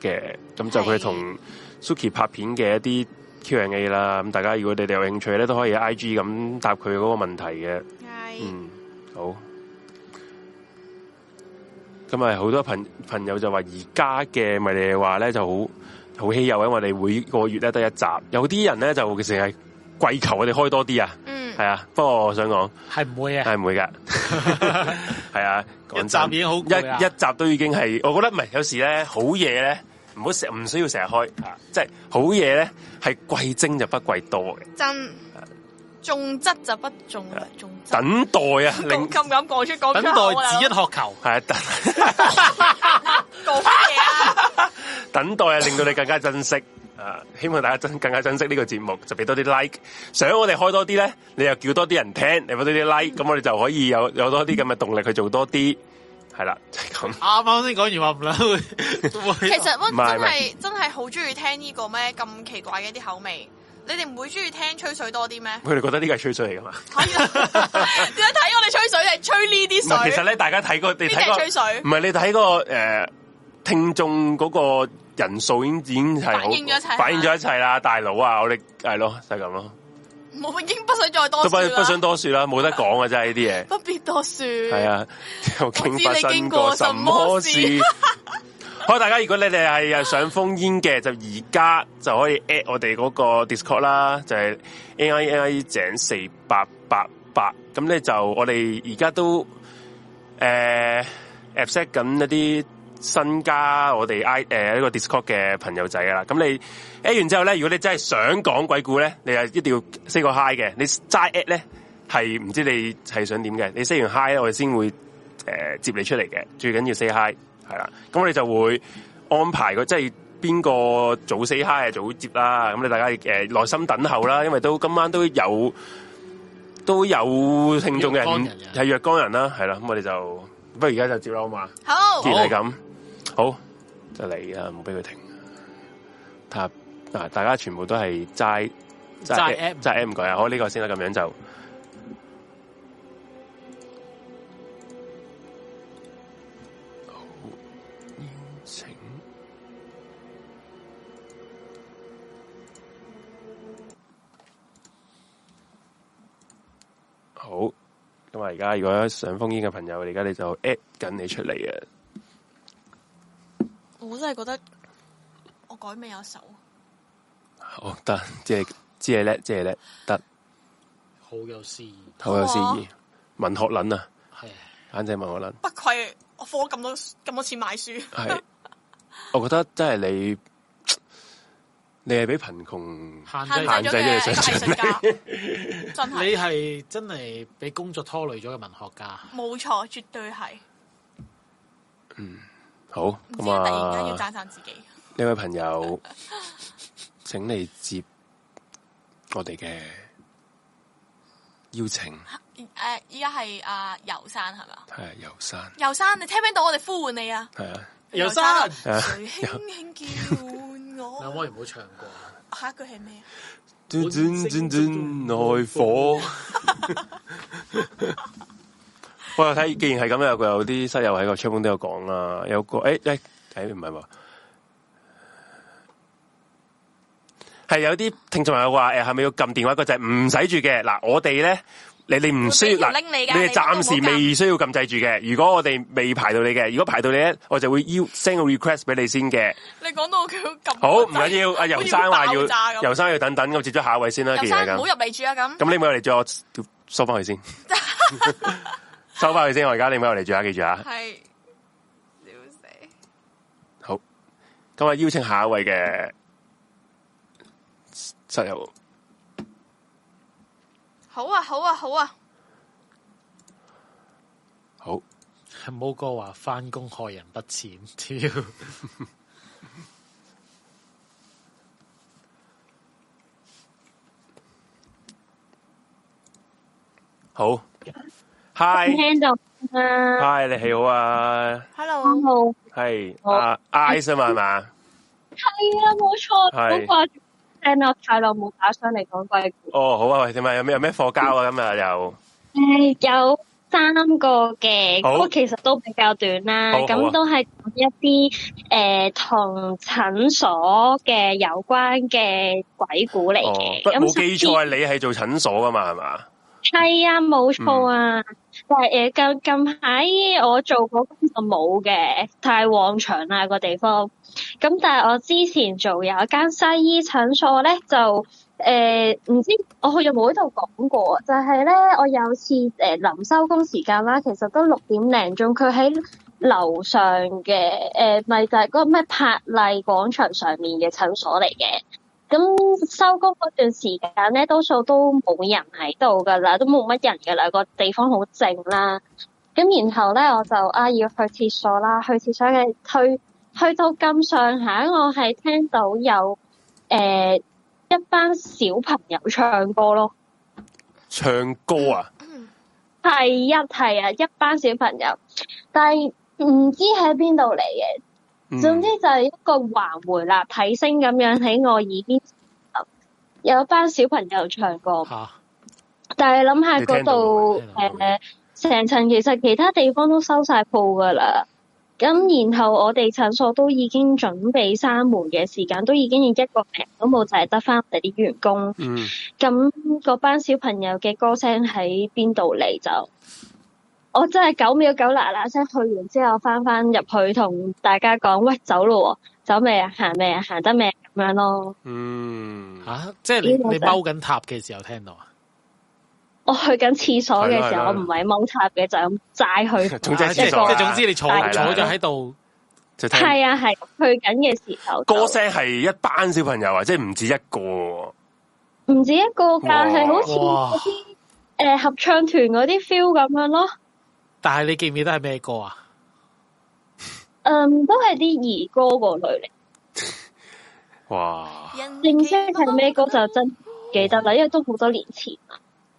S1: 嘅，咁就佢
S2: 係
S1: 同 Suki 拍片嘅一啲 Q and A 啦。咁大家如果你哋有興趣咧，都可以 I G 咁答佢嗰個問題嘅。
S2: 係
S1: 嗯，好。咁咪好多朋朋友就話，而家嘅咪你話咧就好好稀有，因為我哋每個月咧得一集，有啲人咧就其實係跪求我哋開多啲啊，
S2: 嗯
S1: 係啊。不過我想 講
S3: 係唔會嘅，
S1: 係唔 會噶，係啊。講真
S3: 一集已經好攰啊啦
S1: 一一集都已經係，我覺得唔係有時咧好嘢咧，唔好成唔需要成日開啊，即係好嘢咧係貴精就不貴多嘅，
S2: 真重質就不重力，重質。
S1: 等待啊，令
S2: 咁咁敢講出講
S3: 等
S2: 出
S3: 待
S2: 口啊！
S3: 只一渴求。
S1: 係啊等。
S2: 講乜嘢啊？
S1: 等待啊，令到你更加珍惜。啊，希望大家珍更加珍惜呢個節目，就俾多啲 like。想我哋開多啲咧，你又叫多啲人聽，你俾多啲 like，咁我哋就可以有有多啲咁嘅動力去做多啲。係啦，就係咁。
S3: 啱啱先講完話唔啦，會
S2: 其實我
S1: 唔啊係
S2: 真係真係好中意聽呢個咩咁奇怪嘅啲口味。你哋唔會中意聽吹水多啲 咩？
S1: 佢哋覺得呢個係吹水嚟噶嘛？
S2: 睇 點解睇我哋吹水係吹呢
S1: 唔係
S2: 啲
S1: 其實
S2: 水？
S1: 咧，大家睇過你睇
S2: 邊啲係吹水
S1: 過，唔係你睇過诶聽眾嗰個人數已經已經係好
S2: 反映咗一切
S1: 反映咗一切啦，大佬啊，我哋係咯，就係咁咯，
S2: 我已經不想再多
S1: 都不
S2: 説啦，
S1: 不想多說啦，冇得講啊，真係呢啲嘢。
S2: 不必多説。
S1: 系，啊，究竟發生過什
S2: 我
S1: 麼
S2: 知
S1: 事
S2: 你經過什麼事？
S1: 好，大家如果你哋係又想封煙嘅，就而家就可以 at 我哋嗰個 Discord 啦，就係 A I A I 井四八八八，咁咧就我哋而家都诶 accept 緊一啲新加我哋 I 呃诶呢個 Discord 嘅朋友仔㗎啦，咁你 at 完之後咧，如果你真係想講鬼故咧，你係一定要 say 個 hi 嘅，你齋 at 咧係唔知你係想點嘅，你 say 完 hi 咧，我哋先會诶、呃接你出嚟嘅，最緊要 say hi 係啦。咁我哋就會安排個即係邊個早 say hi 就早接啦。咁你大家诶耐、心等候啦，因為都今晚都有都有聽眾嘅
S3: 若
S1: 人
S3: 干人嘅
S1: 係若干人啦，係啦。咁我哋就不如而家就接啦，好嘛？
S2: 好
S1: 既然係咁，好就嚟啊，唔俾佢停。睇下嗱，大家全部都係齋
S3: 齋 app
S1: 齋 M 改啊，好呢、個先啦，咁樣就。請好，咁啊！而家如果想封煙嘅朋友，而家你就 at 緊你出嚟嘅，
S2: 我真係覺得我改名有手，
S1: 好哦得，即係即係叻，即係叻，得，
S3: 好有詩意，
S1: 好有詩
S2: 好
S1: 意，文學撚啊，
S3: 係啊
S1: 簡直文學撚，
S2: 不愧我科咁多咁多錢買書。
S1: 係，我覺得真係你你係俾貧窮
S3: 限
S2: 限
S1: 限
S2: 制
S3: 制
S1: 制
S2: 咗
S1: 咗
S2: 嘅
S1: 你想
S2: 藝術家， 真係
S3: 你係真係俾工作拖累咗嘅文學家。
S2: 冇錯，絕對係。
S1: 好
S2: 唔知突
S1: 咁
S2: 然間要
S1: 啊！
S2: 讚讚自己，
S1: 呢位朋友，請你接我哋嘅邀請，
S2: 誒依家係阿游山係嘛？
S1: 係啊遊山，
S2: 游山，你聽唔聽到我哋呼喚你啊？
S1: 係啊，
S3: 游山
S1: 啊
S2: 誰輕輕叫
S3: 兩
S2: 喚
S3: 可以唔好唱過。
S2: 我？下一句係咩啊？
S1: 轉轉轉轉內火。 喂，睇，既然係咁，有個有啲室友喺個 c h 都有講啦，有個誒誒誒唔係喎，係有啲聽眾係話誒係咪要撳電話嗰掣？唔使住嘅，嗱我哋咧。你你唔需要
S2: 會
S1: 嗱，
S2: 俾條 link 你㗎
S1: 哋
S2: 你都唔好
S1: 暫時未需要撳掣住嘅。如果我哋未排到你嘅，如果排到你咧，我就會邀 send 個 request 俾你先嘅。
S2: 你講到佢咁
S1: 好，唔緊要。啊阿游生話要，游
S2: 游
S1: 生要等等，咁接咗下一位先啦。
S2: 游
S1: 既然
S2: 山
S1: 係
S2: 唔
S1: 咁
S2: 好入。嚟住啊！咁
S1: 咁你咪嚟咗，我收翻佢先，收翻佢先。我而家你咪嚟住啊，記住啊。
S2: 係笑死。
S1: 好，咁啊邀請下一位嘅室友，
S2: 好啊，好啊，好啊！
S1: 好
S3: 冇哥話翻工害人不淺，屌！
S1: 好
S4: 聽
S1: ，Hi
S4: 聽到啊
S1: Hi，你好啊，
S4: 三
S2: Hello，
S4: 號
S1: 係
S4: 好
S1: 啊 Ice 啊嘛係嘛，
S4: 係啦，冇錯，好
S1: 係
S4: 掛住聲啦，太耐冇打上嚟講鬼故。
S1: 哦好啊，喂，點啊？有咩有咩課交啊？今日又
S4: 誒，有三個嘅，
S1: 好
S4: 不過其實都比較短啦，
S1: 好好啊
S4: 咁都係講一啲誒同診所嘅有關嘅鬼故嚟
S1: 哦，
S4: 嘅。
S1: 不
S4: 咁
S1: 冇
S4: 甚
S1: 記
S4: 至
S1: 錯，你係做診所噶嘛係嘛？
S4: 係啊，冇錯啊。但係誒，近近排我做嗰間就冇嘅，太旺場啦個地方。咁但係我之前做有一間西醫診所咧，就誒唔、知我有冇喺度講過，就係、咧我有次誒、臨收工時間啦，其實都六點零鐘，佢喺樓上嘅誒，咪、就係嗰個咩柏麗廣場上面嘅診所嚟嘅。咁收工嗰段時間咧，多數都冇人喺度噶啦，都冇乜人噶啦，個地方好靜啦。咁然後咧，我就啊要去廁所啦，去廁所嘅去去到咁上下，我係聽到有誒、呃一班小朋友唱歌咯。
S1: 唱歌啊，
S4: 係啊係啊，一班小朋友，但係唔知喺邊度嚟嘅。
S1: 嗯
S4: 總之就係一個環回立體聲咁樣喺我耳邊，有一班小朋友唱歌，
S3: 吓，
S4: 但係諗下嗰
S3: 你
S4: 度
S3: 聽到
S4: 誒成層其實其他地方都收晒鋪㗎啦。咁然後我哋診所都已經準備閂門嘅時間，都已經一個名都冇，就係得翻我哋啲員工。
S1: 嗯
S4: 咁嗰班小朋友嘅歌聲喺邊度嚟就？我真係九秒九嗱嗱聲去完之後，翻翻入去同大家講：喂，走咯喎，走未啊？行未啊？行得未啊？咁樣咯。
S1: 嗯，
S3: 吓，即係你
S4: 呢個就
S3: 你踎緊塔嘅時候聽到啊？
S4: 我去緊廁所嘅時
S1: 係啦係啦
S4: 候，我唔係踎塔嘅，就咁齋 去。
S1: 總之係
S3: 啊即係
S1: 廁所啊
S3: 即係總之你坐
S4: 係
S1: 啦
S3: 坐咗喺度，
S1: 就聽
S4: 係啊，係去緊嘅時候就。
S1: 歌聲係一班小朋友啊，即係唔止一個喎。
S4: 唔止一個
S1: 哇
S4: 㗎，係好似
S3: 哇
S4: 嗰啲誒合唱團嗰啲 feel 咁樣咯。
S3: 但係你記唔記得係咩歌啊？
S4: 嗯，都係啲兒歌嗰類嚟。
S1: 哇，
S4: 正式係咩歌就真唔記得啦，因為都好多年前。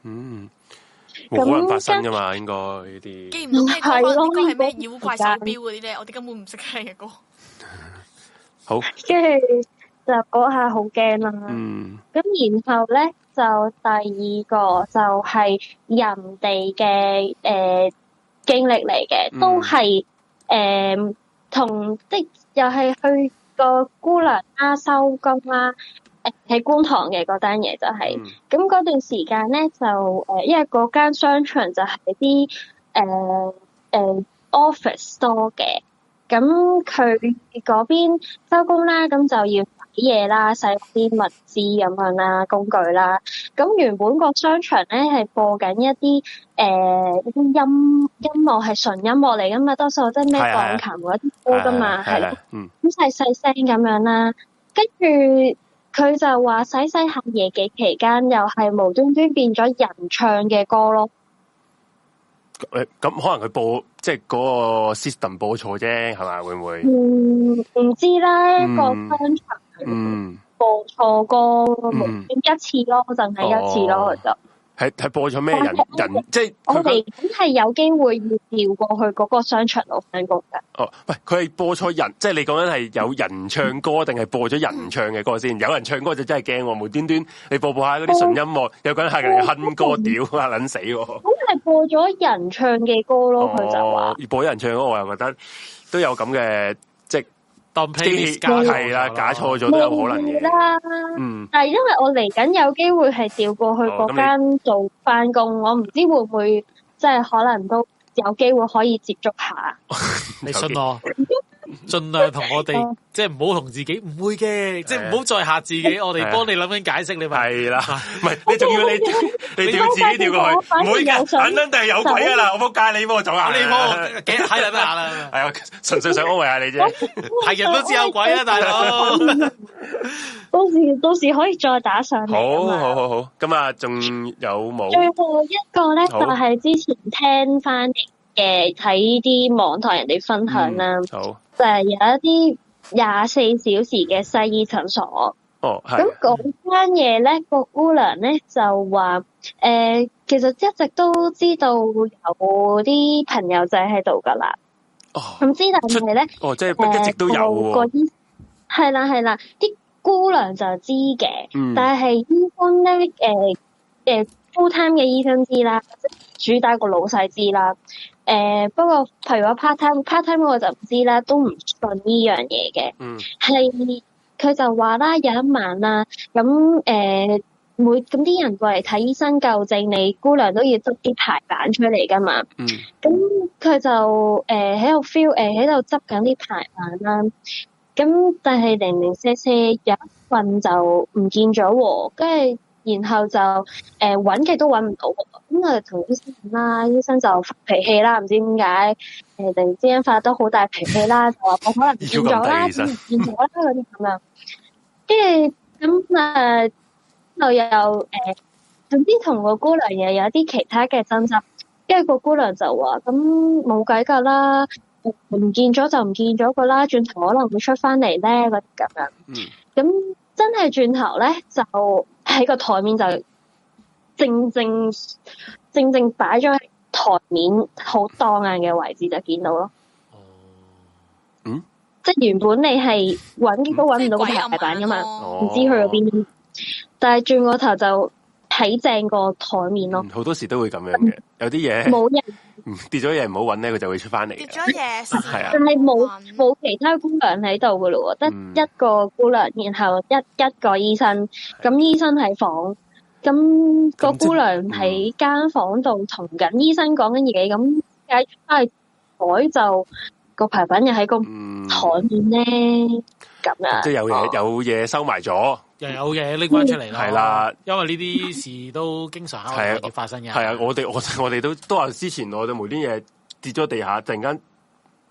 S1: 嗯，冇可能發生噶嘛，應該呢
S2: 記
S1: 啲
S2: 唔到咩歌？
S4: 係咯
S2: 呢個係咩妖怪手錶嗰啲咧？我哋根本唔識聽嘅歌。
S1: 好，
S4: 跟住就嗰下好驚啦。
S1: 嗯，
S4: 咁、然後咧就第二個就係人哋嘅誒經歷嚟嘅，
S1: 嗯
S4: 都係誒同即又係去個姑娘啦、收工啦，誒喺觀塘嘅嗰單嘢就係、
S1: 嗯
S4: 咁嗰段時間咧就誒、呃因為嗰間商場就係啲誒誒 office 多嘅，咁佢嗰邊收工啦，咁就要洗嘢啦、洗啲物資咁樣啦、工具啦。咁原本個商場咧係播緊一啲誒、呃一啲音音樂係純音樂嚟噶嘛，多數即係咩
S1: 係啊係啊
S4: 鋼琴嗰啲歌噶嘛，係
S1: 係啊
S4: 啦
S1: 啦，嗯，
S4: 咁細細聲咁樣啦，跟住佢就話洗洗下夜嘅期間，又係無端端變咗人唱嘅歌咯。
S1: 誒咁可能佢報即係嗰個 system 報錯啫，係咪會唔會？
S4: 嗯，唔知咧
S1: 嗯
S4: 個商場
S1: 嗯，
S4: 播錯歌，無端
S1: 嗯
S4: 一次咯，淨係一次咯，
S1: 哦
S4: 就
S1: 係係播咗咩人
S4: 但係
S1: 人即係
S4: 我
S1: 佢個
S4: 哋梗係有機會要調過去嗰個商場度翻工㗎。
S1: 哦，喂，佢係播錯人，即係你講緊係有人唱歌定係播咗人唱嘅歌先？有人唱歌就真係驚喎，無端端你播播下嗰啲純音
S4: 哦
S1: 樂，有個人係嚟哼歌，屌啊撚死喎！
S4: 咁係播咗人唱嘅歌咯，佢就話
S1: 哦。播咗人唱歌，我又覺得都有咁嘅，即係
S3: 當 playlist
S1: 假
S3: 加錯
S1: 係啦，假錯咗都有可能
S4: 未
S1: 嘅。
S4: 啦。
S1: 嗯，
S4: 但係因為我嚟緊有機會係調過去
S3: 哦
S4: 嗰間做翻工，我唔知會唔會即係可能都有機會可以接觸下。
S3: 你信我，盡量同我哋
S4: 哦
S3: 即係唔好同自己唔會嘅，即係
S1: 係啊
S3: 唔好再嚇自己。我哋
S1: 係啊
S3: 幫你諗緊解釋，你咪
S1: 係啦，
S4: 啊
S1: 唔係你仲要你 你調自己調
S4: 我
S1: 過
S4: 反
S1: 去，
S4: 而
S1: 唔會嘅，
S4: 有想
S1: 肯定係有鬼噶啦！我仆街，你幫我走
S3: 啊
S1: 下，
S3: 你幫我幾閪兩下啦，
S1: 係啊，純粹想安慰下你啫。
S3: 係人都知有鬼啦，大佬。
S4: 到時到時可以再打上嚟
S1: 好
S4: 啊嘛。
S1: 好好好，咁啊，仲有冇？
S4: 最後一個咧就
S1: 好
S4: 係之前聽翻嚟嘅，睇啲網台人哋分享啦，
S1: 嗯好，
S4: 就係有一啲廿四小時嘅西醫診所。
S1: 哦，係
S4: 咁嗰間嘢咧，個姑娘咧就話：誒、呃其實一直都知道有啲朋友仔喺度噶啦。
S1: 哦，
S4: 咁之但係咧，
S1: 哦，即係
S4: 誒
S1: 一直都有
S4: 個
S1: 喎。
S4: 醫係啦係啦，啲姑娘就知嘅，
S1: 嗯
S4: 但係醫生咧誒誒 full time 嘅醫生知啦，即係主打個老細知啦。誒、不過譬如話 part time part time 嗰個就唔知啦，都唔信呢樣嘢嘅。
S1: 嗯
S4: 係佢就話啦，有一晚啦，咁誒、呃、每咁啲人過嚟睇醫生救症，你姑娘都要執啲排版出嚟噶嘛。
S1: 嗯
S4: 咁佢就誒喺度 feel 誒喺度執緊啲排版啦。咁但係零零舍舍有一份就唔見咗喎，跟住然後就誒揾嘅都揾唔到喎。咁啊同醫生講啦，醫生就發脾氣啦，唔知點解誒突然之間發得好大脾氣啦，就話我可能唔見咗啦，
S1: 要咁低其實
S4: 唔見咗啦嗰啲咁樣。跟住咁啊，就又誒，總之同個姑娘又有啲其他嘅爭執。跟住個姑娘就話：咁冇計㗎啦，唔見咗就唔見咗㗎啦，轉頭可能會出翻嚟咧嗰啲咁樣。
S1: 嗯，
S4: 咁真係轉頭咧，就喺個台面就正正正正擺咗喺台面好當眼嘅位置就見到咯。
S3: 哦
S4: 即係原本你係揾都揾唔到個排版㗎嘛。
S1: 哦
S2: 嘛
S1: 嗯
S4: 唔知去
S1: 啊
S4: 咗邊，但係轉個頭就睇正個台面咯
S1: 嗯，，好多時都會咁樣嘅，有啲嘢
S4: 冇人，
S1: 嗯 跌咗嘢唔好揾咧，佢就會出翻嚟
S2: 跌
S1: 嘅。
S2: 咗嘢事，
S1: 係啊
S4: 但係冇冇其他姑娘喺度噶咯
S1: 嗯
S4: 喎，得一個姑娘，然後一一個醫生，咁醫生喺房，咁個
S1: 咁即係
S4: 姑娘喺間房度同緊醫生講緊嘢，咁解翻去改就個排版又喺個
S1: 嗯，
S4: 台面咧，咁啊，
S1: 即係有嘢有嘢收埋咗，
S3: 又有嘢拎翻出嚟啦，
S1: 係啦，
S3: 因為呢啲事都經常
S1: 係啊
S3: 喺我哋發生嘅，
S1: 係啊！我哋我我哋都都話之前我哋無端嘢跌咗地下，突然間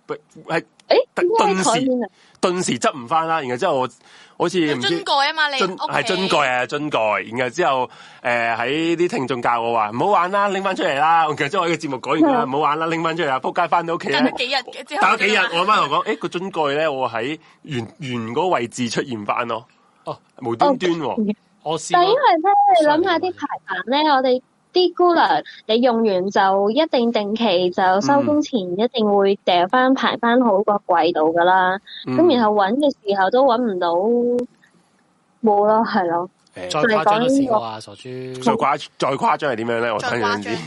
S1: 不係
S4: 誒
S1: 但
S4: 點解喺
S1: 頓
S4: 台
S1: 時
S4: 面啊？
S1: 頓時執唔翻啦。然後之後我好似唔知
S2: 樽蓋啊嘛，你
S1: 樽係樽蓋
S2: 蓋，
S1: 啊，樽蓋。然後之後誒喺啲聽眾教我話唔好玩啦，拎翻出嚟啦。然後之後我嘅節目講完
S4: 嗯
S1: 啦，唔好玩啦，拎翻出嚟啦，仆街翻到屋企
S2: 等
S1: 咧
S2: 咗。幾日嘅之後，
S1: 打咗幾日，我阿媽同我講：，誒個樽蓋咧，我喺原原嗰個位置出現翻咯。
S3: 哦，
S1: 無端端喎。
S3: 我試
S4: 但因
S3: 過
S4: 為咧，你諗下啲排版咧，我哋啲姑娘，你用完就一定定期就收工前一定會掉翻排翻好個櫃度噶啦。咁、
S1: 嗯
S4: 然後揾嘅時候都揾唔到，冇咯，係咯。
S1: 誒
S3: 再
S1: 再
S3: 誇張都試過啊，傻豬。
S1: 誇再誇張係點樣咧？我
S2: 再
S1: 睇
S2: 誇
S1: 樣
S2: 張
S1: 知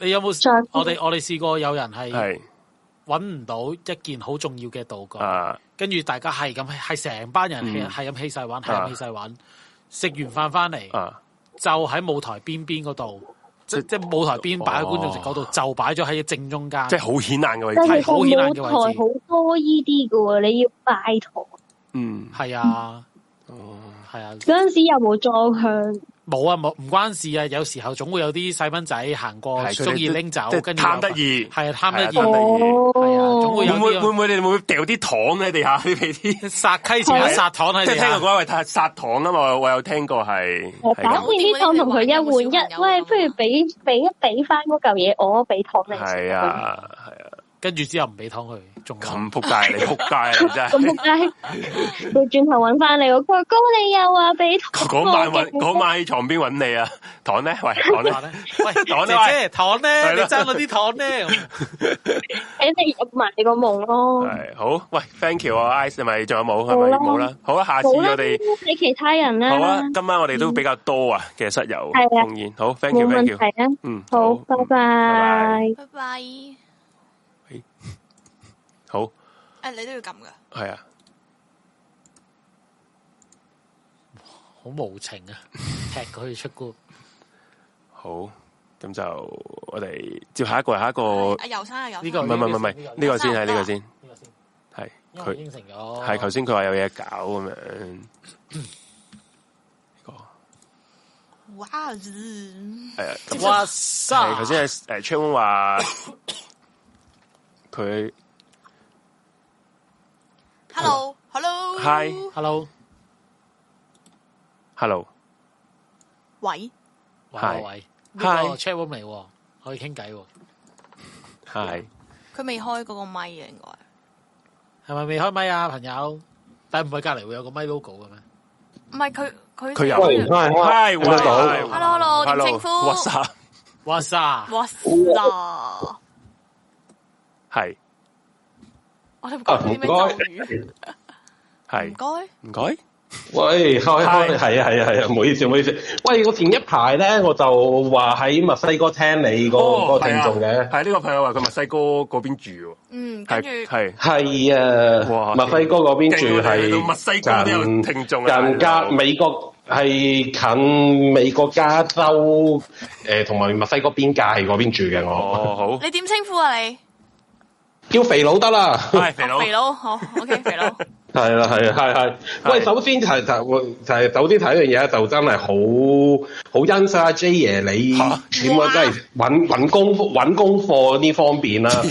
S3: 你有
S4: 再
S3: 冇？我哋我哋試過有人係
S1: 係
S3: 揾唔到一件好重要嘅道具，
S1: 啊，
S3: 跟住大家係咁係成班人係
S1: 嗯
S3: 係咁起勢玩，係
S1: 啊
S3: 咁起勢玩。食完飯翻嚟
S1: 啊
S3: 就喺舞台邊邊嗰度，即即舞台邊擺喺觀眾席嗰度，就擺咗喺正中間。
S1: 即係好顯眼嘅位
S4: 但係
S1: 置。
S4: 個
S3: 好
S4: 舞
S3: 顯眼嘅
S4: 台
S3: 位置
S4: 好多依啲嘅喎，你要拜台
S1: 嗯，
S3: 係啊
S1: 哦
S3: 係啊，
S1: 嗯
S4: 嗰陣時有冇裝香？
S3: 冇啊，冇唔關事啊。有時候總會有啲細蚊仔行過，
S1: 係佢哋
S3: 中意
S1: 都
S3: 拎走
S1: 即係，
S3: 跟住
S1: 貪得意係
S3: 係啊貪得
S1: 啊貪得
S3: 意，
S1: 哦
S3: 係啊總
S1: 會
S3: 會有
S1: 唔會
S3: 啲
S1: 會唔會你哋會掉啲糖喺地下 啲俾啲？
S3: 殺溪前
S4: 係
S3: 殺糖啊喺
S1: 即係
S3: 地下
S1: 聽過嗰位太殺糖啊嘛，我有聽過係。
S4: 我
S1: 係
S4: 搞掂
S1: 咁
S4: 啲糖同佢一換一，喂，不如俾俾一俾翻嗰嚿嘢我，俾糖你。
S1: 係，啊，係啊，
S3: 跟住之後唔俾糖佢，仲
S1: 咁仆街你仆街你真
S4: 咁
S1: 係。
S4: 仆街，佢轉頭揾翻你喎，佢話高你又話俾糖
S1: 嗰晚
S4: 我
S1: 搵
S4: 嘅
S1: 嗰晚喺床邊揾你啊，糖咧，喂糖咧
S3: 話， 咧，喂
S1: 糖
S3: 姐
S1: 呢喂
S3: 姐糖咧，
S1: 係
S3: 你
S1: 咯
S3: 爭嗰啲糖咧，咁
S4: 俾你入埋你個夢咯。
S1: 係好喂，thank you 啊，Ice 係咪仲有冇係
S4: 冇
S1: 咪
S4: 啦
S1: 冇啦？好啊，下次
S4: 冇啦
S1: 我哋，
S4: 你其他人啦，
S1: 好啊，今晚我哋都比較多啊嘅室友
S4: 係啊
S1: 奉獻，好 thank
S4: 冇
S1: you thank
S4: 問
S1: you，
S4: 題啊。
S1: 嗯
S4: 好，
S1: 嗯
S4: 拜
S1: 拜
S2: 拜
S4: 拜。
S2: 拜。诶，
S1: 好
S2: 你都要咁噶？
S1: 係啊，
S3: 好無情啊！踢佢出谷，
S1: 好咁就我哋接下一個下一個。
S2: 阿游生啊，游
S3: 呢個
S1: 唔
S2: 生
S1: 係唔係唔係，呢個先係呢個先
S3: 呢個先，
S1: 係
S3: 因為
S1: 佢
S3: 應承咗，
S1: 係頭先佢話有嘢搞咁樣。呢個
S2: 哇，
S1: 係啊，咁
S3: 哇
S1: 係
S3: 塞，
S1: 頭先係誒 c h a n 話佢
S2: Hello，Hello，
S1: Hi
S3: hello，
S1: hello
S2: 喂，
S3: 哇
S1: Hi
S3: 喂，呢
S1: Hi
S3: 個 chat room 嚟喎，可以傾偈喎，
S1: hi
S2: 佢未開嗰個咪啊，應該
S3: 係咪未開咪啊，朋友？但唔係隔離會有個咪 logo 嘅咩？
S2: 唔係佢佢
S1: 佢有
S5: 喂，開開
S1: hi
S5: 聽得到，
S1: 喂
S2: Hello，Hello，點稱呼
S1: hello，what's up
S3: 哇塞，
S2: 哇啦！
S1: 係
S2: 我哋講啲咩咒語？唔
S1: 係
S2: 該，
S1: 唔該
S5: 喂，開開，係啊係啊係啊，唔好意思唔好意思。喂，我前一排咧，我就話喺墨西哥聽你個嗰個聽眾嘅，
S1: 哦係呢個朋友話佢墨西哥嗰邊住
S2: 嗯，
S1: 喎，係
S2: 跟住
S1: 係
S5: 係啊
S1: 哇，
S5: 墨西哥嗰邊住
S1: 勁喎你去到墨西哥都有
S5: 係
S1: 聽眾啊
S5: 近
S1: 大
S5: 加
S1: 佬
S5: 美國係近美國加州誒同埋墨西哥邊界嗰邊住嘅我，
S1: 哦好
S2: 你點稱呼啊你？哦
S5: 叫肥佬得啦。
S1: 係肥佬
S2: 肥佬，好，OK，肥 佬。
S5: 系啦，系系系。喂，
S1: 係
S5: 首先就係就我就係首先睇一樣嘢，就真係好好欣賞阿 J 爺你
S1: 嚇
S5: 點樣真係揾揾功揾功課呢方面 啦。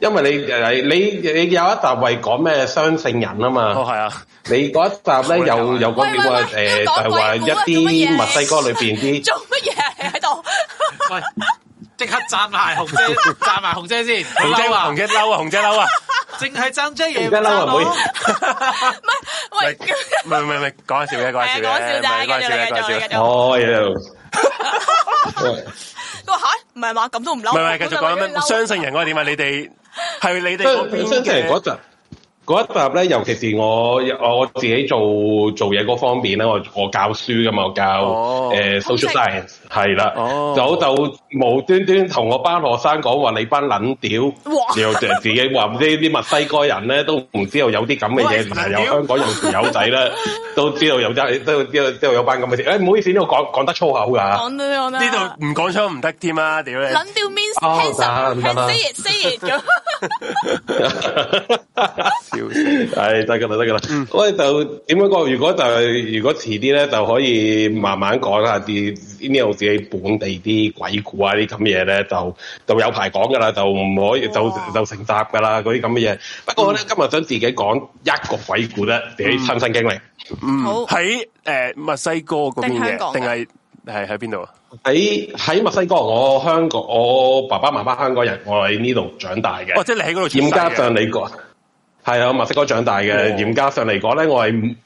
S5: 因為你誒你你有一集為講咩雙性人啊嘛，
S1: 哦係啊
S5: 你嗰一集咧又又講
S2: 喂
S5: 你
S2: 喂
S5: 話
S2: 喂
S5: 誒
S2: 要講
S5: 就係話
S2: 鬼
S5: 一
S2: 故啊做乜
S5: 啲
S2: 嘢
S5: 墨西哥裏邊 啲
S2: 做乜嘢啊你喺度？
S3: 喂，即刻讚埋紅姐，讚埋紅姐先，好
S1: 紅姐
S3: 嬲啊
S1: 紅！姐嬲啊紅姐嬲啊
S3: 淨係爭 J 嘢，
S5: 而家嬲啊唔好意思
S2: 喂，
S1: 唔係唔係唔係講下笑嘅講下笑
S2: 係啊講
S1: 嘅
S2: 笑咋
S1: 唔係講下笑嘅講下笑嘅
S2: 繼續繼續繼續
S5: 哦，又
S2: 佢話吓唔係嘛？咁都唔嬲？
S1: 唔係唔係，繼續講
S2: 咁就
S1: 咩？
S2: 嬲
S1: 雙性人嗰個點啊？你哋係你哋嗰邊
S5: 雙性人嗰
S1: 嘅
S5: 集。嗰一集咧，尤其是我我自己做做嘢嗰方面咧，我我教書噶嘛，我教誒、
S1: 哦
S5: 呃 social
S2: 通識
S5: science 係啦，
S1: 哦
S5: 就就無端端同我班學生講話你班撚屌
S2: 哇，
S5: 然後就自己話唔知啲墨西哥人咧都唔知道有啲咁嘅
S1: 喂
S5: 嘢，但
S1: 撚
S5: 係有
S1: 屌
S5: 香港有條友仔咧都知道有啲都知道知道有班咁嘅事，誒、哎唔好意思，呢度講講得粗口㗎，
S2: 講都講得
S1: 呢度唔講出唔得添啊！屌你，
S2: 撚掉 means
S5: 哦
S2: handsome
S5: 得
S2: and
S5: 啦
S2: say it say it 咁。
S1: 笑死！
S5: 系得噶啦，得噶啦。喂，就點樣講？如果就係如果遲啲咧，就可以慢慢講下啲呢度自己本地啲鬼故啊啲咁嘢咧，就就有排講噶啦，就唔可以就
S2: 哇
S5: 就成集噶啦嗰啲咁嘅嘢。不過咧，今日想自己講一個鬼故咧，自己親身經歷。
S1: 嗯
S2: 好，
S1: 喺誒墨西哥嗰邊
S2: 定香港
S1: 嘅，
S2: 㗎
S1: 定係係喺邊度啊？
S5: 喺喺墨西哥，我香港，我爸爸媽媽香港人，我喺呢度長大嘅。
S1: 哦，即係你喺嗰度出世
S5: 嚴格
S1: 嘅。
S5: 上嚟講，係啊，墨西哥長大嘅。
S1: 哦
S5: 嚴格上嚟講咧，我係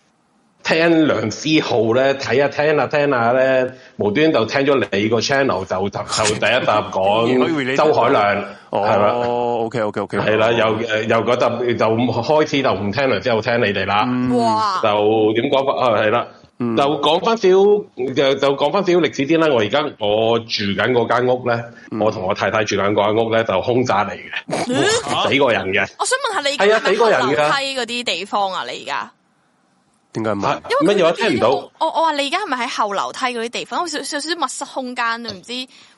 S5: 聽梁思浩咧，睇啊下聽下聽下咧，無端就聽咗你個 channel 就就就第 一集
S1: 可以
S5: 講
S1: relate
S5: 周海亮，
S1: 哦
S5: 係啦。
S1: ，OK OK OK，
S5: 係啦，又誒又嗰集就開始就唔聽梁思浩，聽你哋嗯啦。
S1: 嗯
S2: 哇！
S5: 就點講法啊？係啦，就講翻少就就講翻少歷史啲啦。我而家我住緊嗰間屋咧，
S1: 嗯
S5: 我同我太太住緊嗰間屋咧，就空宅嚟
S1: 啊
S5: 嘅，死過人嘅。
S2: 嗯我想問下你
S5: 係啊
S2: 係咪
S5: 死過人㗎
S2: 樓梯嗰啲地方啊？你而家
S1: 點解唔係
S5: 啊？
S2: 因
S5: 乜
S2: 為
S5: 嘢我
S2: 我
S5: 聽唔到。。
S2: 我我話你而家係咪喺後樓梯嗰啲地方？有少少少密室空間，唔知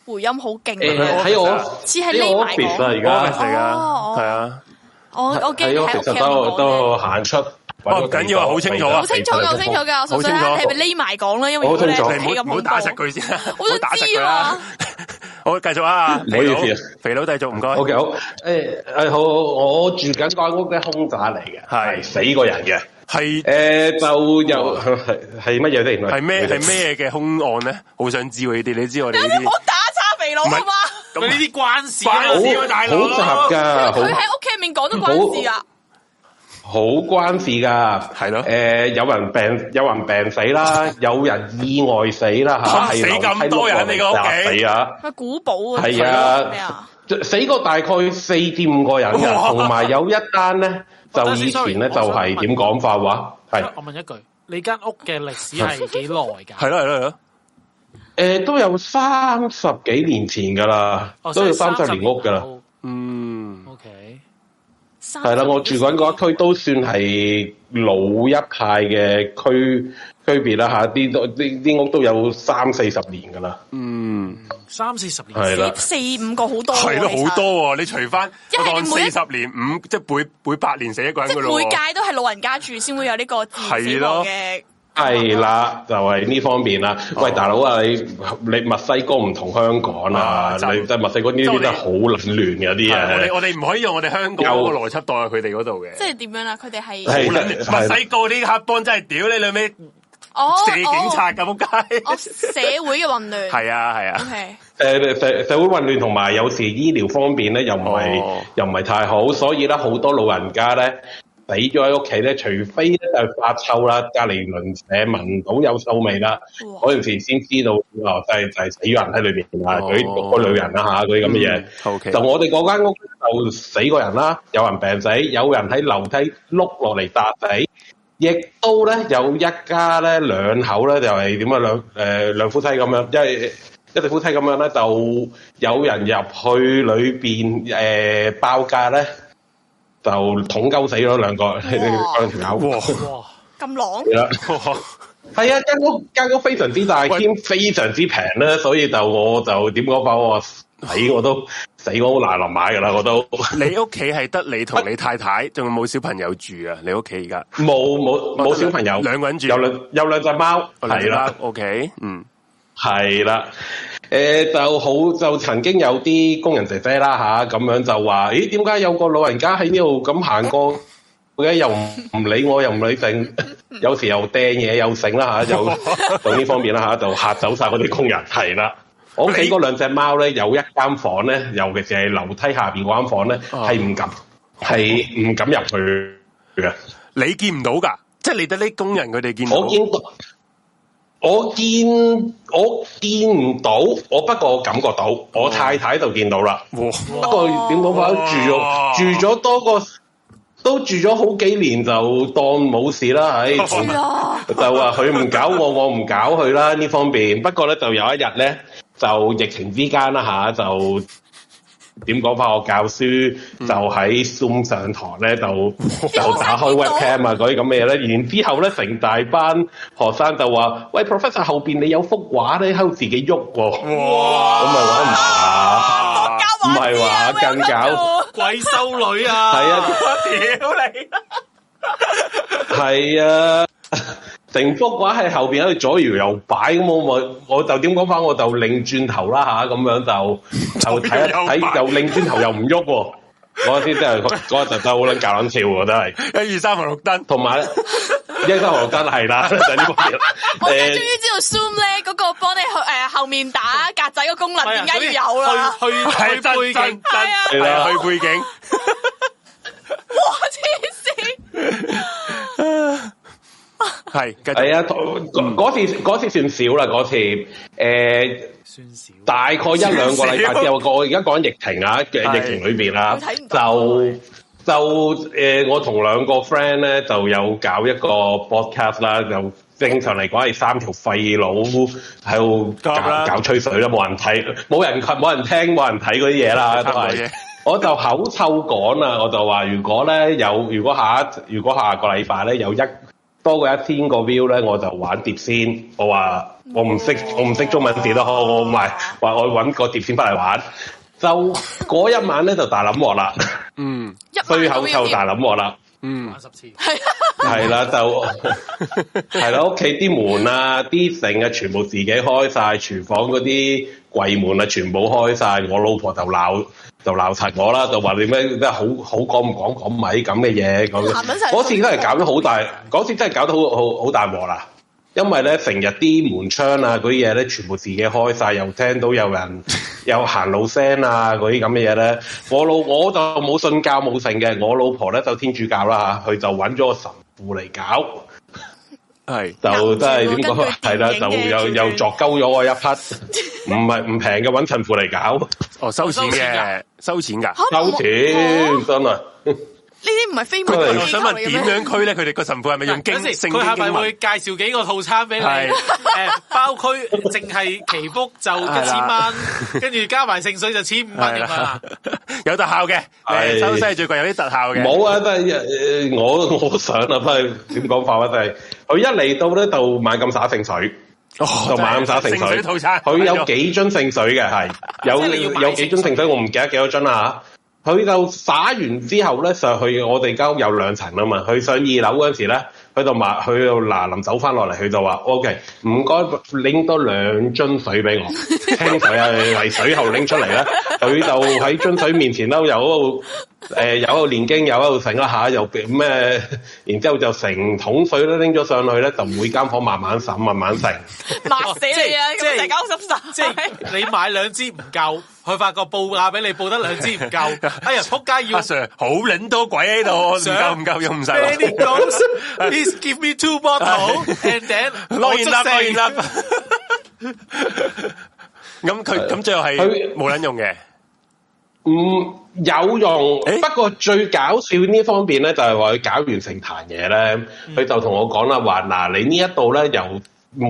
S2: 回音好勁
S5: 誒
S2: 咁樣。
S5: 喺我
S2: 似係
S5: 喺
S2: 匿
S5: 我
S2: 埋
S5: office 啊，而
S1: office
S5: 家
S1: 嚟㗎，
S2: 哦哦哦
S1: 係啊，
S2: 我我驚
S5: 喺
S2: 喺屋
S5: office
S2: 企
S5: 就得我得
S2: 我
S5: 我行出
S1: 哦唔緊要啊好清楚啊
S2: 好清楚噶，好清楚噶，我純粹
S1: 好
S2: 咧
S1: 清楚
S2: 你咪匿埋講啦，因為
S5: 好
S2: 如果咧
S5: 清楚
S1: 你唔好唔
S2: 睇咁恐
S1: 好
S2: 怖
S1: 打實佢先啦，唔
S2: 我啊
S1: 好
S2: 想
S1: 打實佢啦。 好，繼續 啊，
S5: 唔好意思啊
S1: 肥佬肥佬繼續唔該。
S5: O K 好，诶诶好，我住緊嗰間屋咧，空宅嚟嘅，
S1: 係
S5: 係死過人嘅。
S1: 係
S5: 诶、就又 係乜嘢咧？原來
S1: 係咩係？咩嘅凶案咧？好想知喎呢啲，你知我哋
S2: 你
S1: 呢
S2: 唔好
S1: 啲
S2: 打叉肥佬啊
S1: 唔係
S2: 嘛！
S3: 佢呢啲關事啊
S1: 關事啊大佬
S5: 好雜㗎，啊好
S2: 佢喺屋企入面講都關事啊！
S5: 好關事㗎。
S1: 係咯
S5: 诶、有人病，有人病死啦，有人意外死啦
S1: 哇
S5: 吓，
S1: 死
S5: 係
S1: 咁多人你個屋企
S5: 樓梯碌落嚟砸死啊！
S2: 佢古堡啊，
S5: 係
S2: 咩
S5: 啊
S2: 啊？，
S5: 死過大概四至五個人
S1: 哇
S5: 㗎，同埋有一單咧，
S3: 我
S5: 就
S3: 等先
S5: 以前咧就
S3: ，sorry，我想問
S5: 係
S3: 哦
S5: 點講法話係。
S3: 我問一句，你間屋嘅歷史係幾耐
S1: 係
S3: 㗎？
S1: 咯係咯係咯。
S5: 诶、都有三十幾年前㗎啦，
S3: 哦
S5: 都有三十年屋㗎啦。。
S1: 嗯，
S3: O K，
S2: 系
S5: 係啦，我住緊嗰一區都算係老一派嘅區區別啦吓，啲都啲啲屋都有三四十年㗎啦。
S1: 嗯，
S3: 三四十年
S5: 係啦
S2: 四五個好多喎，
S1: 係咯，
S2: 其實
S1: 好，多喎。你除翻
S2: 一
S1: 我
S2: 係
S1: 當
S2: 你
S1: 四
S2: 每一
S1: 十年五，即係每每八年死一個人
S2: 即
S1: 噶
S2: 係
S1: 咯
S2: 每
S1: 喎。
S2: 屆都係老人家住先會有呢個自然死
S1: 係
S2: 亡
S1: 咯
S2: 嘅。
S5: 係啦，就係呢方面啦。喂，大佬啊，你你墨西哥唔同香港
S1: 啊
S5: 啊，
S1: 就
S5: 你即係墨西哥呢
S1: 即係我哋
S5: 啲真係好撚亂嘅啲
S1: 係我
S5: 嘢
S1: 哋。我哋唔可以用我哋香港嗰個
S5: 啊有
S1: 邏輯代入佢哋嗰度嘅。
S2: 即係點樣啦？啊佢哋係
S5: 係
S1: 好撚亂墨西哥啲黑幫真係屌你老尾
S2: 哦，
S1: 射警察咁仆街。
S2: 哦，哦社會嘅混 亂
S1: 係啊係
S2: O
S1: 啊，
S2: K，
S5: 誒呃社社會混亂同埋有時醫療方面咧又唔係、
S1: 哦
S5: 又唔係太好，所以咧好多老人家咧死咗喺屋企咧，除非咧就係發臭啦，隔離鄰舍聞到有臭味啦，
S2: 哇
S5: 嗰陣時先知道哦，就係、就係、死咗人喺裏邊啊，
S1: 哦
S5: 嗰啲嗰類人啦嚇，嗰啲咁嘅嘢。
S1: O K，
S5: 就我哋嗰間屋就死過人啦，有人病死，有人喺樓梯碌落嚟砸死，亦都咧有一家咧兩口咧就係點啊兩誒兩夫妻咁樣，因為一對夫妻咁樣咧，就有人入去裏邊誒包架咧，就捅鳩死咗兩個 兩條友。
S1: 哇！
S3: 哇！
S2: 咁狼
S5: 係啦，係啊，間屋間屋非常之大，
S1: 喂
S5: 兼非常之平咧，所以就我就點講法我死我都死我好難落買噶啦，我都。
S1: 你屋企係得你同你太太，仲有冇小朋友住啊？你屋企而家
S5: 冇冇冇小朋友，
S1: 兩個人住
S5: 有兩有兩隻貓，
S1: Ờ,
S5: 係啦
S1: 啦，O K，嗯，
S5: 係啦。诶、就好就曾經有啲工人姐姐啦吓，咁、樣就話：咦，點解有個老人家喺呢度咁行過嘅，又唔唔理我，又唔理剩，有時又掟嘢又剩啦吓，有就呢方面啦吓，就嚇走晒嗰啲工人，係啦。我屋企嗰兩隻貓咧，有一間房咧，尤其是係樓梯下边嗰間房咧，
S1: 哦
S5: 係唔敢係唔敢入去嘅。
S1: 你見唔到㗎，即係你得啲工人佢哋見到。
S5: 我見到，我見我見唔到，我不過我感覺到，我太太就見到啦。
S1: 哇！
S5: 不過點講法
S1: 哇
S5: 住咗住咗多個，都住咗好幾年，就當冇事啦。唉，
S2: 住咯，
S5: 就話佢唔搞我，我唔搞佢啦呢方面。不過咧，就有一日咧，就疫情之間啦吓，就點講法？我教書
S2: 嗯
S5: 就喺 Zoom 上堂 咧，就就打開 webcam 啊，嗰啲咁嘅嘢咧。然之後咧，成大班學生就話：喂，professor 後邊你有幅畫咧，喺度自己喐喎。咁咪玩唔下，
S1: 哇
S2: 教
S5: 唔
S2: 玩
S5: 係
S2: 啲啊
S5: 話更搞
S3: 鬼修女啊！
S5: 係啊。
S1: 屌你！
S5: 系啊，成幅畫喺後边喺度左搖右擺咁，我咪我就點講法，我就擰轉頭啦吓，咁樣就就睇一睇，
S1: 左
S5: 又擰轉頭又唔喐喎。嗰陣時真係嗰陣真係好撚搞撚笑喎，真係。
S1: 一二三紅綠燈，
S5: 同埋一生學真係啦，就係呢方面啦。
S2: 我哋
S5: 誒
S2: 終於知道 Zoom 咧嗰個幫你去誒後面打格仔嘅功能
S3: 係啊
S2: 點解要有啦？
S3: 去去
S1: 係真
S3: 去背
S1: 真
S3: 景，
S1: 真，
S5: 係啊
S1: 係去背景。
S2: 哇！黐線，
S1: 係繼續
S5: 係啊，嗰嗰次嗰次算少啦，嗰次誒
S3: 算少。
S5: 大概一兩個禮拜之後，我而家講緊疫情啊，嘅
S1: 係
S5: 疫情裏邊啦，
S2: 你睇唔到啊
S5: 就就誒、我同兩個 friend 咧就有搞一個 podcast 啦，就正常嚟講係三條廢佬喺度搞
S1: 夾啦
S5: 搞吹水啦，冇人睇，冇人冇人聽，冇人睇嗰啲嘢啦，都
S1: 差唔多
S5: 係
S1: 嘢。
S5: 我就口臭講啊啦，我就話如果咧有，如果下一如果下個禮拜咧有一多過一千個 view 咧，我就玩碟仙。我話我唔識我唔識中文字都好，我唔係話我揾個碟仙翻嚟玩。就嗰一晚咧就大冧鑊啦，
S1: 嗯
S2: 一晚
S5: 衰
S2: 都
S5: 口
S2: 要
S5: 臭
S2: 添
S5: 大冧鑊啦。
S1: 嗯
S3: 玩，十次，
S2: 係啊
S5: 係啦，就係啦，屋企啲門啊，啲成啊，全部自己開晒，廚房嗰啲櫃門啊，全部開晒。我老婆就鬧就鬧柒我啦，就話你咩咩好好講唔講講咪咁嘅嘢咁。
S2: 男人就係
S5: 嗰次真係搞得好大，嗰次真係搞得好好好大鑊啦。因為咧，成日啲門窗啊嗰啲嘢咧，全部自己開晒，又聽到 有人有行路聲啊嗰啲咁嘅嘢咧。我老我就冇信教冇信嘅，我老婆咧就天主教啦嚇，佢就揾咗個神父嚟搞，
S1: 系
S5: 就真係
S2: 神父
S5: 點
S2: 根
S5: 講
S2: 據
S5: 係啦，
S2: 電
S5: 就
S2: 影嘅傳
S5: 又又
S2: 說
S5: 作鳩咗我 一匹，唔係唔平嘅揾神父嚟搞，
S1: 哦收錢
S3: 收錢
S1: 嘅，收錢㗎。
S2: 嚇
S5: 收錢
S2: 呢
S5: 真係。
S2: 啲唔係非
S1: 佢
S2: 牟利
S1: 哋
S2: 機
S1: 我想
S2: 構嚟
S1: 問
S2: 嘅
S1: 點
S2: 咩？
S1: 樣區咧？佢哋個神父係咪用經
S3: 等陣
S1: 聖
S3: 先佢係
S1: 經
S3: 咪
S1: 經
S3: 會
S1: 文？
S3: 介紹幾個套餐俾你？
S1: 係
S3: 誒，包區淨係祈福就一千蚊，跟住加埋聖水就千五蚊
S1: 係
S3: 咁樣啦
S1: 啦。，有特效嘅，誒
S5: 係
S1: 收西最貴有啲特效嘅。
S5: 冇啊，真係誒我我想啊，真係點講法啊，真係佢一嚟到咧就買咁灑聖水。
S1: 哦，
S5: 就猛灑聖水，
S1: 套餐，
S5: 佢有幾樽聖水嘅係，有
S3: 即係你要買
S5: 有幾樽聖水，我唔記得幾多樽啦嚇。佢就灑完之後咧，上去我哋間屋有兩層啊嘛，佢上二樓嗰陣時咧，佢就埋佢就嗱臨走翻落嚟，佢就話：OK，唔該拎多兩樽水俾我，清水啊嚟水喉拎出嚟啦。佢就喺樽水面前嬲，又喺度誒有喺度練經，有喺度成一下，又咩？然之後就成桶水都拎咗上去咧，就每間房慢慢滲，慢慢成。
S2: 抹死你啊！
S3: 哦即係
S2: 咁成間屋濕晒，
S3: 即係你買兩支唔夠，佢發覺報價俾你報得兩支唔 夠，哎呀，仆街要
S1: 阿 Sir 好撚多鬼喺度，唔
S3: Sir，
S1: 夠唔夠用唔晒。
S3: Many goes, please give me two bottle and then
S1: 落
S3: 我
S1: 完
S3: 出
S1: 啦，落完
S3: 四
S1: 啦。咁佢咁最後係
S5: 佢
S1: 冇撚用嘅，
S5: 唔嗯有用，
S1: 欸
S5: 不過最搞笑呢方面咧，就係話佢搞完成壇嘢咧，佢就同我講啦，話嗱你呢一度咧，由每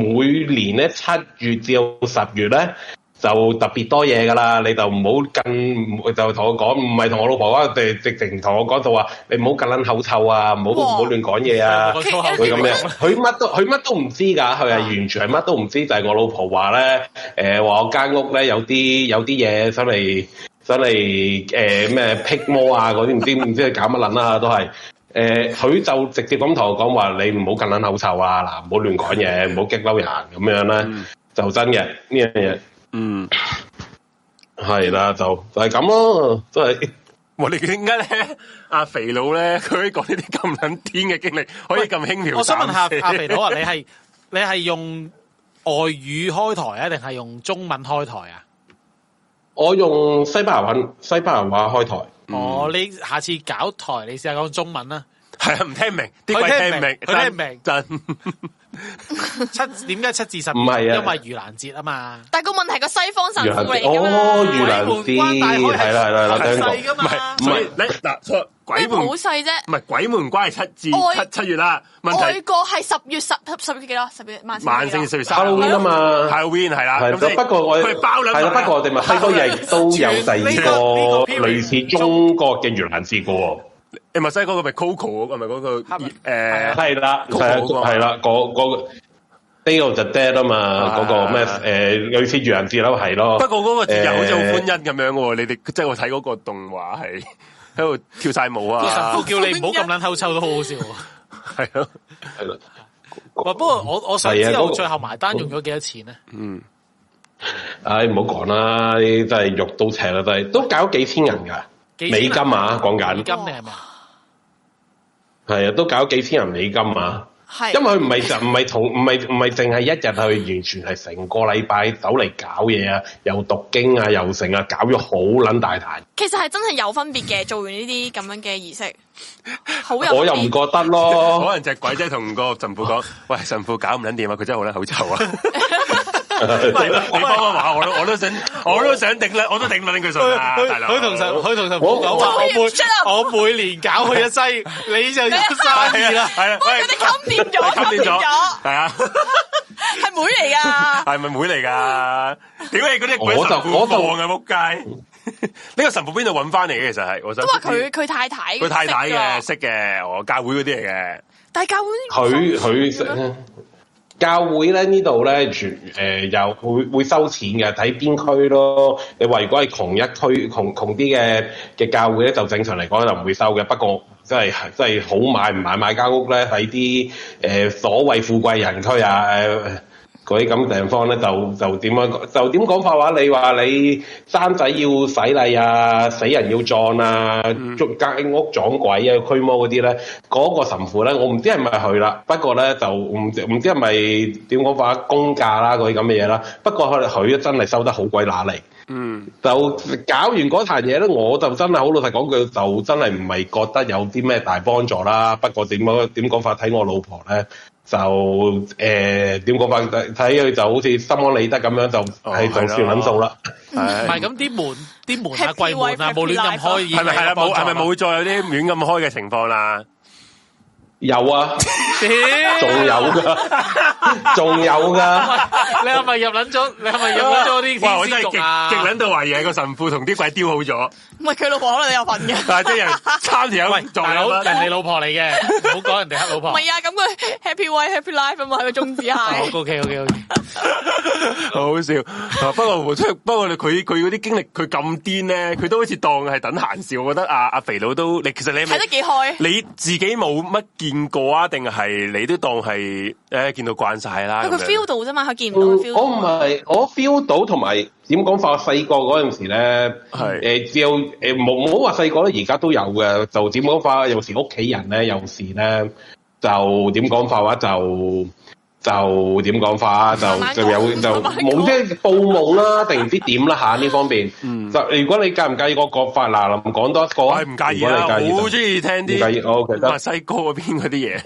S5: 年咧七月至到十月咧，就特別多嘢噶啦，你就唔好近，就同我講，唔係同我老婆啊，直直情同我講到話，你唔好近撚口臭啊，唔好唔
S2: 哇
S5: 好亂講嘢啊。
S3: 我粗口
S5: 佢咁樣，佢乜都佢乜都唔知㗎，佢係完全係乜都唔知。就係、我老婆話咧，誒、話我間屋咧有啲有啲嘢想嚟想嚟誒咩辟魔啊嗰啲，唔知唔知佢搞乜撚啦，都係。誒、佢就直接咁同我講話，你唔好咁撚口臭啊，嗱，唔好亂講嘢，唔好激嬲人咁樣咧，就真嘅呢樣嘢
S1: 嗯，
S5: 係啦，就就係咁咯，都係。
S1: 我哋點解咧？ 阿肥佬咧， 佢講呢啲咁撚癲嘅經歷，可以咁輕描淡寫
S3: 我想問下阿肥佬啊，你係你係用外語開台啊，定係用中文開台啊？
S5: 我用西班牙文西班牙話開台，
S3: 哦，你下次搞台，你試下講中 文啦。
S1: 係啊，唔聽明，啲
S3: 佢
S1: 鬼
S3: 聽
S1: 聽唔明，
S3: 佢聽唔明
S1: 真
S3: 七點解七至十？
S5: 唔係啊
S3: 因為盂蘭節啊嘛。
S2: 但係個問題個西方神
S5: 盂蘭
S2: 父嚟
S5: 節
S2: 㗎嘛
S5: 哦，盂蘭節
S3: 關大開
S5: 係啦係 啦係啦
S3: 係
S5: 聽過
S3: 細㗎
S1: 唔
S3: 嘛
S1: 係，所以你嗱，錯鬼
S2: 咩
S1: 門
S2: 普世啫？
S1: 唔係鬼門關係七至
S2: 愛
S1: 七七月啦，問
S2: 外
S1: 題
S2: 國係十月十十月幾多？十月萬
S1: 萬聖
S2: 聖
S1: 四月三
S5: Halloween 啊嘛。
S1: Halloween 係啦，
S5: 係
S1: 咁即係
S5: 不過我
S1: 佢包啊兩
S5: 係啦，
S1: 份
S5: 不過我哋墨西哥亦都有第二個類似中國嘅盂蘭節嘅喎。
S1: 誒墨西哥嗰個咪 Coco 係咪嗰個
S3: 係咪
S1: 誒？
S5: 係啦，
S1: 嗰
S5: 係
S1: 個
S5: 啦，
S1: 啊嗰個
S5: 係啦，嗰嗰 Day of the Dead 啊嘛，嗰個咩
S1: 啊
S5: 誒類似盂蘭節咯，係咯。
S1: 不過嗰個節日好似好歡
S5: 誒
S1: 欣咁樣喎，你哋即係我睇嗰個動畫係喺度跳晒舞
S3: 個神
S1: 啊，
S3: 父叫你唔好咁撚口臭都好 好笑喎。
S1: 係咯，
S5: 係啦
S3: 喂，不過我我想
S5: 係啊
S3: 知道
S5: 嗰個
S3: 最後埋單用咗幾多錢咧？
S1: 嗯，
S5: 唉唔好講啦，呢啲真係肉都赤啦，真係都搞幾千人㗎。
S3: 幾
S5: 美金啊，講
S3: 美
S5: 緊
S3: 金定係咩啊？
S5: 係啊，都搞幾千人美金啊！
S2: 係
S5: 因為佢唔係就唔係同唔係唔係淨係一日去，完全係成個禮拜走嚟搞嘢啊，又讀經啊，又成啊，搞咗好撚大壇。
S2: 其實係真係有分別嘅，做完呢啲咁樣嘅儀式，好有
S5: 我又唔
S2: 分別
S5: 覺得咯，
S3: 哦
S1: 可能隻鬼仔同個神父講：，喂，神父搞唔撚掂啊，佢真係好撚口臭 啊！你幫我話我都我都想我都想頂啦，我都頂撚佢順啊，大佬。
S3: 佢同神佢同神父
S5: 我
S3: 講話，
S2: 我
S3: 我每我每年搞佢一劑，你就有生意
S1: 係啊
S3: 啦。
S1: 係啊，
S2: 哇！佢哋襟 掂咗，
S1: 喂
S2: 襟掂咗，
S1: 係啊，
S2: 係妹嚟噶。
S1: 係咪妹嚟㗎？屌你嗰啲鬼
S5: 我就
S1: 神父
S5: 我就
S1: 望啊仆街！ 呢個神父邊度揾翻嚟嘅？其實係我想
S2: 都話佢佢太太，
S1: 佢太太嘅
S2: 識㗎，
S1: 識嘅，我教會嗰啲嚟嘅。
S2: 但係教會
S5: 佢佢教會咧呢度咧，全誒又會會收錢嘅，睇邊區咯。你話如果係窮一區窮窮啲嘅嘅教會咧，就正常嚟講就唔會收嘅。不過真係真係好買唔買買間屋咧，喺啲誒所謂富貴人區啊誒嗰啲咁地方咧，就就點樣講就點講法話？你話你生仔要洗禮啊，死人要葬啊，捉間屋撞鬼啊，驅魔嗰啲咧，嗰、個神父咧，我唔知係咪佢啦，不過咧就唔唔知係咪點講法公價啦嗰啲咁嘅嘢啦，不過佢佢真係收得好鬼乸嚟。
S1: 嗯，
S5: 就搞完嗰壇嘢咧，我就真係好老實講句，就真係唔係覺得有啲咩大幫助啦。不過點講點講法，睇我老婆咧就誒點講法，睇佢就好似心安理得咁樣，就
S1: 係啦
S5: 係同算諗數啦。
S1: 系
S3: 唔係
S1: 咪
S3: 咁啲門啲門啊
S2: Happy
S3: 櫃門啊
S2: wife,
S3: 冇
S2: happy
S3: 亂咁
S2: life
S3: 開，
S1: 系咪系啦？冇系
S3: 啊
S1: 咪冇再有啲亂咁開嘅情況啦？
S5: 有啊，
S3: 屌
S5: 仲有噶，仲有噶，
S3: 你係咪入撚咗？你係咪入撚咗啲
S1: 哇！我真係
S3: 天仙
S1: 極
S3: 局啊？
S1: 極撚到懷疑係個神父同啲鬼雕好咗，
S2: 唔係佢老婆可能有份嘅。
S1: 但係啲人三條
S3: 喂
S1: 友，撞
S3: 大佬
S1: 咗
S3: 人哋老婆嚟嘅，唔好講人哋黑老
S2: 唔
S3: 婆。
S2: 係啊，咁佢 happy wife happy life 啊嘛，係咪宗 旨
S1: 哦
S2: 係？
S3: O K O K O K，
S1: 好好笑。啊不過不過佢佢嗰啲經歷，佢咁癲咧，佢都好似當係等閒事。我覺得阿阿肥佬都，你其實你係咪
S2: 睇得幾開。
S1: 你自己冇乜見過啊？定係你都當係誒見到慣晒啦？
S2: 佢佢
S1: 咁樣
S2: feel 到啫嘛，佢見唔到
S5: 我
S2: 佢 feel 到。啊
S5: 唔係，我 feel 到同埋點講法，細個嗰陣時咧，
S1: 係
S5: 誒只有誒冇冇話細個咧，而家都有嘅。就點講法，有時屋企人咧，有時咧就點講法話就就點講法啊就
S2: 慢慢
S5: 就有
S2: 講
S5: 就
S2: 慢慢講
S5: 冇即係報夢啦，定唔知點啦嚇呢方面。就如果你介唔介意我講法嗱，林講多一個
S1: 我
S5: 啊，
S1: 嗯係唔介意
S5: 如
S1: 啦，
S5: 果你介意就
S1: 好中意聽
S5: 唔介意
S1: 啲
S5: 我其實
S1: 墨西哥嗰邊嗰啲嘢。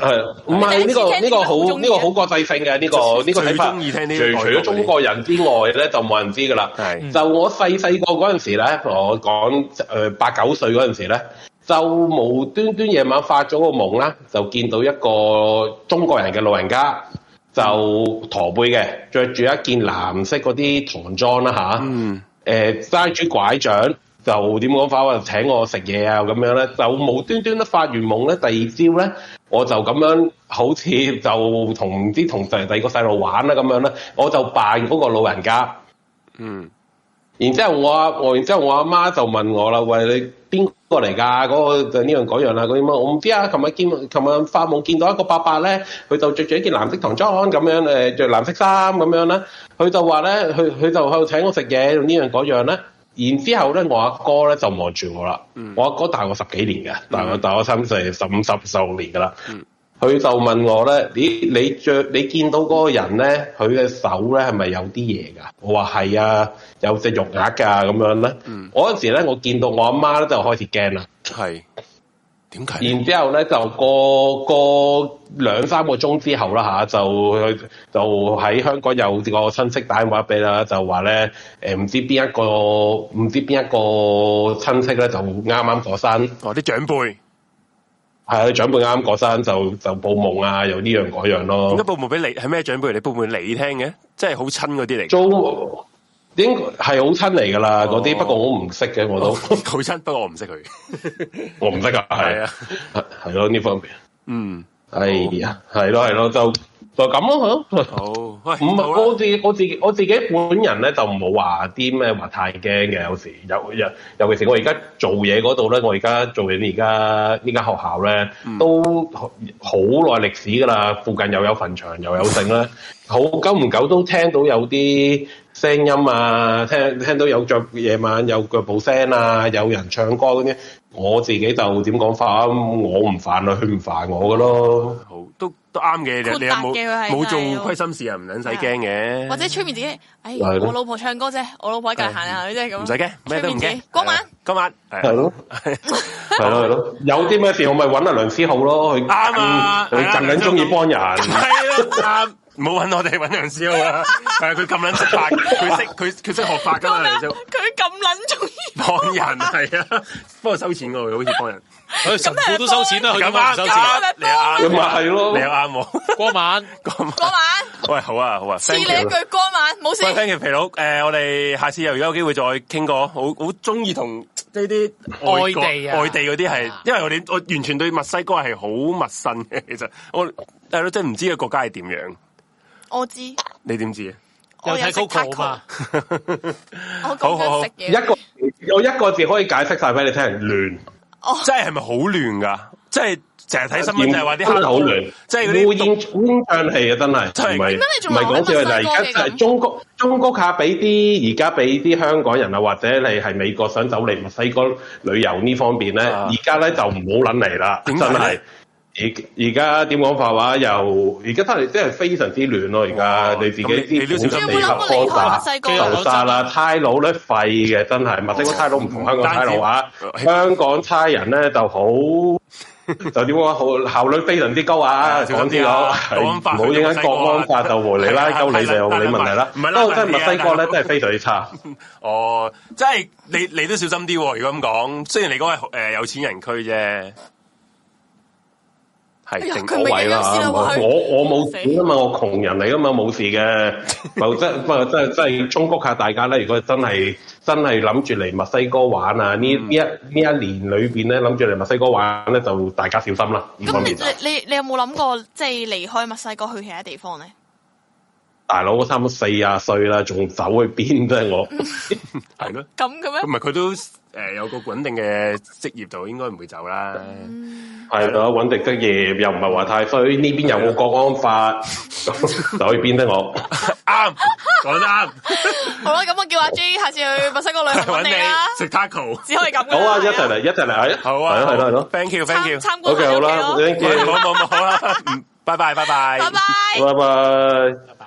S5: 係唔係呢個呢個好呢個好國際性嘅呢個呢個睇法。
S1: 最中意聽呢
S5: 除
S1: 啲
S5: 除咗中國人之外咧，就冇人知噶啦。
S1: 係
S5: 就我細細個嗰陣時咧，我講誒八九歲嗰陣時咧，就無端端夜晚發咗個夢啦，就見到一個中國人嘅老人家，就駝背嘅，着住一件藍色嗰啲唐裝啦吓。
S1: 嗯
S5: 誒揸住拐杖，就點講法話請我食嘢啊咁樣咧，就無端端咧發完夢咧，第二朝咧我就咁樣好似就同啲同第第二個細路玩啦咁樣咧，我就扮嗰個老人家。
S1: 嗯，
S5: 然之後我阿我，然之後我阿媽就問我啦：，喂，你邊個嚟㗎？嗰、個就呢樣嗰樣啦，嗰啲乜我唔知啊。琴日見，琴日發夢見到一個伯伯咧，佢就着住一件藍色唐裝咁樣，誒著藍色衫咁樣啦。佢就話咧，佢佢就喺度請我食嘢，呢樣嗰樣啦。然之後咧，我阿哥咧就望住我啦。我阿哥大我十幾年嘅，大我大我三四十五十十六年㗎啦。佢就問我咧：，咦，你着你見到嗰個人咧，佢嘅手咧係咪有啲嘢㗎？我話係啊，有隻肉鈪㗎咁樣咧。我嗰陣時咧，我見到我阿媽咧就開始驚啦。
S1: 係點解呢？
S5: 然之後咧就過過兩三個鐘之後啦吓，就佢就喺香港有個親戚打電話俾啦，就話咧誒唔知邊一個唔知邊一個親戚咧就啱啱過身。
S1: 哦，啲長輩
S5: 係啊，長輩啱啱過身就就報夢啊，有呢樣嗰樣
S1: 點
S5: 咯
S1: 解。報夢俾你？係咩長輩嚟？報夢你聽嘅，即係好親嗰啲嚟。
S5: 租應該係好親嚟噶啦，嗰啲、
S1: 哦
S5: 不過我唔識嘅，我都
S1: 好親，不過我唔識佢。
S5: 我唔識噶，
S1: 係
S5: 係
S1: 啊，
S5: 係係咯呢方面，
S1: 嗯，
S5: 係啊，
S1: 哦
S5: 係咯係咯，就就咁咯，係咯。
S1: 好，喂，
S5: 唔係
S1: 好啦
S5: 我自我自己我自己本人咧就冇話啲咩話太驚嘅，有時有有尤其是我而家做嘢嗰度咧，我而家做嘢而家呢間學校咧、都好好耐歷史噶啦，附近又有墳場又有剩啦， 好久唔久都聽到有啲聲音啊，聽聽到有腳夜晚有腳步聲啊，有人唱歌嗰啲，我自己就點講法啊？我唔煩啊，佢唔煩我噶咯。
S1: 好都都啱嘅。你你有冇
S2: 豁達嘅佢係
S1: 冇做
S2: 真係要啊
S1: 虧心事啊？唔撚使驚嘅，
S2: 或者催眠自己，唉，
S5: 係咯
S2: 我老婆唱歌啫，我老婆喺隔離行下啫咁。
S1: 唔使驚，咩都唔
S2: 催眠自己
S1: 驚。
S2: 嗰晚
S1: 嗰晚
S5: 係
S1: 係啊
S5: 咯， 係咯，係咯，有啲咩事我咪揾阿梁思浩咯，佢嗯
S1: 啱啊
S5: 佢
S1: 係啊
S5: 咁撚中意幫人，
S1: 係啦，啱。唔好揾我哋揾梁少啊！係佢咁撚識法，佢識佢佢識學法噶嘛，梁少
S2: 佢咁撚中意，
S1: 幫人係啊，不過收錢喎，佢好似幫人。
S3: 佢神父都收錢啦，佢
S2: 啊
S1: 咁
S3: 點解唔
S1: 啱，咁啱你又啱，
S3: 收錢？
S5: 咁咪係咯
S1: 你又啱我。
S3: 嗰晚
S1: 咁
S2: 嗰
S1: 啊
S2: 晚
S1: 喂，好啊，好啊
S2: 試你
S1: ，thank
S2: 一
S1: you
S2: 句。嗰晚冇
S1: 喂
S2: 事。
S1: ，thank you，肥佬。誒，我哋下次又如果有機會再傾過，好好中意同即係啲外國
S3: 外地啊
S1: 外地嗰啲係，因為我哋我完全對墨西哥係好陌生嘅。 其實我係咯，即係唔知個國家係點樣，
S2: 我知，
S1: 你點知啊？
S3: 又
S2: 我有
S3: 睇
S2: 食
S3: Coco 嘛
S2: taco，，
S1: 好
S2: 我
S1: 好
S2: 講
S1: 啊好
S2: 緊食
S5: 一
S2: 嘢。
S5: 個我一個字可以解釋晒俾你聽，亂。
S2: 哦，
S1: 真係係咪好亂噶？即係成日睇新聞就係話啲
S5: 真
S1: 黑
S5: 係好亂，
S1: 即係嗰
S5: 烏
S1: 啲
S5: 煙烏煙瘴氣啊！真係
S1: 真係
S5: 唔係
S2: 點解你仲
S5: 唔係
S2: 留喺
S5: 講笑啊！但係而
S2: 墨西
S5: 家
S2: 哥嘅
S5: 就係
S2: 咁
S5: 中國中國卡俾啲而家俾啲香港人啊，或者你係美國想走嚟墨西哥旅遊呢方面咧，
S1: 啊
S5: 而家咧就唔好撚嚟啦，
S1: 點
S5: 真
S1: 解呢
S5: 係。而而家點講法話又而家真係真係非常之亂咯！而
S1: 哇
S5: 家你自己
S1: 咁你你
S5: 啲
S1: 都小心啲
S5: 本身地
S2: 有冇諗過離開
S5: 黑科
S2: 墨
S5: 大
S2: 西哥
S3: 啊
S5: 流沙啦，差佬咧廢嘅真係墨西哥差佬唔同香港差佬啊
S1: 唔單，止
S5: 香港差人咧就 好就點講啊好效率非常之高啊！
S1: 小心
S5: 講
S1: 啲
S5: 啲
S1: 啊
S5: 咯，
S1: 國安法
S5: 唔好影響國安法就和你啦，鳩你就你問題啦。
S1: 唔
S5: 不
S1: 啊係啦
S5: 過真係墨西哥
S1: 大
S5: 咧
S1: 佬
S5: 真係非常之差，
S1: 哦，即係你你都小心啲喎。如果咁講，雖然你嗰係誒有錢人區啫，
S2: 哎
S1: 係
S2: 呀
S1: 正
S2: 佢
S1: 我
S2: 咪
S1: 位
S2: 有
S1: 啦
S2: 先。
S5: 我
S2: 啦喂
S5: 我冇錢啊嘛，我窮人嚟噶嘛，冇事嘅。就真不過真係真係忠告下大家咧，如果真係真係諗住嚟墨西哥玩啊，呢呢一呢一年裏邊咧諗住嚟墨西哥玩咧，就大家小心啦。呢
S2: 咁
S5: 方
S2: 你
S5: 面就
S2: 你你你有冇諗過即係離開墨西哥去其他地方咧？
S5: 大佬差唔多四啊歲啦，仲走去邊啫？我
S1: 係咯，
S2: 咁嘅
S1: 唔
S2: 咩？
S1: 係佢都誒有個穩定嘅職業就應該唔會走啦。
S5: 係咯，揾定職業又唔係話太衰，呢邊又冇國安法，咁走去邊啫？我
S1: 啱，講得 啱，
S2: 好啦，咁我叫阿 J 下次去墨西哥旅 行
S1: 揾
S2: 揾你啦，
S1: 你食 taco。
S2: 只可以咁㗎
S5: 好
S2: 啦。
S5: 啊，一齊嚟，一齊嚟，係啊
S1: 好啊，
S5: 係咯，係咯，係咯。
S1: ，thank you，thank
S2: 參
S1: you，
S2: 參觀
S5: OK，
S2: 下
S5: 好
S2: 屋企
S5: 啦
S2: 咯，
S5: ，thank
S1: 冇
S5: you，
S1: 冇冇好啦，嗯拜拜拜拜，
S2: 拜
S1: 啊
S2: 拜。
S5: 拜拜。
S3: 拜拜。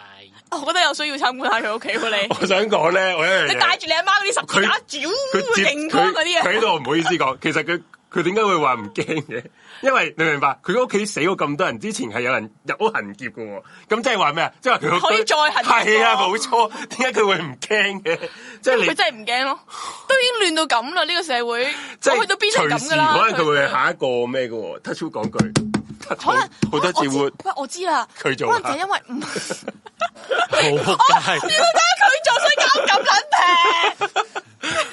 S2: 我覺得有需要參觀下佢屋企喎， 你
S1: 我想講咧，我一樣嘢
S2: 你帶住你阿媽嗰啲十字架
S1: 哦佢
S2: 轉
S1: 佢接佢
S2: 勁光嗰啲
S1: 佢
S2: 啊，
S1: 喺度唔好意思講，其實佢佢點解會話唔驚嘅？因為你明白，佢屋企死過咁多人，之前係有人入屋行劫嘅喎，咁即係話咩啊？即係話佢屋
S2: 可以再行劫
S1: 係啊，
S2: 過
S1: 冇錯。點解佢會唔驚嘅？即係你
S2: 佢真係唔驚咯，都已經亂到咁啦，呢個社會，
S1: 即係
S2: 我去到邊都係
S1: 隨
S2: 咁
S1: 時
S2: 噶啦。
S1: 可能佢會係下一個咩嘅喎？Touch wood 講句，
S2: 可能
S1: 好多次
S2: 我
S1: 會
S2: 知喂，我知啦，
S1: 佢做
S2: 可能就係因為唔， 點
S3: 好仆街。
S2: 解佢做所以搞咁撚平？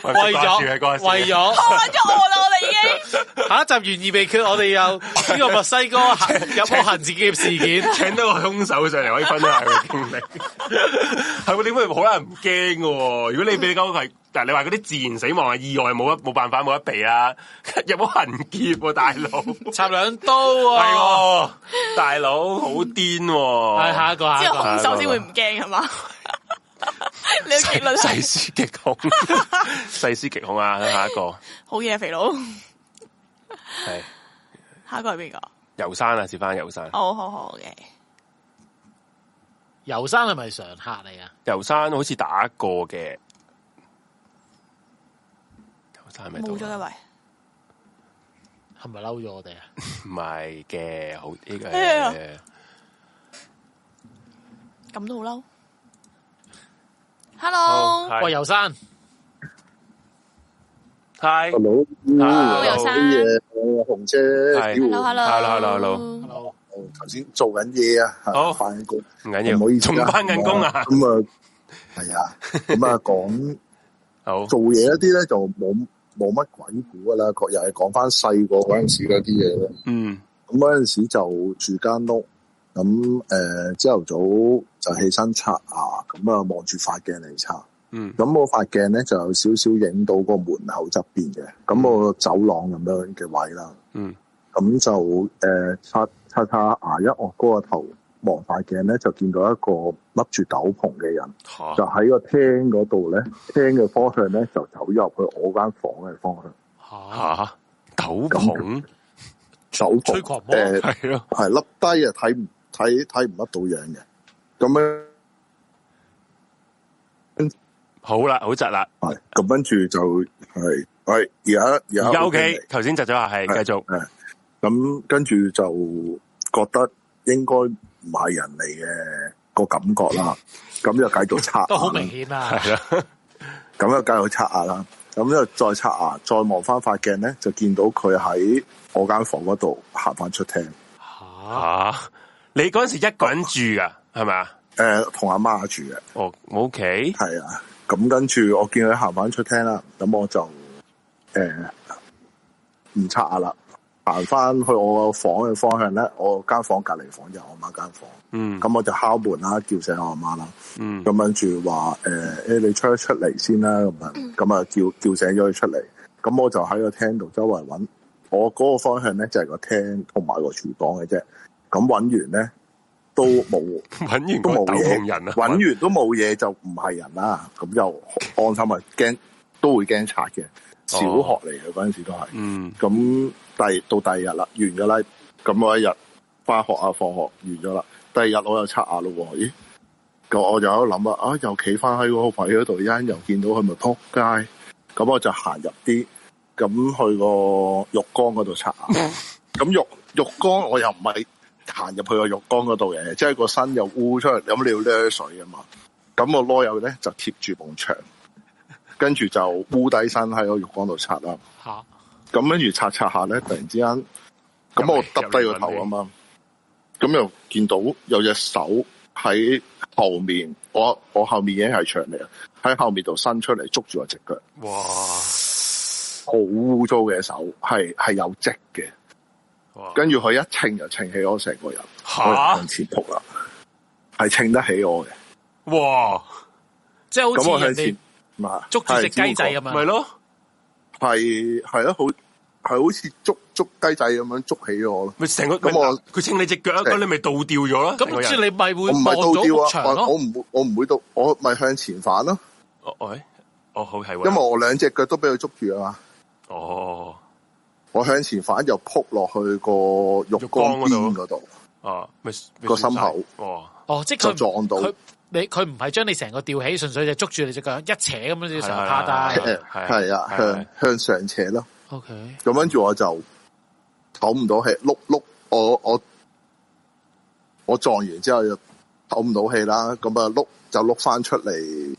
S3: 為咗為咗
S2: 我揾咗我啦，我哋 已經
S3: 下一集懸疑未決，我哋有呢個墨西哥行有冇行自劫事件，
S1: 請到個兇手上嚟，可以分享下佢經歷。係喎，點會好難唔驚嘅喎？如果你俾你講係，但係你話嗰啲自然死亡啊、意外冇得冇辦法冇得避啊， 有冇行劫喎、大佬？
S3: 插兩刀
S1: 係
S3: 啊！
S1: 喎，大佬好癲
S3: 係
S1: 喎！
S3: 下一個，下
S2: 只
S3: 一
S2: 有
S3: 個，
S2: 兇手先會唔驚係嘛？ 你嘅結論係
S1: 細思極恐， 細思極恐啊！下一個
S2: 好嘢，肥佬。
S1: 係
S2: 下一個係邊個？
S1: 遊山啊，接翻遊山。
S2: 哦，好好嘅。
S3: 游山係咪常客嚟啊？
S1: 遊山好似打過嘅，遊山係咪
S2: 冇咗
S1: 到
S2: 嘅
S1: 啊
S2: 位，
S3: 係咪嬲咗我哋啊？
S1: 唔係嘅，好呢個
S2: 哎呀
S1: 係。
S2: 咁都好嬲。
S1: 好
S2: Hello，
S1: 係
S3: 喂，游山，
S1: Hi，
S6: Hello，
S1: Hello，
S2: 游生
S6: 嘢，紅姐
S1: 係
S6: 屌
S2: Hello，Hello，
S1: Hello，hello，hello
S6: 頭先做緊嘢啊，
S1: 好
S6: 翻緊工，
S1: 唔緊要，
S6: 唔好意思啊
S1: 重翻緊工啊！
S6: 咁啊，係啊，咁 啊講
S1: 好，
S6: 做嘢一啲咧就冇冇乜鬼故噶啦，各又係講翻細個嗰陣時嗰啲嘢咯。
S1: 嗯，
S6: 咁嗰陣時就住間屋，咁誒朝頭早就起身刷牙，咁啊望住塊鏡嚟刷。
S1: 嗯，
S6: 咁我塊鏡咧就有少少影到個門口側邊嘅，咁我走廊咁樣嘅位啦。
S1: 嗯，
S6: 咁就誒、呃、刷刷下啊牙一惡嗰個頭望塊鏡咧，就見到一個笠住斗篷嘅人，
S1: 吓
S6: 就喺個廳嗰度咧，廳嘅方向咧就走入去我間房嘅方向。
S3: 吓
S1: 吓斗 篷
S6: 斗篷
S3: 吹狂魔
S6: 誒
S1: 係咯，
S6: 係笠低啊，睇唔睇睇唔得到樣嘅。咁樣
S1: 好啦，好窒啦，
S6: 係，咁跟住就係係而家
S1: 而
S6: 而
S1: 家
S6: 家
S1: OK，頭先窒咗下，係
S6: 係
S1: 繼續，
S6: 咁跟住就覺得應該唔係人嚟嘅個感覺啦，咁就繼續刷牙啦，
S3: 都好明顯啊！
S1: 係啦，
S6: 咁就繼續刷牙啦，咁就再刷牙，再望翻塊鏡咧，就見到佢喺我間房嗰度行翻出廳，
S3: 吓
S1: 吓你嗰陣時一個人住噶係咪啊？
S6: 誒同阿媽住嘅，
S1: 哦，OK，
S6: 係啊，咁跟住我見佢行翻出廳啦，咁我就誒唔刷牙啦，行翻去我個房嘅方向咧，我間房隔離房就係我媽間房，
S1: 嗯，
S6: 咁我就敲門啦，叫醒我阿媽啦。
S1: 嗯，
S6: 咁跟住話誒，誒你出一啊出嚟先啦，咁樣，咁啊叫叫醒咗佢出嚟，咁我就喺個廳度周圍揾，我嗰個方向咧就係個廳同埋個廚房嘅啫。咁揾完咧都冇，
S1: 揾完
S6: 都
S1: 個
S6: 冇
S1: 豆
S6: 嘢
S1: 控人啊，
S6: 揾完都冇嘢就唔係人啦。咁就安心啊，驚都會驚賊嘅。小學嚟嘅嗰陣時都係。
S1: 嗯
S6: 咁第到第二日啦，完咗啦，咁我一日翻學啊，放學完咗啦，第二日我又刷牙咯喎，咦？咁我就喺度諗啊，啊又企翻喺嗰個位嗰度，一陣又見到佢咪扑街，咁我就行入啲，咁去個浴缸嗰度刷牙，咁浴浴缸我又唔係行入去個浴缸嗰度嘅，即係個身又污出嚟，咁你要掠水啊嘛，咁個啰柚咧就貼住埲牆，跟住就烏低身喺個浴缸度刷啦。
S3: 吓，
S6: 咁跟住擦擦下咧，突然之間，咁我耷低個頭啊嘛，咁又見到有隻手喺後面，我我後面已經係牆嚟啊，喺後面度伸出嚟捉住我隻腳，
S1: 哇，
S6: 好污糟嘅手，係係有跡嘅，
S1: 哇
S6: 跟住佢一稱就稱起我成個人，我就
S1: 吓
S6: 向前撲啦，係稱得起我嘅，
S1: 哇，
S3: 即係
S6: 咁
S3: 好
S6: 我
S3: 似
S6: 向
S3: 人哋
S6: 前，啊嗱
S3: 捉住隻雞仔咁，啊
S1: 咪
S3: 樣，
S1: 咯，
S6: 係係咯，好係好似捉捉雞仔咁樣捉起我咯，
S1: 咪成個
S6: 咁我
S1: 佢清你只腳，咁你咪倒吊咗咯，成個
S3: 咁即
S1: 人
S3: 係你咪會
S6: 我唔
S3: 望
S6: 係
S3: 到
S6: 倒吊
S3: 幅
S6: 啊，
S3: 牆
S6: 我我
S3: 咯，
S6: 唔會我唔會到，我咪向前反咯。
S1: 哦喂，哦好係喎，
S6: 因為我兩隻腳都俾佢捉住啊嘛，
S1: 哦
S6: 我向前反又撲落去個浴缸邊嗰度，
S1: 哦咪咪
S6: 個心口
S1: 哦
S3: 哦，即係
S6: 就
S3: 佢
S6: 撞到。
S3: 佢你佢唔係將你成個吊起，純粹就捉住你隻腳一扯咁樣就上
S1: 係
S3: 趴
S1: 係係
S3: 低。
S1: 係
S6: 係啊，
S1: 係
S6: 向向上斜咯。
S3: O K，
S6: 咁跟住我就唞唔到氣，碌碌我我我撞完之後就唞唔到氣啦，咁啊碌就碌翻出嚟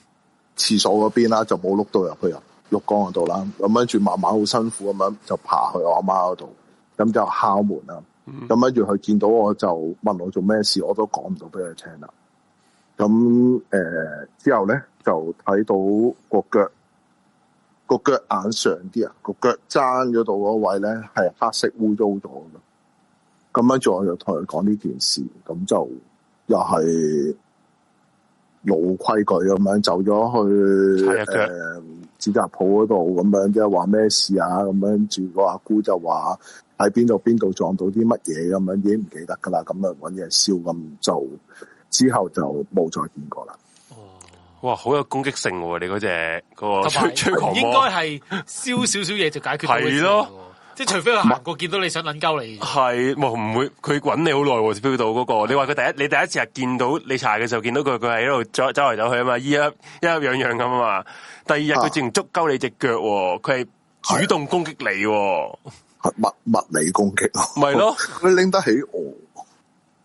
S6: 廁所嗰邊啦，就冇碌到入去入浴缸嗰度啦。咁跟住慢慢好辛苦咁樣就爬去我阿媽嗰度，咁就敲門啦。咁跟住佢見到我就問我做咩事，我都講唔到俾佢聽啦。咁誒、呃之後咧就睇到個腳個腳眼上啲啊，個腳踭嗰度嗰位咧係黑色污糟咗嘅。咁跟住我就同佢講呢件事，咁就又係老規矩咁樣走咗去
S1: 踩一腳
S6: 誒、呃指甲鋪嗰度咁樣，即係話咩事啊？咁樣住個阿姑就話喺邊度邊度撞到啲乜嘢咁樣，已經唔記得㗎啦。咁啊揾嘢燒，咁就之後就冇再見過啦。
S1: 哇好有攻擊性喎，你嗰只嗰個
S3: 同
S1: 哦吹
S3: 埋
S1: 吹狂
S3: 應
S1: 魔
S3: 該係燒少少嘢就解決到嘅事嚟
S1: 係
S3: 喎
S1: 咯，
S3: 即係除非佢行過見到你想撚鳩你，
S1: 係，冇唔會，佢揾你好耐喎，feel 到嗰、個。你話佢第一，你第一次係見到你查嘅時候，見到佢佢係喺度走走嚟走去啊嘛，依一一樣樣咁啊嘛。第二日
S6: 啊
S1: 佢竟然捉鳩你只腳喎，佢係主動攻擊你喎，
S6: 物物理攻擊咯，
S1: 咪咯，
S6: 佢拎得起我，
S1: 哇！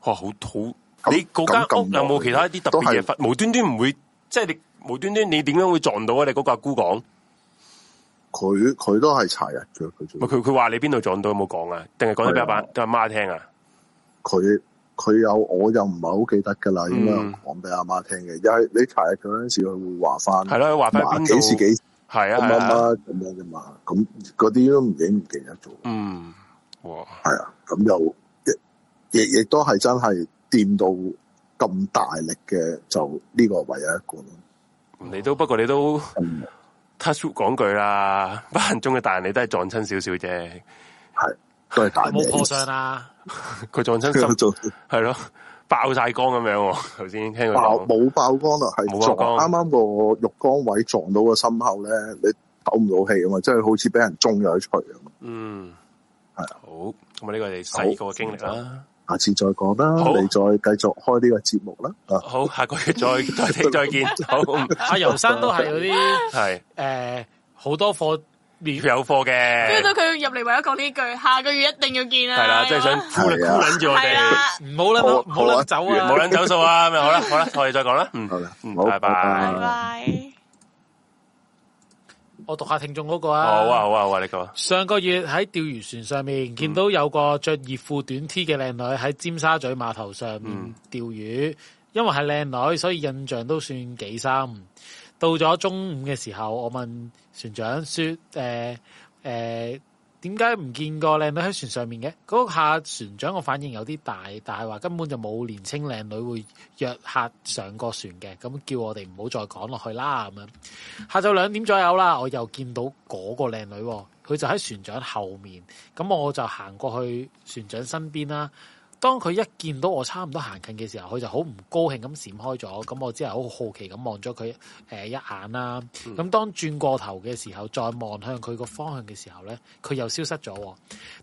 S1: 好好，
S6: 咁
S1: 你嗰間屋
S6: 咁
S1: 有冇其他一啲特
S6: 都
S1: 別嘢
S6: 係
S1: 發？無端端唔會，即係你無端端你點樣會撞到啊？你嗰個阿姑講，
S6: 佢佢都係查人嘅，佢
S1: 咪
S6: 做
S1: 佢佢話你邊度撞到有冇講啊？定係講咗俾阿爸
S6: 係啊
S1: 阿媽聽啊？
S6: 佢佢有我又唔係好記得噶啦，應該有
S1: 嗯
S6: 講俾阿媽聽嘅。因為你查人嗰陣時，佢會話翻
S1: 係咯，話翻
S6: 嗱
S1: 邊
S6: 幾時
S1: 度？
S6: 幾時
S1: 係啊，
S6: 乜
S1: 係啊，
S6: 乜咁樣嘅嘛，咁嗰啲都唔已經唔記得咗。
S1: 嗯，哇！
S6: 係啊，咁又亦亦亦都係真係掂到咁大力嘅，就呢個唯有一個咯。嗯
S1: 你都不過你都 touch wood 講句啦，不幸中嘅大人你都係撞親少少啫，
S6: 係都係大
S3: 有
S6: 咩
S3: 冇破相啊？
S1: 佢撞親
S6: 佢
S1: 心
S6: 做
S1: 係咯，爆晒光咁樣喎。頭先聽佢
S6: 爆
S1: 講，
S6: 冇爆光啦，係
S1: 冇
S6: 撞
S1: 爆光
S6: 啱啱個浴缸位撞到個心口咧，你唞唔到氣啊嘛，即係好似俾人中咗一錘咁。
S1: 嗯，
S6: 係
S1: 好，咁啊呢個你細個嘅經歷啦，
S6: 下次再講啦，
S1: 好
S6: 你再繼續開呢個節目啦。啊，
S1: 好，下 個月再再聽再見，好，
S3: 阿游生都係嗰 啲
S1: 係
S3: 誒好多貨面
S1: 有貨
S2: feel 到
S1: 嘅，
S2: 佢入嚟為咗講呢句，下個月一定要見啦。
S1: 係啦，即係想箍你箍
S6: 啊係啊
S1: 撚住我
S2: 係
S1: 哋，
S2: 啦，
S3: 唔好撚唔好撚走啊！
S1: 冇撚走數啊，咪好啦，好啦，我哋再講啦，嗯
S6: 好啦，
S1: 嗯，
S6: 好
S1: 拜
S6: 拜
S1: 拜
S6: 拜。
S2: 拜拜。
S3: 我讀下聽眾嗰個
S1: 好啊，好啊，好啊，你講，
S3: 上個月喺釣魚船上面見到有個着熱褲短 T 嘅靚女喺尖沙咀碼頭上面釣魚，因為係靚女，所以印象都算幾深。到咗中午嘅時候，我問船長說：誒、誒，點解唔見個靚女喺船上面嘅？嗰、下船長個反應有啲大，但係話根本就冇年青靚女會約客上過船嘅，咁叫我哋唔好再講落去啦咁樣。下晝兩點左右啦，我又見到嗰個靚女喎，佢就喺船長後面，咁我就行過去船長身邊啦。當佢一見到我差唔多行近嘅時候，佢就好唔高興咁閃開咗。咁我之後好好奇咁望咗佢呃誒一眼啦。咁、當轉過頭嘅時候，再望向佢個方向嘅時候咧，佢又消失咗喎。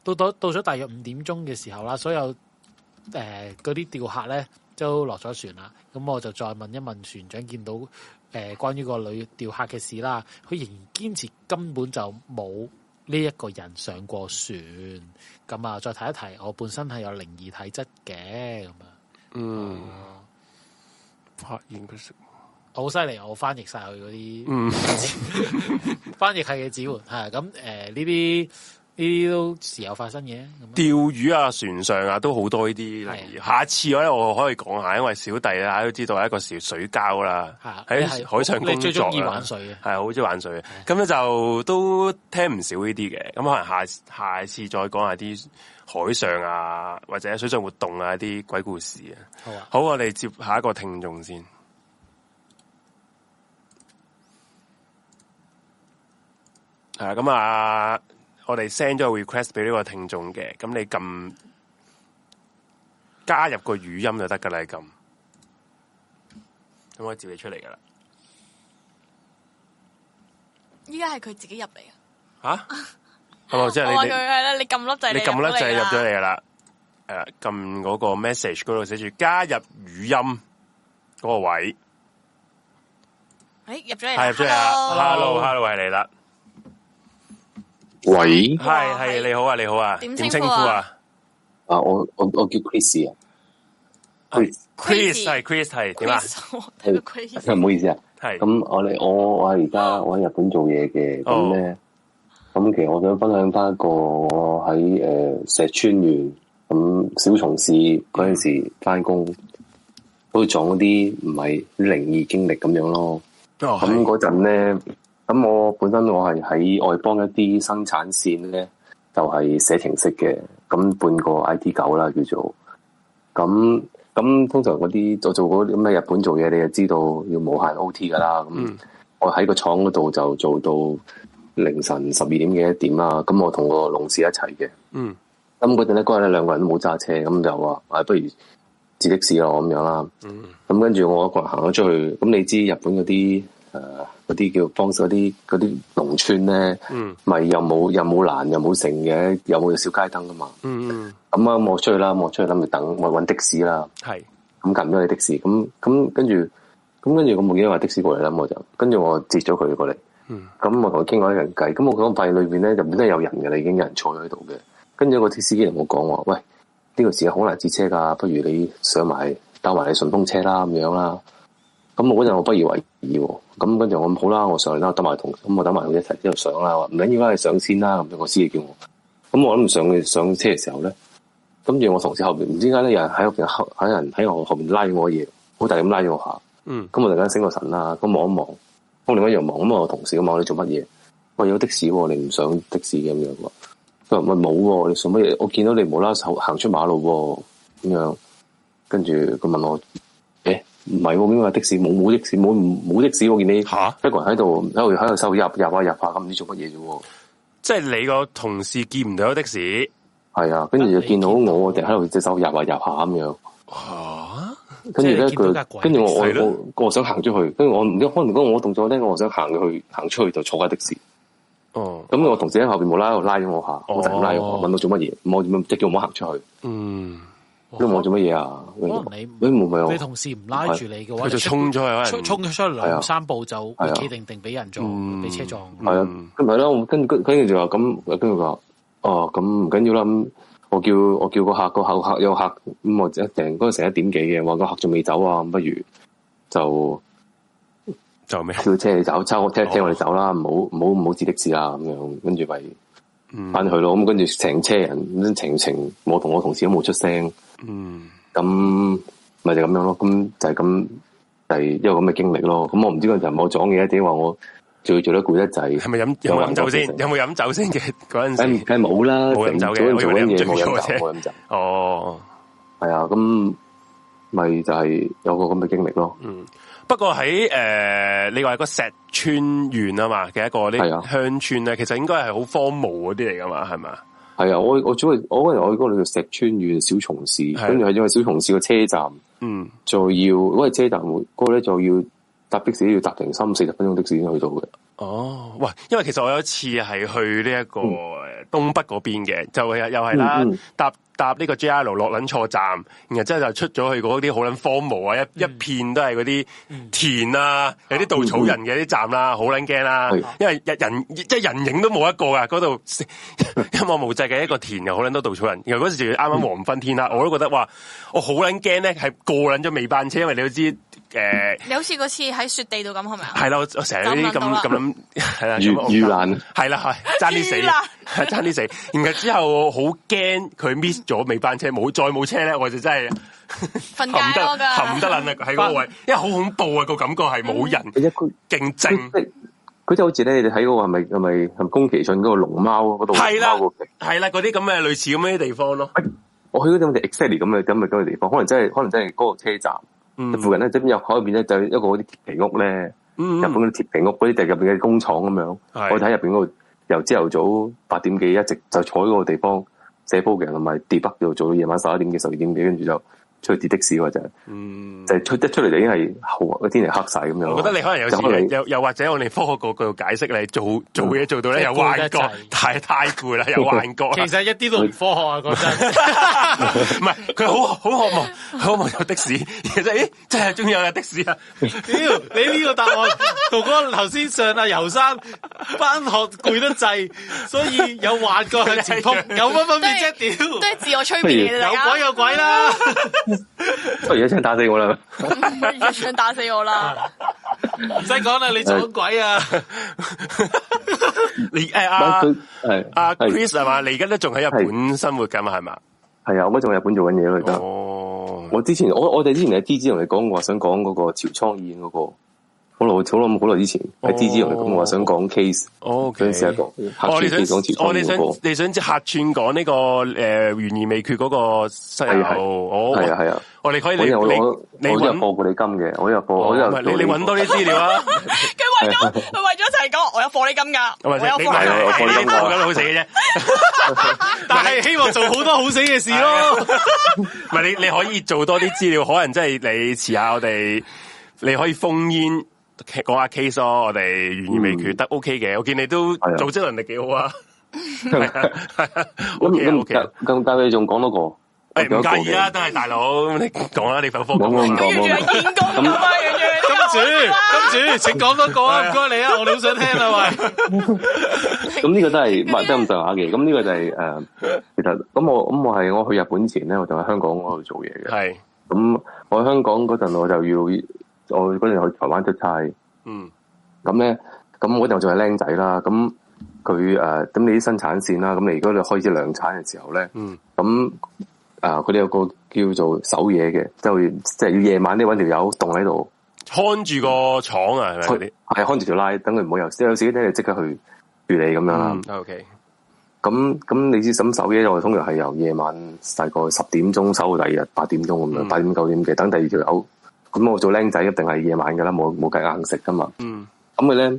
S3: 到到到咗大約五點鐘嘅時候啦，所有誒嗰啲釣客咧都落咗船啦。咁我就再問一問船長，見到誒、呃、關於個女釣客嘅事啦，佢仍然堅持根本就冇呢一個人上過船。咁啊，再提一提，我本身係有靈異體質嘅咁啊。
S1: 嗯，發現佢食，
S3: 我好犀利，我翻譯晒佢嗰啲
S1: 嗯，
S3: 翻譯係嘅指換，係咁誒呃呢啲呢啲都時有發生嘅。咁啊
S1: 釣魚啊、船上啊都好多呢啲
S3: 係
S1: 例如。下次咧，我可以講下，因為小弟咧都知道係一個小水膠啦
S3: 係啊，
S1: 喺
S3: 你係
S1: 海上工作
S3: 你最中意
S1: 啦
S3: 玩水啊嘅
S1: 係好中意玩水嘅。咁咧就都聽唔少呢啲嘅。咁可能下下次再講下啲海上啊，或者水上活動啊啲鬼故事啊。
S3: 好啊，
S1: 好，我哋接下一個聽眾先。系咁啊！我哋 send 咗個 request 俾呢個聽眾嘅，咁你撳加入個語音就得噶啦，你撳咁我照你出嚟噶啦。
S2: 依家係佢自己入嚟啊！
S1: 吓，咁啊，即係
S2: 我話
S1: 你
S2: 佢
S1: 哋
S2: 係啦，你撳粒掣，
S1: 你撳
S2: 入
S1: 粒
S2: 咗
S1: 掣
S2: 嚟
S1: 入
S2: 啦
S1: 咗嚟噶啦，係啦，撳嗰個 message 嗰度寫住加入語音嗰個位。
S2: 诶，哎入咗嚟
S1: 系
S2: 啦，
S1: 入咗嚟啦
S2: Hello
S1: ，hello，hello，係你啦，
S7: 喂，
S1: 系
S2: 哇
S1: 係
S2: 係
S1: 你好啊，你好啊，
S2: 點
S1: 點
S2: 稱呼
S1: 呼
S2: 啊
S1: 啊
S7: 啊，我我我叫 Chris 啊，Chris，
S1: ？Chris
S2: Crazy
S1: 係 Chris 係點啊？
S2: Chris，我睇到 Chris，
S7: 唔好意思啊，
S1: 係
S7: 咁我哋我我而家我喺日本做嘢嘅，
S1: 哦
S7: 咁咧，咁其實我想分享翻一個我喺呃誒石川縣咁小松市嗰陣時翻工，都撞嗰啲唔係靈異經歷咁樣咯。
S1: 哦
S7: 咁
S1: 係
S7: 嗰陣咧，咁我本身我係喺外邦一啲生產線咧，就係、寫程式嘅，咁半個 I T 狗啦叫做。咁咁通常嗰啲我做嗰啲咁嘅日本做嘢，你就知道要無限 O T 噶啦。咁
S1: 嗯
S7: 我喺個廠嗰度就做到凌晨十二點幾一點啦。咁我同個同事一齊嘅。
S1: 嗯。
S7: 咁嗰陣咧，嗰日咧兩個人都冇揸車，咁就話：，啊，不如自的士咯，咁樣啦。咁跟住我一個人行咗出去，咁你知日本嗰啲誒嗰啲叫幫手嗰啲嗰啲農村咧，咪、又冇又冇欄又冇城嘅，又冇小街燈噶嘛。
S1: 嗯嗯
S7: 咁啊，我出去啦，我出去諗住等，我揾的士啦。
S1: 係
S7: 咁撳咗你的士，咁咁跟住，咁跟住我冇記得話的士過嚟啦，咁我就跟住我截咗佢過嚟，咁我同佢傾過一陣偈，咁我講發現裏邊咧就本身有人嘅啦，已經有人坐咗喺度嘅，跟住個的士司機同我講話，喂，呢個時間好難截車㗎，不如你上埋搭埋你順風車啦，咁樣啦。咁我嗰陣我不以為意喎，咁跟住我好啦，我上啦，我等埋同，咁我等埋佢一齊之後上啦，話唔緊要啦，你上先啦，咁樣個司機叫我，咁我諗上去上車嘅時候咧。跟住我同事後邊唔知點解咧，有人喺我邊後，有人喺我後邊拉我嘢，好大力咁拉咗我下。
S1: 嗯，
S7: 咁我突然間醒個神啦，咁望一望，我另外一樣望，咁我同事咁望你做乜嘢？喂，有的士喎、你唔上的士嘅咁樣喎。佢話喂冇喎，你上乜嘢？我見到你無啦啦行行出馬路喎、咁樣。跟住佢問我：，誒唔係喎，邊個有的士？冇冇的士，冇冇的士喎！我見你一
S1: 吓
S7: 個人喺度喺度喺度收入入啊入啊咁，唔知做乜嘢啫喎。
S1: 即係你個同事見唔到的士，
S7: 係啊，跟住就見到我，我哋喺度隻手入啊入下咁樣。
S1: 吓
S7: 跟住咧
S3: 即係你見到架
S7: 佢，
S3: 鬼
S7: 跟住我
S1: 係咯
S7: 我我我想行出去，跟住我唔知可能嗰個我動作咧，我想行去行出去就坐架的士。
S1: 哦，
S7: 咁我同事喺後邊冇拉我拉咗我下，
S1: 哦
S7: 我就咁拉咗我，問我做乜嘢，咁我即係叫我唔好行出去，
S1: 嗯，
S7: 咁我做乜嘢啊？
S3: 可
S7: 跟
S3: 能
S7: 住
S3: 哦你
S7: 我誒冇咪
S3: 你
S7: 我
S3: 同事唔拉住你嘅話，
S1: 佢就衝咗去可能
S3: 衝衝咗出去
S7: 係
S3: 兩
S7: 啊
S3: 三步就
S7: 係啊
S3: 企定定俾人撞，俾車撞。
S7: 係啊
S1: 嗯，
S7: 咁咪啦，我跟跟跟住就話咁，跟住佢話哦咁唔緊要啦，咁我叫我叫個客個客客有個客咁我一定嗰陣成一點幾嘅，話個客仲未走啊，咁不如就。
S1: 就咩？
S7: 叫車你走，揸我
S1: 哦
S7: 車車我哋走啦，唔好唔好唔好指的士啦咁樣，跟住咪
S1: 嗯
S7: 翻去咯。咁跟住成車人，成程我同我同事都冇出聲，
S1: 嗯，
S7: 咁咪就咁樣咯。咁就係咁，就係一個咁嘅經歷咯。咁我唔知嗰陣時候我撞嘢，點話我做做得攰得滯，
S1: 係咪飲有冇飲酒先？
S7: 有
S1: 有冇飲酒先嘅嗰陣
S7: 梗
S1: 時？
S7: 梗係冇啦，
S1: 冇飲酒嘅
S7: 成早上做緊嘢
S1: 我
S7: 冇
S1: 以為你
S7: 飲
S1: 飲醉
S7: 酒，
S1: 咗
S7: 冇飲酒。
S1: 哦，
S7: 係啊，咁咪就係有個咁嘅經歷咯。
S1: 不過喺诶、呃你話係個石村縣啊嘛嘅一個呢
S7: 係啊
S1: 鄉村咧，其實應該係好荒蕪嗰啲嚟噶嘛，係咪啊？
S7: 係啊，我我主要我嗰陣我嗰度叫石川縣小松市，
S1: 係
S7: 跟住係因為小松市個車站
S1: 嗯，
S7: 就要嗰個車站嗰個咧就要搭的士要搭成三四十分鐘的士先去到嘅。
S1: 哦，喂，因為其實我有一次係去呢一個呃東北嗰邊嘅，就係又係啦，
S7: 嗯嗯
S1: 搭搭呢個 JR 落撚錯站，然後之後就出咗去嗰啲好撚荒蕪啊，一一
S7: 嗯
S1: 片都係嗰啲田啊，有啲稻草人嘅啲站啦，好撚驚啦
S7: 係，
S1: 因為人人即係人影都冇一個啊，嗰度 一望無際嘅一個田又好撚多稻草人，然後嗰時啱啱黃昏天
S7: 嗯
S1: 啦，我都覺得哇，我好撚驚咧，係過撚咗尾班車，因為你都知誒。呃
S2: 你好似嗰次喺雪地度咁，係咪啊？
S1: 系啦，我成日呢啲
S2: 就問
S1: 咁
S2: 到
S1: 咁啊谂，系啦，
S7: 遇遇難
S1: 系啦，系争啲
S2: 遇難
S1: 死，争啲死。然後之後好驚佢 miss 咗尾班車，冇再冇車咧，我就真係
S2: 瞓
S1: 含
S2: 街
S1: 得
S2: 咯，噶
S1: 含得撚啊啦喺嗰個位，因為好恐怖啊個感覺係冇人
S7: 一佢
S1: 勁
S7: 佢
S1: 靜，
S7: 即係佢就好似咧，你睇嗰個係咪係咪係咪宮崎駿嗰個龍貓嗰度
S1: 係啦
S7: 龍貓嗰個劇
S1: 係啦，嗰啲咁嘅類似咁嘅地方咯。
S7: 我去嗰啲咁嘅 exactly 咁嘅咁嘅咁嘅地方，可能真係可能真係嗰個車站、
S1: 嗯
S7: 附近咧，即係入口入邊咧就有一個嗰啲鐵皮屋咧，
S1: 嗯
S7: 日本嗰啲鐵皮屋嗰啲就係入邊嘅工廠咁樣。
S1: 係
S7: 我睇入邊嗰度由朝頭早八點幾一直就坐喺嗰個地方寫 program 同埋 debug 度做到夜晚十一點幾十二點幾，跟住就出去跌的士喎就係
S1: 嗯，
S7: 就係出一出嚟就已經係後個天係黑晒咁啊嗯樣。
S1: 我覺得你可能有時
S7: 就可能
S1: 又又或者我哋科學角度解釋你做做嘢做到咧
S3: 即係
S1: 有幻覺
S3: 攰得滯，
S1: 太太攰 啦，有幻覺啦。
S3: 其實一 啲都唔科學啊，講真。
S1: 唔係，佢好好渴望，好渴望有的士。 其實，咦，真係終於有架的士啊！
S3: 屌，你呢個答案，杜哥頭先上阿游生翻學攰得滯，所以有幻覺向 前衝，有乜分別啫？
S2: 都
S3: 屌，
S2: 係自我催眠嚟
S3: 有鬼
S2: 㗎，
S3: 有鬼啦！
S7: 不如一槍打死我啦！
S2: 有鬼想打死我啦！
S3: 唔使講啦，你撞鬼啊！
S1: 你誒
S7: 佢
S1: 阿
S7: 係
S1: 阿啊
S7: 係
S1: Chris 係嘛？你而家都仲喺日本生活緊嘛？係嘛？
S7: 係啊！我嗰陣喺日本做緊嘢咯，而家。
S1: 哦，
S7: 我之前我我哋之前喺 D 之同你講，我話想講嗰個潮倉燕嗰、個，好耐好耐好耐以前喺 D 之同你講，我話想講 case，
S1: 哦，OK
S7: 嗰陣時一個客
S1: 我
S7: 串
S1: 哋
S7: case
S1: 想
S7: 講潮
S1: 我
S7: 倉
S1: 哋
S7: 燕
S1: 想
S7: 嗰、個，
S1: 你想客串講呢個誒懸而未決嗰個室
S7: 係係
S1: 友，我
S7: 係啊係啊，
S1: 我哋可以
S7: 我
S1: 哦你
S7: 有攞
S1: 你你
S7: 我有
S1: 揾
S7: 播過你金嘅，我有播
S1: 哦
S7: 我有
S1: 唔係你你揾多啲資料啊！
S2: 佢為咗佢為咗就係講，我有貨你金㗎，
S1: 唔
S2: 我有
S1: 係你你
S2: 貨
S7: 啊我有
S1: 你
S7: 放
S1: 你
S7: 心㗎
S1: 講緊好死嘅 啫。
S3: 但係希望做好多好死嘅事咯。
S1: 唔係你你可以做多啲資料，可能真係你遲下我哋你可以封煙講下 case 咯，我哋懸而未決得 OK 嘅。我見你都
S7: 嗯係啊
S1: 組織能力幾好 啊
S7: 咁
S1: ，OK 啊 OK 啊
S7: 咁。咁但係你仲講多個，
S1: 誒唔
S7: 我仲有一
S1: 介
S7: 個
S1: 意啊，
S7: 嘅，
S1: 都係大佬，你講啦，你份科
S7: 冇
S1: 講
S7: 冇
S1: 啦
S7: 冇
S2: 完全係見工咁啊！完全
S3: 金主，金主，請講多個啊！唔該你啊，我哋好想聽啊！喂。
S7: 咁呢個都係唔係都咁上下嘅，咁呢個就係、誒、其實咁我咁我係我去日本前咧，我就喺香港嗰度做嘢嘅。
S1: 係
S7: 咁我喺香港嗰陣，我就要我嗰陣去台灣出差，
S1: 嗯
S7: 咁咧咁嗰陣我仲係僆仔啦，咁佢誒咁你啲生產線啦，咁你如果你開始量產嘅時候咧，
S1: 嗯
S7: 咁啊佢哋有個叫做守夜嘅，即係即係要夜晚咧揾條友棟喺度，
S1: 看住個廠啊，係咪嗰啲
S7: 係看住條拉，等佢唔好有事，有時咧就即刻去處理咁樣啦。
S1: 嗯？OK，
S7: 咁咁你知咁守夜，我通常係由夜晚大概十點鐘守到第二日八點鐘咁樣，
S1: 嗯
S7: 八點九點嘅，等第二條友。咁我做僆仔一定係夜晚㗎啦，冇冇計硬食㗎嘛。
S1: 嗯
S7: 咁佢咧，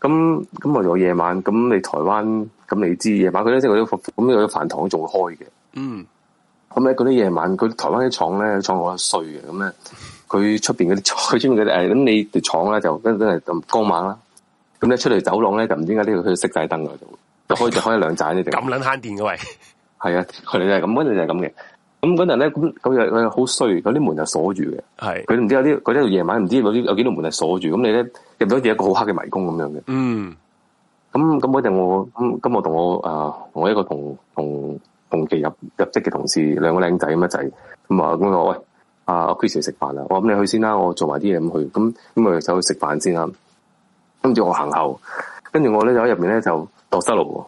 S7: 咁咁我做夜晚，咁你台灣咁你知夜晚佢咧即係嗰啲咁有啲飯堂仲會開嘅。
S1: 嗯
S7: 咁咧嗰啲夜晚，佢台灣啲廠咧廠我衰嘅，咁咧佢出邊嗰啲廠佢出邊嗰啲誒，咁你條廠咧就真真係咁光猛啦。咁咧出嚟走廊咧就唔知點解呢度 佢熄晒燈㗎就就開就開一兩盞嘅啫。
S1: 咁撚慳電嘅喂，
S7: 係啊，佢哋就係咁，嗰陣就係咁嘅。咁嗰陣咧，咁佢又佢又好衰，嗰啲門就鎖住嘅。
S1: 係
S7: 佢唔知有啲嗰啲夜晚唔知有啲有幾道門係鎖住，咁你咧入到好似一個好黑嘅迷宮咁樣嘅。
S1: 嗯
S7: 咁咁嗰陣我咁咁我同我啊同我一個同同同期入入職嘅同事兩個靚仔咁一齊，咁啊咁我話喂啊阿 Chris 食飯啦，我話咁你去先啦，我做埋啲嘢咁去，咁咁咪就去食飯先啦。跟住我行後，跟住我咧就喺入面咧就落失路喎。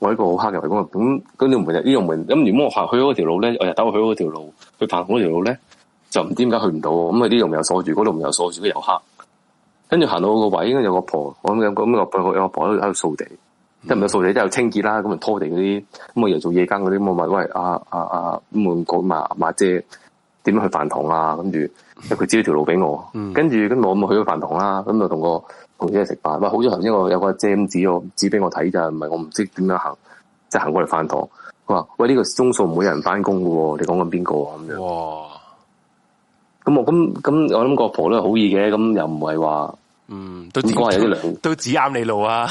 S7: 我喺一個好黑嘅圍攻入邊，咁嗰條門就呢條門咁。如果我行去嗰條路咧，我日頭去嗰條路，去彭嗰條路咧，就唔知點解去唔到喎。咁佢呢度門又鎖住，嗰度門又鎖住，跟住又黑。跟住行到個位，應該有個婆，我諗有個咁有個有個婆喺度喺度掃地，即係唔係掃地，即係清潔啦，咁咪拖地嗰啲，咁我又做夜間嗰啲，咁我問喂啊啊啊，咁我講埋阿姐，點樣去飯堂啊，跟住因為佢指咗條路俾我，
S1: 嗯
S7: 跟住咁我咪去咗飯堂啦，咁就同個同姐食飯。喂，好彩頭先我有個姐咁指我指俾我睇咋，唔係我唔知點樣行，即係行過嚟飯堂。佢話：喂，呢、個鐘數唔會有人翻工嘅喎，你講緊邊個啊？咁樣。
S1: 哇，
S7: 咁我咁咁，我諗個婆都係好意嘅，咁又唔係話
S1: 嗯，都
S7: 咁講係有啲良
S1: 都指啱你路啊，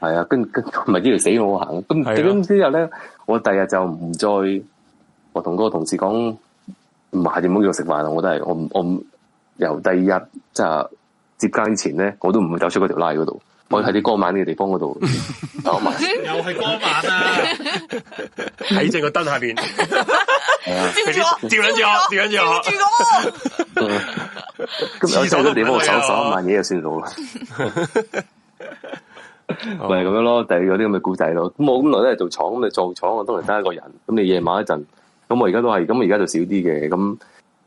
S7: 係啊，跟 跟唔係呢條死路我行。咁
S1: 係啊
S7: 咁之後咧，我第日就唔再，我同嗰個同事講唔係點樣叫我食飯啊！我都係我唔我唔由第二日即係接更之前咧，我都唔會走出嗰條拉嗰度，我
S1: 嗯
S7: 喺啲光猛嘅地方嗰度走埋。
S3: 又係光晚啊！
S1: 喺正個燈下 边，
S7: 係啊，
S2: 照住我，
S1: 吊撚住我吊撚住我
S2: 吊住我，
S7: 咁有
S1: 廁
S7: 走
S1: 所都
S7: 咗地方
S1: 唔
S7: 我
S1: 去
S7: 搜
S1: 啊
S7: 搜一晚嘢就算數 啦。哦咪係咁樣咯，第二嗰啲咁嘅古仔咯。咁我咁耐都係做廠，咁你做廠我當然得一個人。咁你夜晚一陣，咁我而家都係，咁我而家就少啲嘅。咁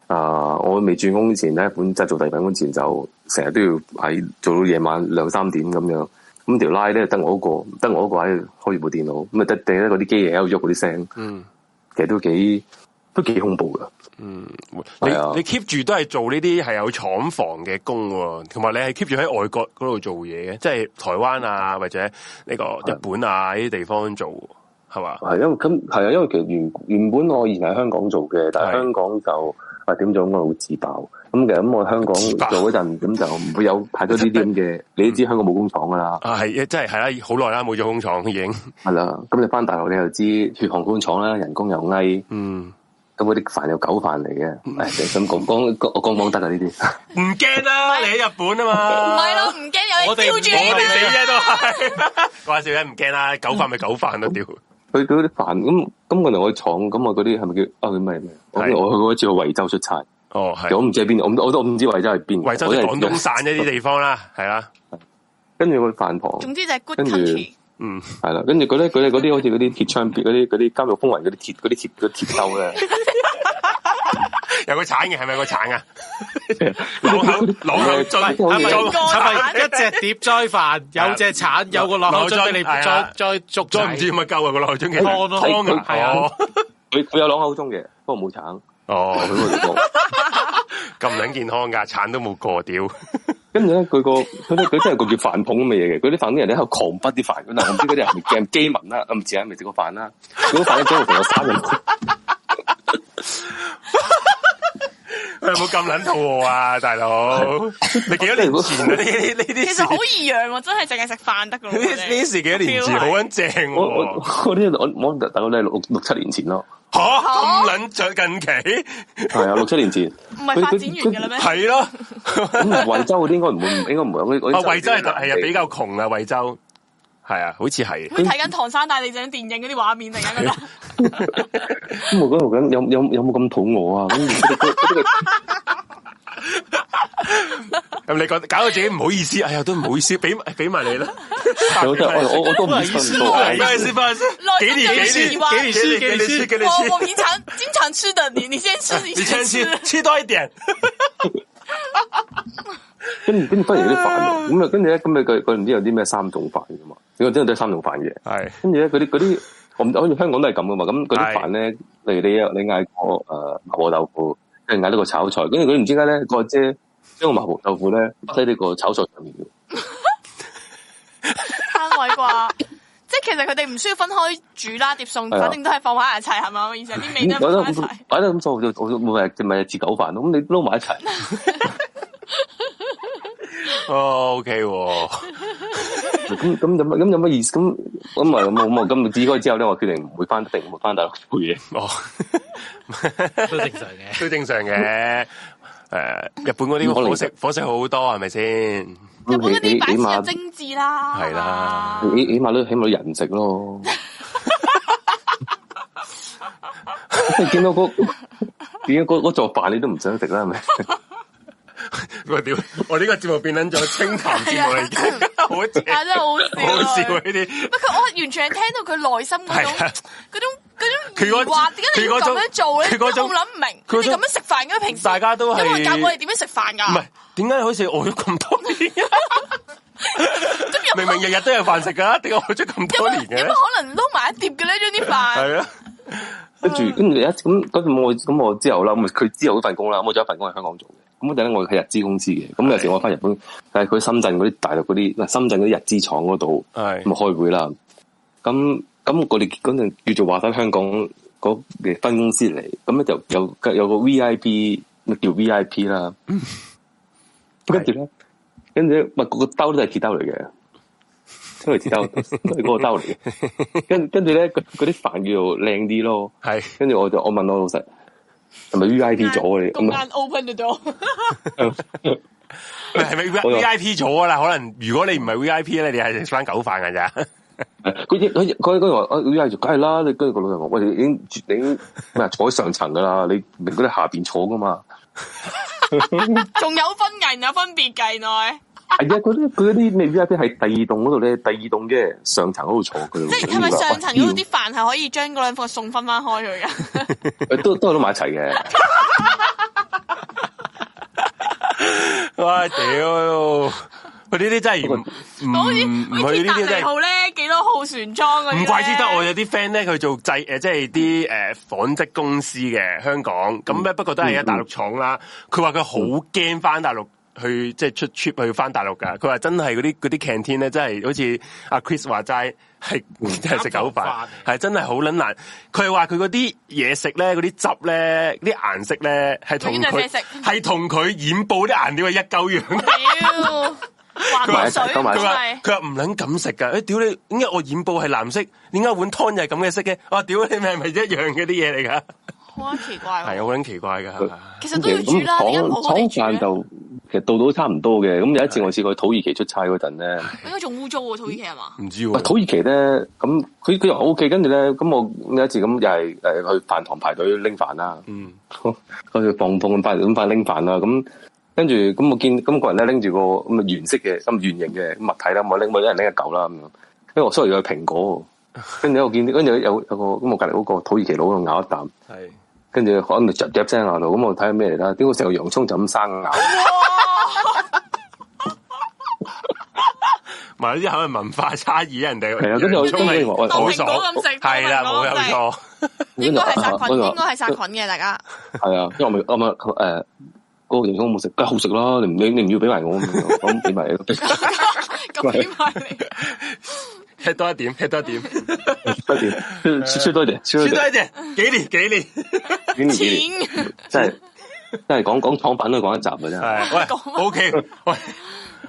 S7: 啊、我未轉工前咧，本質做第二份工前就成日都要喺做到夜晚兩三點咁樣。咁條拉咧得我一個，得我一個喺度開住部電腦，咁啊得第咧嗰啲機嘢喺度喐嗰啲聲，
S1: 嗯
S7: 其實都幾都幾恐怖噶。
S1: 嗯，你
S7: 係啊
S1: 你 keep 住都係做呢啲係有廠房嘅工喎，同埋你係 keep 住喺外國嗰度做嘢嘅，即係台灣啊或者呢個日本啊呢啲地方做，係嘛？
S7: 係因為咁係啊，因為其實原原本我以前喺香港做嘅，但
S1: 係
S7: 係香港就啊點做我會自爆。咁其實咁我香港
S1: 自爆嗯
S7: 做嗰陣，咁就唔會有太多呢啲咁嘅。你都知香港冇工廠噶啦，
S1: 啊，係，真係係啦，好耐啦，冇咗工廠已經，
S7: 係啦。咁你翻大陸你又知血汗工廠啦，人工又翳，
S1: 嗯，
S7: 咁嗰啲飯又狗飯嚟嘅。唉，咁講講講講講得啊呢 啲。
S1: 唔驚啦，你喺日本啊
S2: 唔
S1: 嘛，
S2: 係咯，唔驚有
S3: 我
S2: 你
S3: 哋
S2: 吊住
S1: 我
S2: 你啊
S1: 哋死
S2: 咩？
S1: 啫都係， 講笑啫，唔驚啦，狗飯咪狗飯咯，
S7: 嗯
S1: 屌，
S7: 佢嗰啲飯咁咁，我同我廠咁我嗰啲係咪叫啊？佢咩咩？我
S1: 係
S7: 我去過一次去惠州出差，
S1: 哦
S7: 其實
S1: 係，
S7: 我唔知喺邊，我唔我都我唔知惠州係邊。
S1: 惠州
S7: 我
S1: 即
S7: 都
S1: 係
S7: 係
S1: 廣東省一啲地方啦，係啦，
S7: 跟住個飯堂。
S2: 總之就係 good
S7: 跟住
S2: country。
S1: 嗯，
S7: 系啦，跟住佢咧，佢咧嗰啲好似嗰啲鐵窗邊嗰啲嗰啲監獄風雲嗰啲鐵嗰啲鐵嗰啲鐵兜咧，
S1: 有個鏟嘅係咪有個鏟 啊？朗口朗口樽，
S7: 係咪
S1: 係咪係
S2: 乾
S3: 啊
S1: 咪
S2: 飯
S3: 一隻碟齋飯，有隻橙，有個落口
S1: 落口
S3: 樽
S1: 樽
S3: 俾你
S1: 係
S3: 再
S1: 啊
S3: 再捉
S1: 再 唔知點解夠啊個內中嘅
S3: 湯咯
S1: 湯啊，
S3: 係啊
S1: 哦
S7: 佢佢有朗口中嘅，不過冇橙，佢
S1: 哦，
S7: 嗰個地方。
S1: 咁撚健康㗎，鏟都冇過屌，
S7: 跟住咧，佢個佢咧佢真係個叫飯桶咁嘅嘢嘅，嗰啲飯啲人咧喺度狂滗啲飯，啊嗱我唔知嗰啲係咪驚基民啦，我唔知啊，未食過飯啦，嗰啲飯咧總共有三人，
S1: 佢有冇咁撚肚餓啊，大佬？你幾多年 前啊？呢啲呢啲
S2: 其實
S1: 事
S2: 好易養喎，真係淨係食飯得噶
S1: 呢啲 呢啲事幾多年前好撚正
S7: 我我
S1: 喎，
S7: 我呢我我大概咧六六七年前咯，
S1: 嚇咁撚着近期
S7: 係啊六七年前，
S2: 唔係發展完嘅啦咩？
S1: 係咯，
S7: 咁惠州嗰啲應該唔會應該唔會有嗰
S1: 啊
S7: 啲
S1: 惠州係係啊比較窮啊惠州，係啊好似係
S2: 會睇緊《唐山大地震》電影嗰啲畫面，突然間覺得
S7: 咁我嗰度緊有有有冇咁肚餓啊？咁佢哋佢佢哋
S1: 咁你覺得搞到自己唔好意思，哎呀都唔好意思，俾俾埋你啦，
S7: 我真係我我我都唔 信到。
S1: 唔好意思，不好意思，幾年幾年幾年
S2: 內
S1: 幾年幾年 幾年
S2: 我我平常經常吃的，你你先 吃，你
S1: 你
S2: 先
S1: 先
S2: 吃。
S1: 吃吃多一點。
S7: 跟住跟住忽然有啲飯，咁啊跟住咧，咁咪佢佢唔知有啲咩三種飯噶嘛？你真係得三種飯嘅。
S1: 係
S7: 跟住咧，嗰啲嗰啲，我唔好似香港都係咁噶嘛。咁嗰啲飯咧，例如你你嗌個誒麻婆豆腐，跟住嗌到個炒菜，跟住佢唔知點解咧，個姐將個麻婆豆腐咧擠呢個炒菜上面嘅。
S2: 單位啩。即係其實佢哋唔需要分開煮啦，碟餸
S7: 係啊
S2: 反正都係放埋一齊，係咪？我意思係啲味
S7: 咁
S2: 都係
S7: 我
S2: 放埋一
S7: 覺得
S2: 齊。
S7: 擺得咁做就我咪咪係自狗飯咯。咁你撈埋一齊，
S1: 哦，OK 喎，
S7: 咁咁有乜咁有乜意思？咁咁啊咁啊咁啊咁啊，自嗰之後咧，我決定唔會翻，一定唔會翻大陸做嘢。
S1: 哦，
S3: 都正常嘅。
S1: 都正常嘅。诶、日本嗰啲伙食伙食好多係咪先？
S2: 日本嗰
S7: 起
S2: 啲擺
S7: 起
S2: 設
S7: 碼
S2: 又精緻啦，
S1: 係啦
S2: 係嘛
S7: 起起碼都起碼人食咯。你見到嗰見到嗰嗰座飯你都唔想食啦，係咪？
S1: 我屌，我呢個節目變撚咗清談節目嚟嘅， 好正，
S2: 但係真係
S1: 好
S2: 好
S1: 笑啊
S2: 笑啊。
S1: 呢啲。
S2: 不過我完全係聽到佢內心嗰種
S1: 係啊
S2: 嗰種嗰種
S1: 佢
S2: 疑
S1: 嗰
S2: 惑，點解你要
S1: 佢嗰
S2: 咁
S1: 種
S2: 樣做咧？
S1: 佢嗰種
S2: 我諗唔明，
S1: 佢嗰
S2: 你
S1: 種
S2: 咁樣食飯嘅平時，
S1: 大家都係
S2: 因為教我哋點樣食飯
S1: 唔
S2: 㗎
S1: 係，點解好似餓咗咁多年？
S2: 咁有
S1: 明明日日都有飯食噶，點解餓咗咁
S2: 有
S1: 多年
S2: 乜有
S1: 嘅
S2: 乜？可能撈埋一碟嘅咧？將啲飯
S1: 係啊，
S7: 跟住跟住有一咁咁我咁我之後啦，咁佢之後嗰份工啦，咁我仲有一份工喺香港做嘅，咁嗰陣咧我係日資公司嘅，咁有時我翻日本，但係佢深圳嗰啲大陸嗰啲，嗱深圳嗰啲日資廠嗰度咁
S1: 系
S7: 咪開會啦，咁咁我哋嗰陣叫做話翻香港嗰嘅分公司嚟，咁咧就有有個 V I P 叫 V I P 啦，跟住咧，跟住咧，咪個兜都係鐵兜嚟嘅。都係鐵兜，都係嗰個兜嚟嘅。跟跟住咧，嗰嗰啲飯叫做靚啲咯。
S1: 系
S7: 跟住我就我問我老細，係咪 V I P 咗你？
S2: 咁
S7: 咁啊
S2: 啱 open 咗到，
S1: 系咪
S7: 我
S1: V I P 咗噶啦？可能如果你唔系 V I P 咧，你係食翻狗飯噶咋？
S7: 佢一佢佢佢話啊 V I P，梗係啦。你跟住個老細話，我哋已經你已經咩啊 坐喺上層㗎啦，你你嗰啲下邊坐㗎嘛。
S2: 仲有分藝有分別嘅原來，
S7: 係啊，佢啲佢嗰啲咩 V I P 係第二棟嗰度咧，第二棟嘅上層嗰度坐佢。
S2: 即係係咪上 層嗰度啲飯係可以將嗰兩份餸分翻開佢㗎？
S7: 啲都都係都埋一齊嘅？
S1: 哇屌！佢呢啲真係唔唔
S2: 好似
S1: 唔
S2: 好似
S1: 佢呢
S2: 達
S1: 啲真
S2: 尼
S1: 係。
S2: 號咧，幾多號船裝嗰啲
S1: 唔
S2: 呢
S1: 怪之得我有啲 friend 咧，佢做製誒，即係啲誒紡織公司嘅香港，咁咧不過都係喺大陸廠啦。佢話佢好驚翻大陸去，即係出 trip 去翻大陸㗎。佢話真係嗰啲嗰啲 canteen 咧，真係好似阿 Chris 話齋， 係真係食狗飯
S3: 嗯，
S1: 係真係好撚難。佢話佢嗰啲嘢食咧，嗰啲汁咧，啲顏色咧，係同
S2: 永遠都係啡
S1: 佢
S2: 色
S1: 係同佢染布啲顏料係一鳩樣。
S2: 屌，
S1: 佢話
S2: 環水
S7: 收埋
S1: 佢話
S2: 係
S1: 佢話唔撚咁食噶，誒屌你，點解我染布係藍色，點解碗湯又係咁嘅色嘅？我話屌你咪係咪一樣嘅啲嘢嚟㗎？
S2: 好啊奇怪
S1: 係啊，
S2: 喎。
S1: 好撚奇怪㗎。
S2: 其實都要煮啦，點解冇好地煮咧
S7: 廠飯？就其實度度都差唔多嘅。咁有一次我試過去土耳其出差嗰陣咧，
S2: 應該仲污糟喎，土耳其係嘛？
S1: 唔知
S7: 喂
S1: 喎，
S7: 土耳其咧，咁佢佢又 O K，跟住咧，咁我有一次咁又係誒去飯堂排隊拎飯啦，
S1: 嗯，
S7: 跟住放放咁快咁快拎飯啦，咁跟住咁我見咁個人咧拎住個咁嘅圓式嘅咁圓形嘅物體啦，咁我拎我一人拎一嚿啦咁樣，因為我 sorry 有蘋果喎，跟住呢我見跟住有有個咁我隔離嗰個土耳其佬喺度咬一啖，
S1: 係
S7: 跟住可能嚼嚼聲咬到，咁我睇下咩嚟啦，點解成個洋葱就咁生咬？
S1: 埋呢啲可能文化差異人哋
S7: 係啊，跟住我
S1: 洋葱
S7: 跟住
S1: 係
S7: 我喂
S1: 好
S2: 冇
S1: 爽
S2: 蘋果咁食，
S1: 係啦，冇有
S2: 錯。
S1: 錯，
S2: 應該
S1: 啊
S2: 係
S7: 跟住
S2: 殺
S7: 我
S2: 菌，
S7: 我
S2: 應該係殺菌嘅，大家。
S7: 係啊，因為我咪我咪誒嗰個洋葱好食，梗係好食啦！你唔你你唔要俾埋我，咁俾埋你 咯，
S2: 咁點埋你？
S1: 吃多一點，吃多一點，
S7: 多啲，燒多
S1: 輸
S7: 啲，燒多
S1: 多一隻，幾年幾年，
S7: 啲，幾年幾年，
S2: 錢
S7: 真係真係講講廠品都講一集嘅真係。
S1: 係喂
S2: 講
S1: ，OK，喂。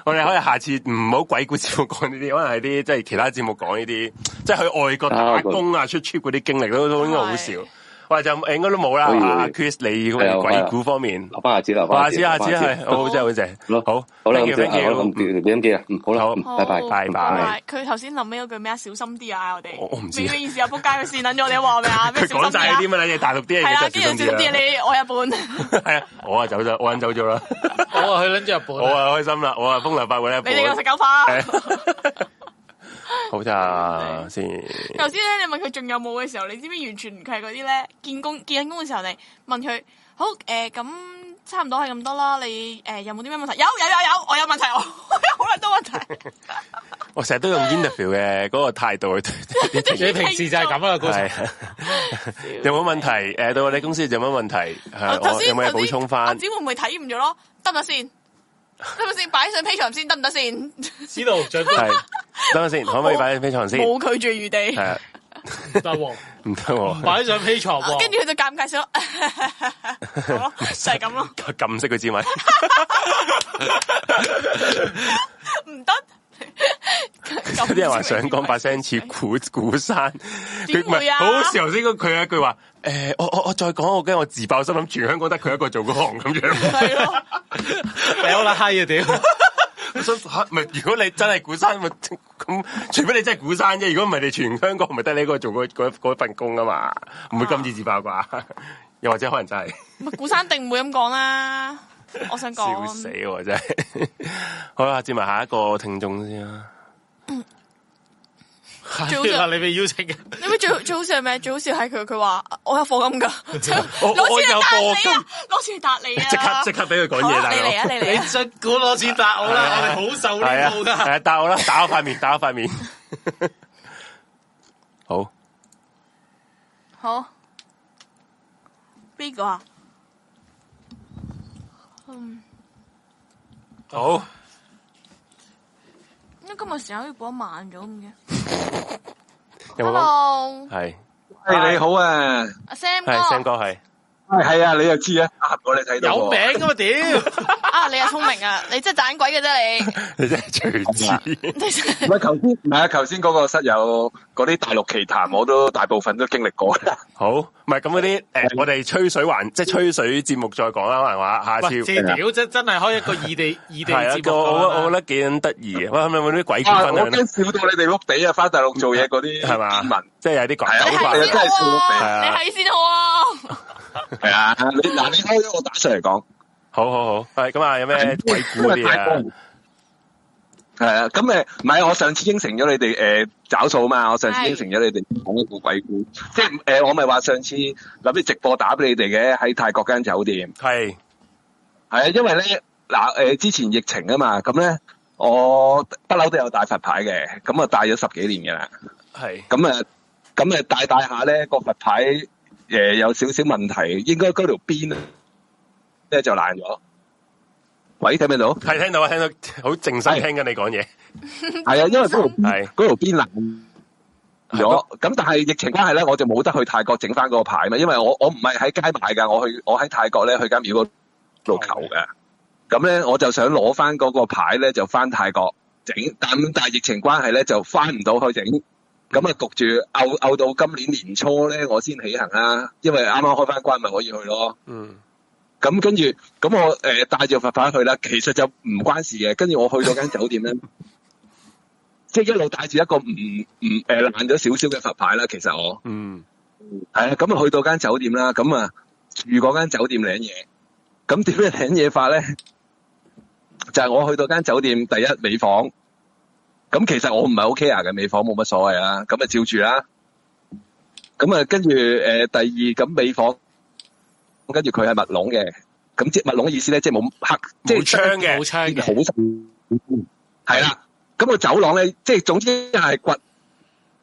S1: 我哋可以下次唔好鬼故節目講呢啲，可能係啲即係其他節目講呢啲，即係去外國打工啊、出 trip 嗰啲經歷都都應該好少
S2: 係。
S1: 喂，就應該都冇啦。
S7: 可以
S1: 阿
S7: 可以
S1: Chris，你
S7: 係啊
S1: 嗰個鬼故方面，
S7: 留翻下次，留
S1: 哇
S7: 翻
S1: 下次下次
S7: 留返
S1: 係，哎好真係好正。
S7: 好
S1: 好，
S7: 好啦，
S1: thank
S7: 咁
S1: you，
S7: 就
S1: thank
S7: 好
S1: you
S7: 啦，咁俾咁機啦，嗯，好
S1: 好
S7: 啦，嗯拜拜，
S2: 好
S1: 拜拜。
S2: 佢頭先臨尾嗰句咩啊？小心啲啊！我哋
S1: 我我唔知
S2: 你咩意思啊？仆街佢線撚咗你話咩啊？咩
S1: 佢
S2: 小心
S1: 講晒
S2: 啲啊
S1: 啲？乜嘢大陸啲嘢
S2: 係
S1: 嘢
S2: 啊，跟
S1: 就
S2: 住
S1: 小
S2: 小
S1: 心
S2: 心
S1: 啲
S2: 啲啊
S1: 啦。
S2: 你我日 本，
S1: 係啊，我啊走咗，我人走咗啦。
S3: 我啊去撚咗日本
S1: 我
S3: 啊，
S1: 啊開心啦，我啊風流快活咧。
S2: 你哋又食狗花。
S1: 好咋先？
S2: 頭先咧，你問佢仲有冇嘅時候，你知唔知完全佢係嗰啲咧見工見緊工嘅時候，你問佢好誒咁、差唔多係咁多啦。你誒、呃有冇啲咩問題？有有有有，我有問題，我 我有好多問題。
S1: 我成日都用 interview 嘅嗰個態度 去對啲情
S3: 你平時就係咁啦，高層。
S1: 係 有冇問題？誒，對我哋公司有冇問題？ 係
S2: 我哦頭
S1: 我
S2: 先
S1: 有冇嘢
S2: 頭
S1: 補
S2: 先
S1: 充
S2: 阿
S1: 翻？
S2: 子會唔會體驗咗咯？得唔得先？得唔得先？擺上 P 場先得唔得先？
S3: 知道長官
S1: 係等下先，可唔可以擺喺飛床先？
S2: 冇拒絕餘地。
S1: 係啊
S3: 唔得喎，
S1: 唔得喎，
S3: 擺上 P 床 喎。
S2: 跟住佢就尷尬笑， 好咯，就係咁咯，
S1: 撳熄佢支咪。
S2: 唔得。有
S1: 有啲人話想講把聲似古古 山，佢
S2: 點
S1: 唔
S2: 會
S1: 係
S2: 啊
S1: 好似頭先嗰佢有一句話，誒、我我我再講，我驚我自爆，心諗全香港得佢一個做嗰行咁樣。
S2: 係咯。
S3: 你好啦閪啊屌！
S1: 我想嚇唔係，如果你真係古山，咪 咁除非你真係古山啫。如果唔係，你全香港咪得你一個做嗰嗰嗰份工啊嘛，唔會咁易自爆啩？ 又或者可能真係
S2: 唔係古山定唔會咁講啦。我想
S1: 笑
S2: 講，
S1: 死我真係。 好啦，接埋下一個聽眾先啊啦。
S2: 最好
S3: 原
S2: 笑
S3: 來，你被邀請嘅，
S2: 你咪最最好笑係咩？最好笑係佢佢話我有課金㗎，
S1: 我
S2: 攞
S1: 我
S2: 錢
S1: 有課
S2: 嚟答你
S1: 金
S2: 啊，，攞錢嚟答你啊！
S1: 即刻即刻俾佢講
S2: 好
S1: 嘢，
S2: 啦
S1: 大
S2: 你嚟啊，啊
S1: 佬。
S2: 你嚟
S3: 你
S2: 啊！
S3: 盡管攞錢答我啦，我哋好受
S1: 係
S3: 呢
S1: 啊，
S3: 套
S1: 係
S3: 噶。
S1: 啊，打我啦，打我塊面，打 我塊面。好，
S2: 好，呢個啊？嗯，
S1: 好，
S2: 因為今日時間好似過得慢咗咁嘅。
S1: 有冇
S2: Hello，
S1: 講？系
S8: 喂，你好啊，
S2: 阿 Sam
S1: 系 Sam
S2: 哥，
S1: 哥系，
S8: 系啊，你又知啊，呃我你睇到
S3: 有
S8: 我
S3: 名噶嘛？屌，
S2: 啊，你又聰明啊， 你真係盞鬼嘅啫
S1: 你真系隨知。
S2: 你。你真係
S8: 唔係頭先，唔係啊，頭先嗰個室友嗰啲大陸奇談，我都大部分都經歷 過啦。
S1: 好，唔系咁嗰啲诶，我哋吹水環即系吹水節目再講啦，可能話下
S3: 喂，
S1: 次
S3: 即係屌真真係開一個 異地異地
S1: 係啊，
S3: 節
S1: 個
S3: 目
S1: 我
S3: 講
S1: 我我覺
S3: 啦
S1: 得幾得意啊嘅，喂，係咪搵啲鬼故
S8: 哇
S1: 分
S8: 啊我
S1: 享咧啊
S8: 驚笑到你哋碌地啊！翻大陸做嘢嗰啲
S1: 係
S8: 市
S1: 嘛
S8: 民，
S1: 即係有啲鬼
S8: 係啊
S1: 手法
S8: 我
S2: 你
S8: 哋
S2: 係
S8: 真係笑到
S1: 係啊
S2: 你係先好啊！
S8: 係啊，你嗱你開咗我打上嚟 講，
S1: 好好好，系咁啊，有咩鬼故嗰
S8: 因為
S1: 啲
S8: 太
S1: 啊
S8: 多？係啊，咁誒唔係我上次應承咗你哋誒找數嘛，我上次
S2: 係
S8: 應承咗你哋講一個鬼故，即係誒我咪話上次諗住直播打俾你哋嘅喺泰國間酒店。
S1: 係
S8: 系啊，因为咧嗱，诶、之前疫情啊嘛，咁咧我不嬲都有戴佛牌嘅，咁啊戴咗十几年嘅啦，
S1: 係
S8: 咁啊咁啊戴戴下咧个佛牌诶、誒有少少问题，应该嗰条边咧就烂咗。喂，听唔听到？
S1: 係聽到啊，聽到好靜心
S8: 係
S1: 聽緊你講嘢，
S8: 系啊，因为嗰条
S1: 係
S8: 嗰条边烂咗，咁但系疫情关系咧，我就冇得去泰国整翻嗰个牌嘛，因为我我唔系喺街买噶，我去我喺泰国咧去间庙嗰度求嘅，咁咧我就想攞翻嗰个牌咧就翻泰国整，但但系疫情关系咧就翻唔到去整。咁啊，焗住漚漚到今年年初咧，我先起行啦，因為啱啱開翻關咪可以去咯。
S1: 嗯，
S8: 咁跟住，咁我诶带住佛牌去啦，其實就唔關事嘅。跟住我去到間酒店咧，即係一路帶住一個唔唔诶烂咗少少嘅佛牌啦。其實我
S1: 嗯，
S8: 係啊，咁啊去到間酒店啦，咁啊住嗰間酒店領嘢，咁點樣領嘢法咧？ 就係我去到間酒店第一尾房，咁其實我唔係 O K 啊嘅尾房冇乜所謂啦，咁啊照住啦。咁啊跟住诶、呃第二咁尾房，跟住佢係密籠嘅，咁即係密籠嘅意思咧，即係冇黑，即
S1: 冇
S8: 係
S1: 槍嘅
S3: 冇，槍
S8: 好
S3: 嘅，
S8: 係啦，咁個走廊咧，即係總之係掘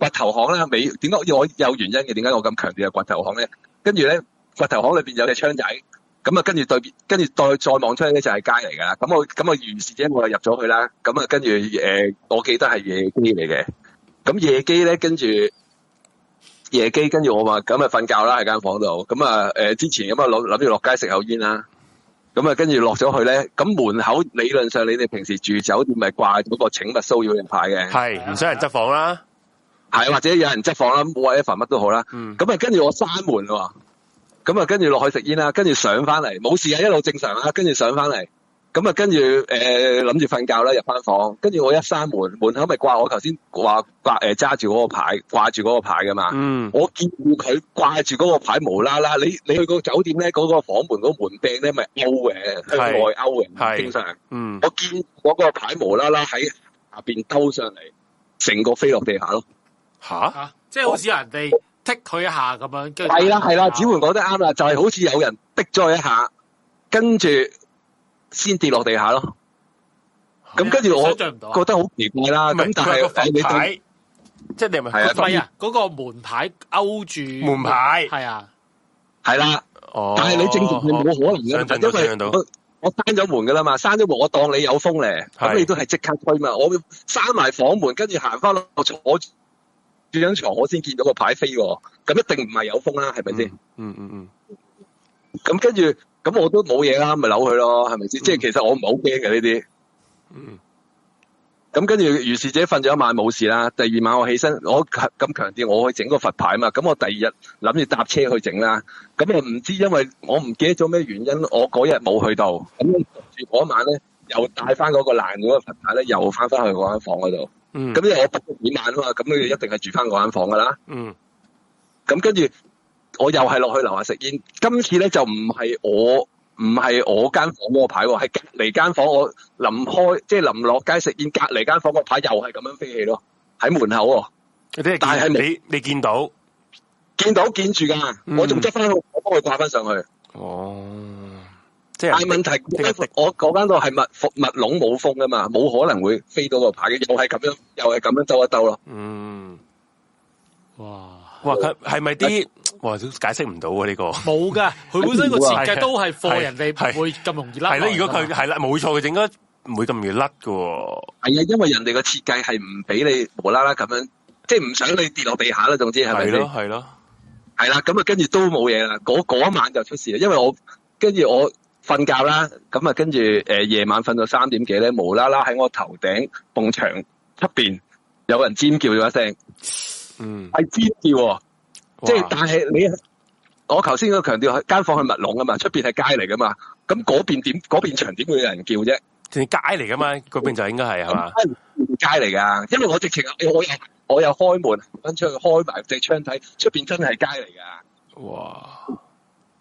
S8: 掘頭巷啦。尾點解我我有原因嘅？點解我咁強調係掘頭巷咧？跟住咧，掘頭巷裏邊有隻窗仔，咁啊，跟住對面，跟住再再望出去咧就係街嚟㗎啦。咁我咁我完事啫，我就入咗去啦。咁啊，跟住誒，我記得係夜機嚟嘅。咁夜機咧，跟住。夜機，跟住我話咁啊瞓覺啦喺間房度，咁啊誒之前咁啊諗諗住落街食口煙啦，咁啊，跟住落咗去咧，咁門口理論上你哋平時住酒店咪掛嗰個請勿騷擾嘅牌嘅，
S1: 係唔想人執房啦，
S8: 係或者有人執房啦，whatever 乜都好啦。
S1: 嗯，
S8: 咁啊，跟住我閂門喎，咁啊，跟住落去食煙啦，跟住上翻嚟冇事啊，一路正常啦，跟住上翻嚟，咁啊，跟住誒諗住瞓覺啦，入翻房，跟住我一閂門，門口咪掛我頭先掛掛誒揸住嗰個牌，掛住嗰個牌噶嘛。
S1: 嗯，
S8: 我見到佢掛住嗰個牌無啦啦，你你去個酒店咧，嗰、個房門嗰個門柄咧咪勾嘅，向外勾
S1: 係
S8: 嘅，經常。
S1: 嗯，
S8: 我見嗰個牌無啦啦喺下邊兜上嚟，成個飛落地下咯。
S1: 吓，
S3: 啊即係好似有人哋剔佢一下咁樣，跟 住啊
S8: 係啦係啦，子桓講得啱啦，就係、好似有人逼咗佢一下，跟住先跌落地下咯。咁跟住我
S3: 想象唔到啊
S8: 覺得好奇怪啦，
S1: 唔係
S8: 咁但
S1: 佢有個
S8: 係
S1: 佛
S8: 你
S1: 牌
S8: 對，
S1: 即係你係咪
S8: 係啊
S1: 佛
S3: 唔係啊，嗰個門牌勾住
S1: 門牌
S3: 係啊，
S8: 係啦。
S1: 哦，
S8: 但係你正常係冇可能
S1: 想像
S8: 嘅，
S1: 到想
S8: 因
S1: 像到
S8: 為我我閂咗門㗎啦嘛，閂咗門我當你有風咧，
S1: 係
S8: 咁你都係即刻推嘛。我閂埋房門，跟住行翻落坐住張床，我先見到個牌飛喎。咁一定唔係有風啦，係咪先？
S1: 嗯嗯嗯嗯，
S8: 咁跟住咁我都冇嘢啦，咪扭佢咯，係咪先？即係其實我唔係好驚嘅呢啲。
S1: 嗯。
S8: 咁跟住如是者瞓咗一晚冇事啦，第二晚我起身，我咁強調我去整個佛牌嘛，咁我第二日諗住搭車去整啦，咁我唔知因為我唔記得咗咩原因，我嗰日冇去到，咁住嗰晚咧又帶翻嗰個爛嗰個佛牌咧，又翻翻去嗰間房嗰度，
S1: 嗯，
S8: 咁因為我 book 咗幾晚啊嘛，咁你一定係住翻嗰間房噶啦。
S1: 嗯，
S8: 咁跟住我又係落去樓下食煙。今次咧就唔係我唔係我間房嗰個牌喎，係隔離間房我臨開即係臨落街食煙，隔離間房個牌又係咁樣飛起咯，喺門口喎、
S1: 即係
S8: 但係
S1: 見
S8: 冇
S1: 你你見到，
S8: 見到見住㗎，
S1: 嗯
S8: 我仲執翻我幫佢掛翻上去。
S1: 哦，即
S8: 但係
S1: 係人
S8: 問題
S1: 即係
S8: 嗰間我嗰間度係密服密籠冇風㗎嘛，冇可能會飛到個牌嘅，又係咁樣，又係咁樣兜一兜咯。
S1: 嗯。
S3: 哇！
S1: 哇！佢系咪啲哇，都解釋唔到喎呢個。
S3: 冇噶，佢本身個設計都係貨人哋
S1: 係
S3: 唔會咁容易甩
S1: 係
S3: 落嚟㗎嘛。
S1: 啦，如果
S8: 啊
S1: 佢係啦，冇錯，佢應該唔會咁易甩嘅。
S8: 系啊，因為人哋個設計係唔俾你無啦啦咁樣，即係唔想你跌落地下啦。總之係咪
S1: 係
S8: 先？
S1: 咯，係咯，
S8: 係啦，咁啊，跟住都冇嘢啦。嗰嗰一晚就出事啦，因為我跟住我瞓覺啦，咁啊，跟住诶夜晚瞓到三點幾咧，無啦啦喺我頭頂埲牆出边有人尖叫咗一聲，
S1: 嗯，
S8: 係尖叫喎。即係
S1: 哇
S8: 但係你，我頭先都強調係間房係密籠啊嘛，出边係街嚟噶嘛，咁嗰邊點嗰邊牆點會有人叫啫？
S1: 條街嚟噶嘛，嗰邊就應該係係嘛，
S8: 咁街嚟噶，因為我直情我又我又開門搵出去開埋隻窗睇，出边真係街嚟噶，
S1: 哇，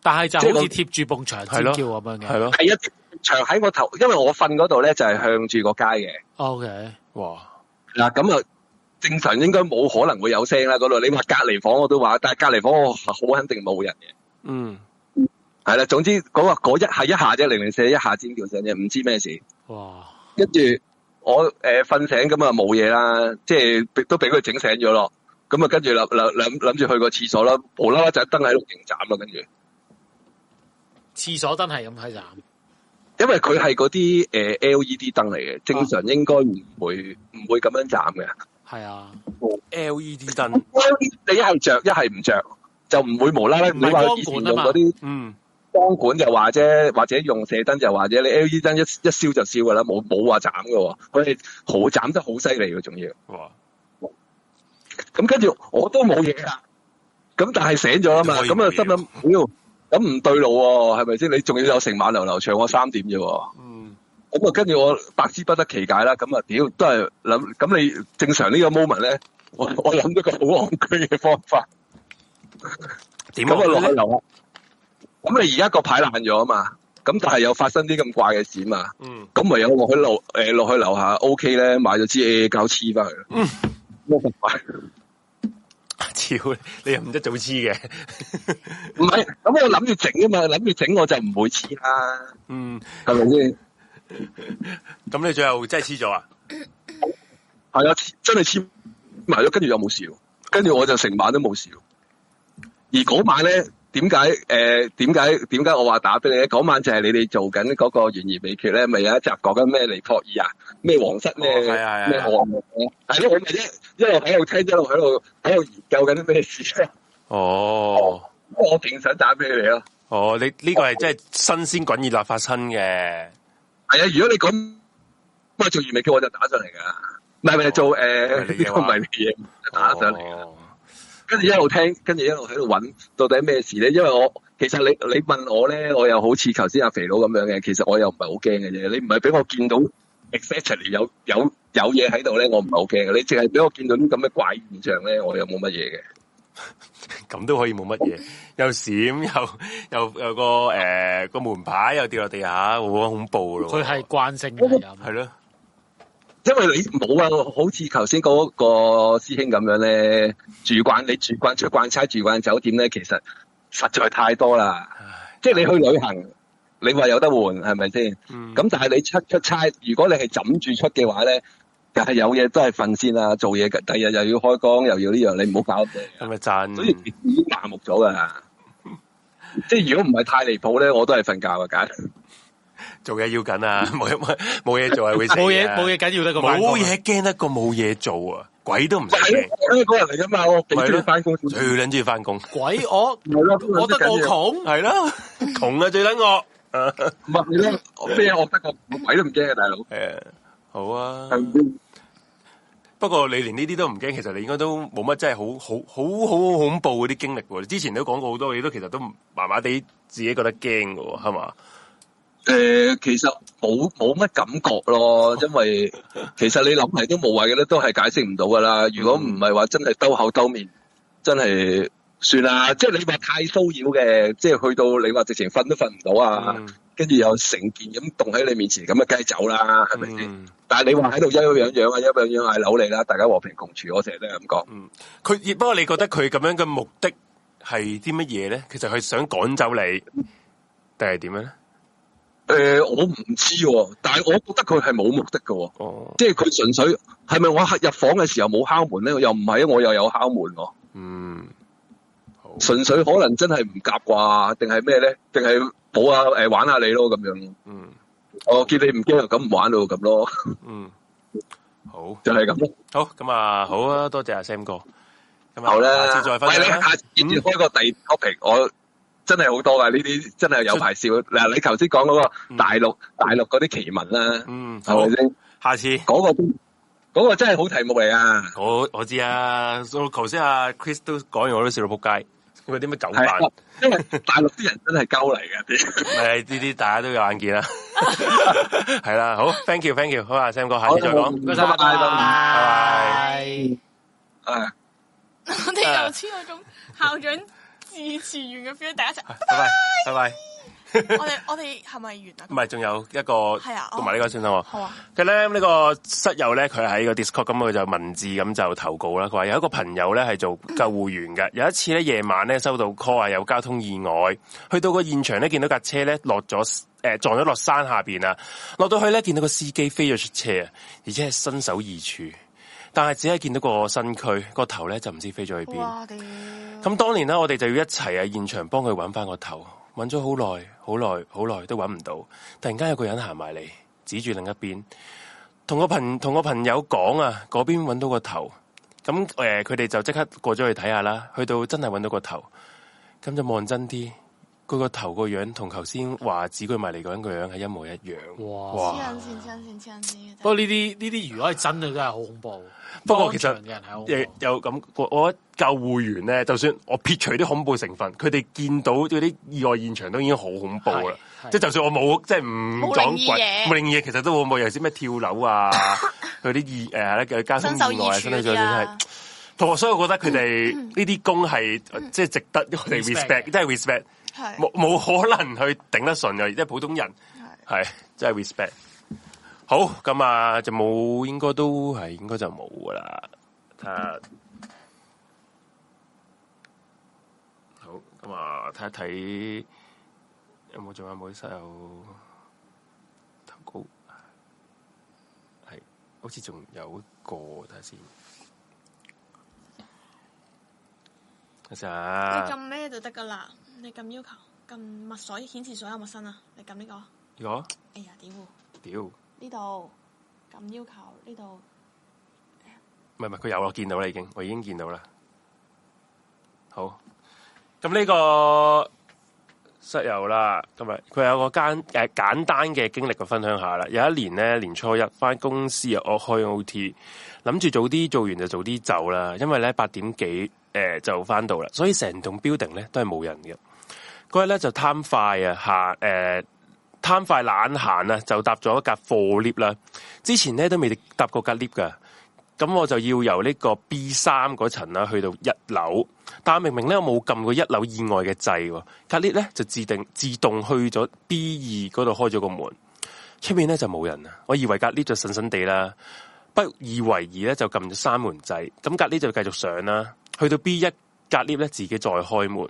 S3: 但係就好似
S8: 即
S3: 貼住埲牆
S1: 係
S3: 尖
S1: 咯
S3: 叫咁樣
S1: 係
S3: 嘅。
S1: 咯，
S8: 係一牆喺我頭，因為我瞓嗰度咧就係向住個街嘅，
S3: O K，
S1: 哇，
S8: 嗱咁啊。正常應該冇可能會有聲啦，嗰度你話隔離房我都話，但係隔離房我好肯定冇人嘅。
S1: 嗯，
S8: 係啦，總之嗰、個嗰一係一下啫，零零四一下尖叫聲啫，唔知咩事。
S3: 哇，
S8: 跟住我诶瞓、醒咁啊冇嘢啦，即系俾都俾佢整醒咗咯。咁啊跟住諗諗諗諗住去個廁所啦，無啦啦就燈喺度勁斬啦，跟住
S3: 廁所真係咁係斬。
S8: 因為佢係嗰啲呃诶 LED 燈嚟嘅，正常應該唔會唔會咁樣斬嘅。
S3: 係啊，
S1: LED 燈，
S8: LED 你一係着一係唔着，就唔會無啦啦
S3: 唔係
S8: 你話之前
S3: 光管啊
S8: 用
S3: 嘛
S8: 嗰啲
S1: 嗯，
S8: 光管就話啫，或者用射燈就話啫，你 LED 燈一一燒就燒噶啦，冇冇話斬嘅喎，佢哋好斬得好犀利嘅，仲要。
S1: 哇，
S8: 咁跟住我都冇嘢啦。咁但係醒咗啦嘛，
S1: 可以冇
S8: 咁啊
S1: 嘢
S8: 心諗，妖，咁唔對路喎、係咪先？你仲要有成晚流流長我三點啫喎。
S1: 嗯，
S8: 咁啊，跟住我百思不得其解啦。咁啊，屌都係諗，咁你正常呢個 moment 咧，我我諗咗個好戇居嘅方法，
S1: 點
S8: 咁啊落去
S1: 啊？
S8: 樓下。咁你而家個牌爛咗啊嘛，咁但係又發生啲咁怪嘅事嘛，
S1: 嗯，
S8: 咁唯有落去樓誒落去樓下 OK 咧，買咗支 AA 膠黐翻去啦。
S1: 嗯
S8: 咁我就買
S1: 超，你又唔一早知嘅，
S8: 唔係，咁我諗住整啊嘛，諗住整我就唔會黐啦，
S1: 嗯，
S8: 係咪先？
S1: 咁你最後真係黐咗啊？
S8: 係啊，黐真係黐埋咗，跟住又冇事喎，跟住我就成晚都冇事喎。而嗰晚咧，點解誒點解點解我話打俾你咧？嗰晚就係你哋做緊嗰個懸疑美決咧，咪有一集講緊咩尼泊爾啊，咩皇室咩
S1: 哦係啊係啊
S8: 咩
S1: 係啊
S8: 河啊係咯，我咪一一路喺度聽，一路喺度喺度研究緊啲咩事啊！
S1: 哦，
S8: 我勁想打俾你咯。
S1: 哦，你呢個係真係新鮮滾熱辣發生嘅，
S8: 係啊，如果你咁咁啊做完美叫我就打上嚟㗎。唔係唔係
S1: 唔
S8: 做誒
S1: 係你
S8: 呢
S1: 嘅
S8: 個唔
S1: 話
S8: 係你嘢，打上嚟㗎。
S1: 哦，
S8: 跟住一路聽，跟住一路喺度揾到底咩事咧？因為我其實你你問我咧，我又好似頭先阿肥佬咁樣嘅，其實我又唔係好驚嘅啫。你唔係俾我見到 exactly 有有有嘢喺度咧，我唔係好驚嘅。你淨係俾我見到啲咁嘅怪現象咧，我又冇乜嘢嘅。
S1: 咁都可以冇乜 嘢，又閃又又又個誒個門牌又掉落地下，好恐怖咯，
S3: 佢係慣性係
S1: 係
S3: 咁。
S1: 咯，
S8: 因為你冇啊，好似頭先嗰個師兄咁樣咧，住慣你住慣出慣差住慣酒店咧，其實實在太多啦。即係你去旅行，你話有得換係咪先？咁、
S1: 嗯
S8: 但係你出出差，如果你係枕住出嘅話咧，就係有嘢都係瞓先啦，做嘢嘅第日又要開工，又要呢樣，你唔好搞咁多嘢啊
S1: 咁咪真，
S8: 所以已經麻木咗噶啦。即係如果唔係太離譜咧，我都係瞓覺嘅，梗係。
S1: 做嘢要緊啊， 冇冇冇嘢做係會死啊
S3: 冇嘢冇嘢，緊要得個返工
S1: 冇嘢驚得過冇嘢做啊，鬼都唔使
S8: 係
S1: 驚，
S8: 咯我香港人嚟噶嘛，我俾
S1: 係
S8: 住
S1: 咯
S8: 翻工先。
S1: 最撚中意翻工，
S3: 鬼我
S8: 係
S3: 我
S8: 咯
S3: 覺得我
S8: 緊要
S3: 窮，
S1: 係啦，窮啊最撚惡，
S8: 唔係你咧，我咩惡得過我鬼都唔驚啊嘅大佬。
S1: 誒好啊。
S8: 係唔知
S1: 不過你連呢啲都唔驚，其實你應該都冇乜真係好好好好好恐怖嗰啲經歷喎。之前都講過好多，你都其實都麻麻地自己覺得驚嘅喎，係嘛？
S8: 誒、呃其實冇冇乜感覺 咯，因為其實你諗嚟都無謂嘅咧，都係解釋唔到噶啦。如果
S1: 嗯
S8: 唔係話真係兜口兜面，真係算啦。即係你話太騷擾嘅，即係去到你話直情瞓都瞓唔到啊，
S1: 嗯
S8: 跟住又成件咁凍喺你面前，咁啊梗係走啦，係咪先？
S1: 嗯
S8: 但係你話喺度休休養養啊，休休養養嗌扭你啦，大家和平共處，我成日都係咁講。
S1: 佢不過你覺得佢咁樣嘅目的係啲乜嘢咧？其實佢想趕走你，定係點樣咧？
S8: 誒、呃我唔知喎、但係我覺得佢係冇目的嘅喎、
S1: 哦，
S8: 即係佢純粹係啊咪我入房嘅時候冇敲門咧？又唔係，我又有敲門喎、
S1: 嗯，好，
S8: 純粹可能真係唔夾啩，定係咩咧？定係冇啊？誒、玩下你咯咁樣。
S1: 嗯
S8: 我見你唔驚啊，咁唔玩咯咁咯，
S1: 嗯，好
S8: 就係咁咯。
S1: 好咁啊，好啊，多謝阿 Sam 哥。咁
S8: 好
S1: 啊，
S8: 啦，
S1: 下次再分
S8: 喂，你
S1: 享
S8: 下
S1: 啦。嗯
S8: 次要開個第二 topic，我真係好多噶呢啲，真係有排笑。嗱，你頭先講嗰個大陸大陸嗰啲奇聞啦，
S1: 嗯，好
S8: 係，咪先？
S1: 下次
S8: 嗰個嗰個真係好題目嚟啊！
S1: 我我知啊，我頭先阿 Chris 都講完，我都笑到仆街。嗰啲咩狗
S8: 係
S1: 飯，
S8: 啊因為大陸啲人真係鳩嚟嘅啲。
S1: 咪呢啲大家都有眼 見啦。係啦，好，thank you，thank you，好啊，Sam 哥，下次再 講。
S3: 唔該晒，拜
S8: 拜拜
S3: 拜。
S8: 啊
S2: 我哋
S1: 啊
S2: 又黐嗰種校長致辭完嘅 feel，大家一齊。
S1: 拜拜，拜拜。
S2: 我哋我哋係咪完
S1: 唔
S2: 啊？
S1: 係，仲有一個，
S2: 係啊哦
S1: 同埋呢個先生喎。
S2: 好啊，
S1: 佢咧呢個室友咧，佢喺個 Discord 咁，佢就文字咁就投稿啦。佢話有一個朋友咧係做救護員
S2: 嗯
S1: 嘅，有一次咧夜晚咧收到 call 話有交通意外，去到個現場咧見到架車咧落咗誒、呃撞咗落山下邊啊，落到去咧見到個司機飛咗出車啊，而且係身首異處，但係只係見到個身軀，個頭咧就唔知飛咗去 邊。
S2: 哇屌！
S1: 咁當年咧，我哋就要一齊喺現場幫佢揾翻個頭，揾咗好耐、好耐、好耐都揾唔到。突然間有個人行埋嚟，指住另一邊，同個朋同個朋友講啊，嗰邊揾到個頭。咁誒，呃佢哋就即刻過咗去睇下啦。去到真係揾到個頭，咁就望真啲，佢個頭個樣同頭先話指佢埋嚟嗰人個樣係一模一樣。
S3: 哇
S2: 黐人線，黐人線，黐人線。
S3: 不過呢啲呢啲如果係真嘅，真係好恐怖。
S1: 不過其實
S3: 當場嘅人係好恐怖
S1: 又又咁，我我覺得救護員咧，就算我撇除啲恐怖成分，佢哋見到嗰啲意外現場都已經好恐怖啦。
S3: 係
S1: 即係就算我冇，即係唔
S2: 冇
S1: 撞
S2: 靈異
S1: 鬼，
S2: 嘢
S1: 冇靈異嘢，其實都好恐怖。尤其是咩跳樓 啊，嗰啲意誒呃係啦，嘅交通
S2: 身手
S1: 意外啊，
S2: 異處
S1: 身
S2: 嗰
S1: 體
S2: 啲
S1: 上
S2: 啊嗯
S1: 係。，同埋所以我覺得佢哋呢啲工係即係值得我哋
S3: Respect
S1: respect，真係 respect，
S2: 係
S1: 冇冇可能去頂得順嘅，即係普通人係真係 respect。好，咁啊就冇，應該都係應該就冇噶啦。睇下好，咁啊睇一睇有冇仲有冇啲室友投稿，係好似仲有一個睇下先，睇下
S2: 你撳
S1: 呢
S2: 咩就得噶啦，你撳要求，撳墨水顯示所有陌生啊，你撳呢個。
S1: 個
S2: 哎呀屌！呢
S1: 屌，唔
S2: 度撳要求，呢度
S1: 係唔係佢有啦，我見到啦已經，我已經見到啦。好，咁呢個室友啦，今日佢有個簡誒、簡單嘅經歷嘅分享下啦。有一年咧，年初一翻公司啊，我開 O T，諗住早啲做完就早啲走啦，因為咧八點幾誒、就翻到啦，所以成棟 building 咧都係冇人嘅。嗰日咧就貪快啊，行誒、貪快懶行啊，就搭咗一架貨 lift 啦。之前咧都未搭過架 lift 噶。咁我就要由呢個 B 三嗰層啦，去到一樓。但明明咧，我冇撳過一樓以外嘅掣喎，隔 lift 咧就自定自動去咗 B 二嗰度開咗個門，出面咧就冇人啊！我以為隔 lift 就神神地啦，不以為意咧就撳咗閂門掣，咁隔 lift 就繼續上啦。去到 B 一隔 lift 咧自己再開門，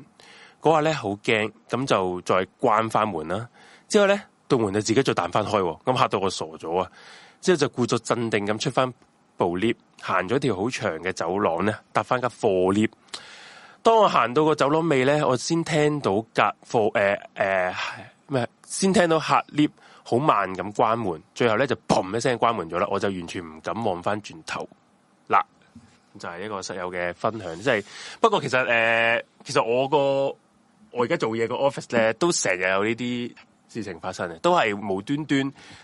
S1: 嗰下咧好驚，咁就再關翻門啦。之後咧，道門就自己再彈翻開喎，咁嚇到我傻咗啊！之後就故作鎮定咁出翻部 lift，行咗條好長嘅走廊咧，搭翻架貨 lift。當我行到個走廊尾咧，我先聽到隔貨誒誒咩，先聽到客 lift 好慢咁關門，最後咧就砰一聲關門咗啦，我就完全唔敢望翻轉頭嗱。就係一個室友嘅分享，即係不過其實誒、呃其實我個我而家做嘢個 office 咧，都成日有呢啲事情發生嘅，都係無端端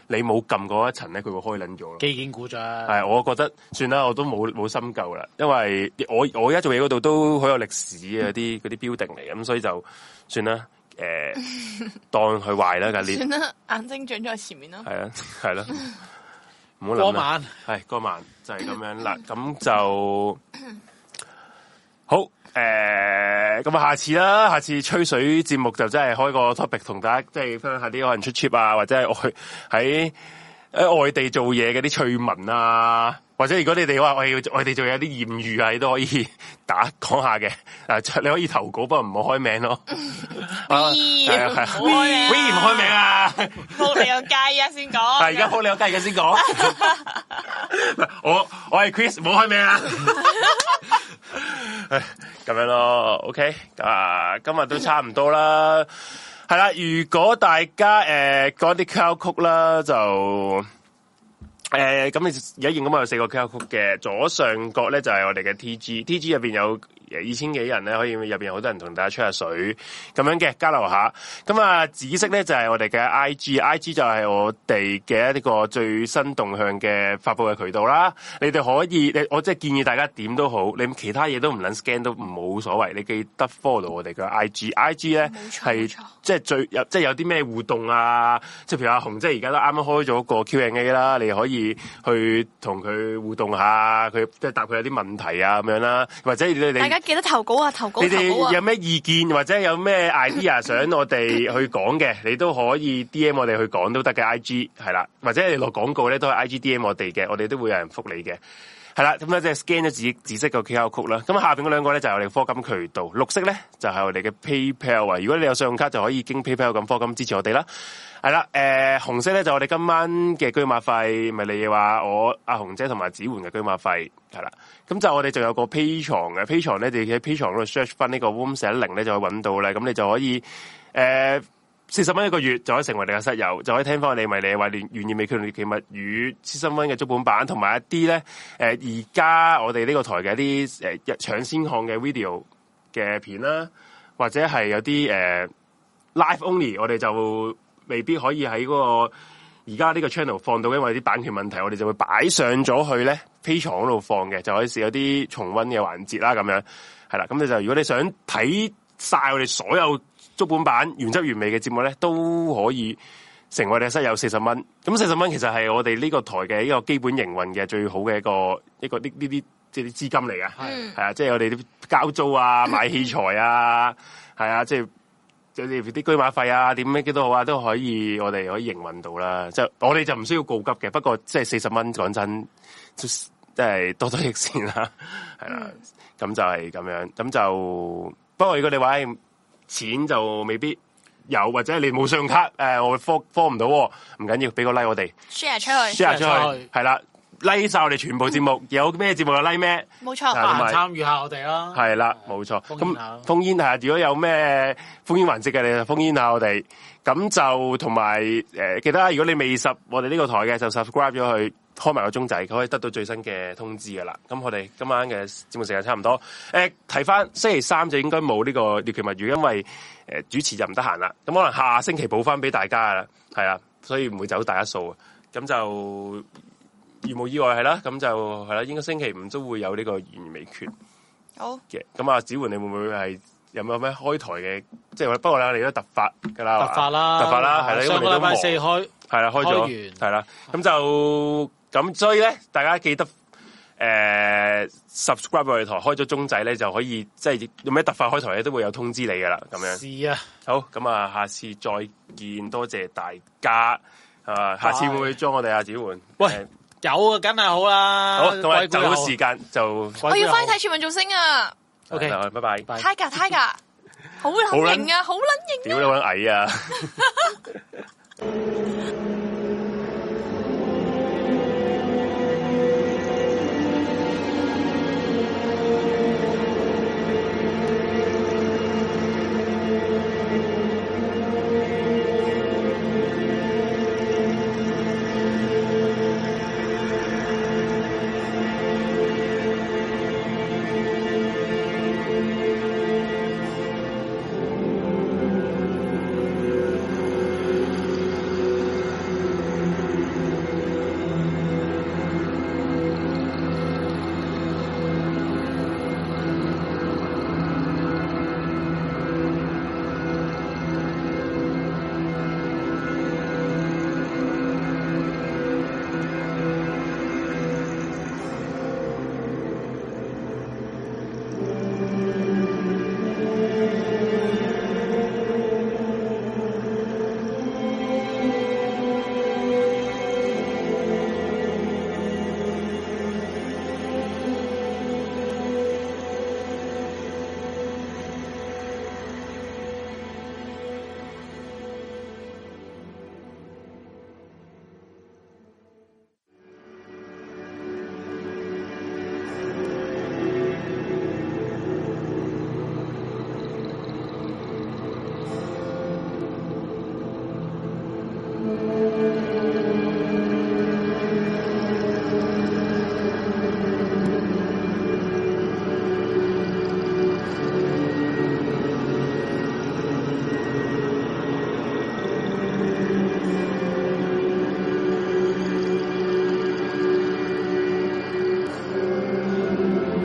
S1: 你冇撳嗰一層咧，佢會開撚咗咯。
S3: 基建股長
S1: 係，我覺得算啦，我都冇冇深究啦，因為我我而家做嘢嗰度都好有歷史嘅啲嗰啲 building 嚟，咁所以就算啦，誒、當佢壞啦架 lift，
S2: 算啦，眼睛長咗喺前面咯。
S1: 係啊，係啦，唔好
S3: 過
S1: 諗啦。
S3: 晚
S1: 系嗰晚就係咁樣啦，咁就好诶，咁、啊下次啦，下次吹水節目就真係開個 topic 同大家即係分享下啲可能出 trip 啊，或者係外喺喺外地做嘢嘅啲趣聞啊，或者如果你哋話我要外地做嘢有啲豔遇啊，你都可以 打講下嘅，啊你可以投稿，不過唔好開名 咯，啊係啊係
S2: 唔
S1: 啊
S2: 好開名啊
S1: 喂唔開名啊！
S2: 冇理由介啊，先講。
S1: 但而家好，你有雞嘅先 講。 我我係 Chris，唔好開名啊！咁樣咯，OK，啊，今日都差唔多啦，係啦，如果大家诶讲啲 QR 曲啦，就诶呃咁、你而家現咁有四個 QR 曲嘅，左上角咧就係我哋嘅 TG，TG 入边有二千幾人咧，可以入边好多人同大家吹下水咁樣嘅交流下。咁啊，紫色咧就係我哋嘅 IG，IG 就係我哋嘅一個最新動向嘅發布嘅渠道啦。你哋可以，你我即係建議大家點都好，你其他嘢都唔撚 scan 都冇所謂，你記得 follow 我哋嘅 IG，IG 咧
S2: 冇錯冇
S1: 係
S2: 錯
S1: 即係最有即係有啲咩互動啊，即係譬如阿紅，即係而家都啱啱開咗個 Q&A 啦，你可以去同佢互動下，佢即係答佢有啲問題啊咁樣啦，或者你哋
S2: 大家記得投稿啊，投稿
S1: 你
S2: 投稿
S1: 哋有
S2: 啊！
S1: 咩意見或者有咩 idea 想我哋去講嘅，你都可以 D M 我哋去講都得嘅 I G 係啦，或者你落廣告咧都係 I G D M 我哋嘅，我哋都會有人覆你嘅。係啦，咁咧即係 scan 咗紫紫色個 QR code 啦。咁下邊嗰兩個咧就係我哋嘅科金渠道，綠色咧就係、我哋嘅 PayPal 啊。如果你有信用卡就可以經 PayPal 咁科金支持我哋啦。係啦，誒、紅色咧就我哋今晚嘅居馬費，咪你話我阿紅姐同埋子媛嘅居馬費係啦。咁就我哋就有個 P 床嘅 P 床咧，你喺 P 床嗰度 search 翻呢個 Room 四一零咧就可以揾到啦。咁你就可以誒四十蚊一個月就可以成為你嘅室友，就可以聽翻我哋迷你話連願意美決奇物語私生温嘅足本版，同埋一啲咧誒而家我哋呢個台嘅一啲誒日搶先看嘅 video 嘅片啦，或者係有啲誒。呃 live only，我哋就未必可以喺嗰、個而家呢個 channel 放到，因為啲版權問題，我哋就會擺上咗去咧 P 床嗰度放嘅，就可以試有啲重温嘅環節啦，咁樣係啦。咁你就如果你想睇晒我哋所有足本版原汁原味嘅節目咧，都可以。成為我哋嘅室友四十蚊，咁四十蚊其實係我哋呢個台嘅一個基本營運嘅最好嘅一個一個呢呢啲即係啲資金嚟嘅，
S2: 嗯
S1: 係啊，即係我哋啲交租啊、買器材啊，係啊，即係即係啲居馬費啊，點咩都好啊，都可以我哋可以營運到啦。即係我哋就唔需要告急嘅，不過即係四十蚊講真，即係多多益善啦， 係啦。
S3: 嗯
S1: 咁就係咁樣，咁就不過如果你話唉哎錢就未必有，或者你冇信用卡，誒、我科科唔到喎，唔緊要，俾個 like 我哋
S2: share 出去，
S1: share 出
S3: share 出
S1: 去
S3: 去，
S1: 係啦，like 晒我哋全部節目，有咩節目就 like 咩。
S2: 冇錯。
S1: 啊
S3: 得閒參與下我哋啦。
S1: 系啦，冇錯。
S3: 啊封煙下
S1: 咁封煙下，如果有咩呃封煙環節嘅，你就封煙下我哋。咁就同埋诶，記得啦如果你未 s 我哋呢個台嘅，就 subscribe 咗佢，開埋個鐘仔，佢可以得到最新嘅通知噶啦。咁我哋今晚嘅節目時間差唔多。诶、睇翻星期三就應該冇呢個獵奇物語，因為诶、呃主持就唔得閒啦。咁可能下星期補翻俾大家噶啦，係啊，所以唔會走大家數啊。咁就。如無意外係啦，咁就係啦，應該星期五都會有呢個完美決
S2: 好，
S1: 嘅。咁啊，子桓你會唔會係有冇咩開台嘅？即係不過啦，你都突發㗎啦，
S3: 突發啦，
S1: 啊
S3: 哦
S1: 突發啦，係啦，因為
S3: 上
S1: 你
S3: 個
S1: 都
S3: 禮
S1: 忙
S3: 拜，四開，
S1: 係啦，開
S3: 開完
S1: 咗，係啦，咁就咁，所以咧，大家記得。誒、subscribe 我哋台，開咗鐘仔咧就可以，即係有咩突發開台咧都會有通知你噶啦，咁樣。
S3: 是啊，
S1: 好，咁啊，下次再見，多謝大家。啊，下次會唔會裝我哋啊，子桓？
S3: 喂
S1: 誒
S3: 有啊，梗係好啦。
S1: 好，咁啊，
S3: 鬼
S1: 就
S3: 故又
S1: 咗時間就
S3: 鬼
S2: 我
S3: 故又
S2: 要翻去
S3: 好
S2: 睇全民造星啊
S1: 係
S3: OK
S1: 啦拜拜。
S3: 拜
S2: ！Tiger Tiger，好
S1: 好撚
S2: 撚型啊，好撚型啊！
S1: 屌你好撚矮啊！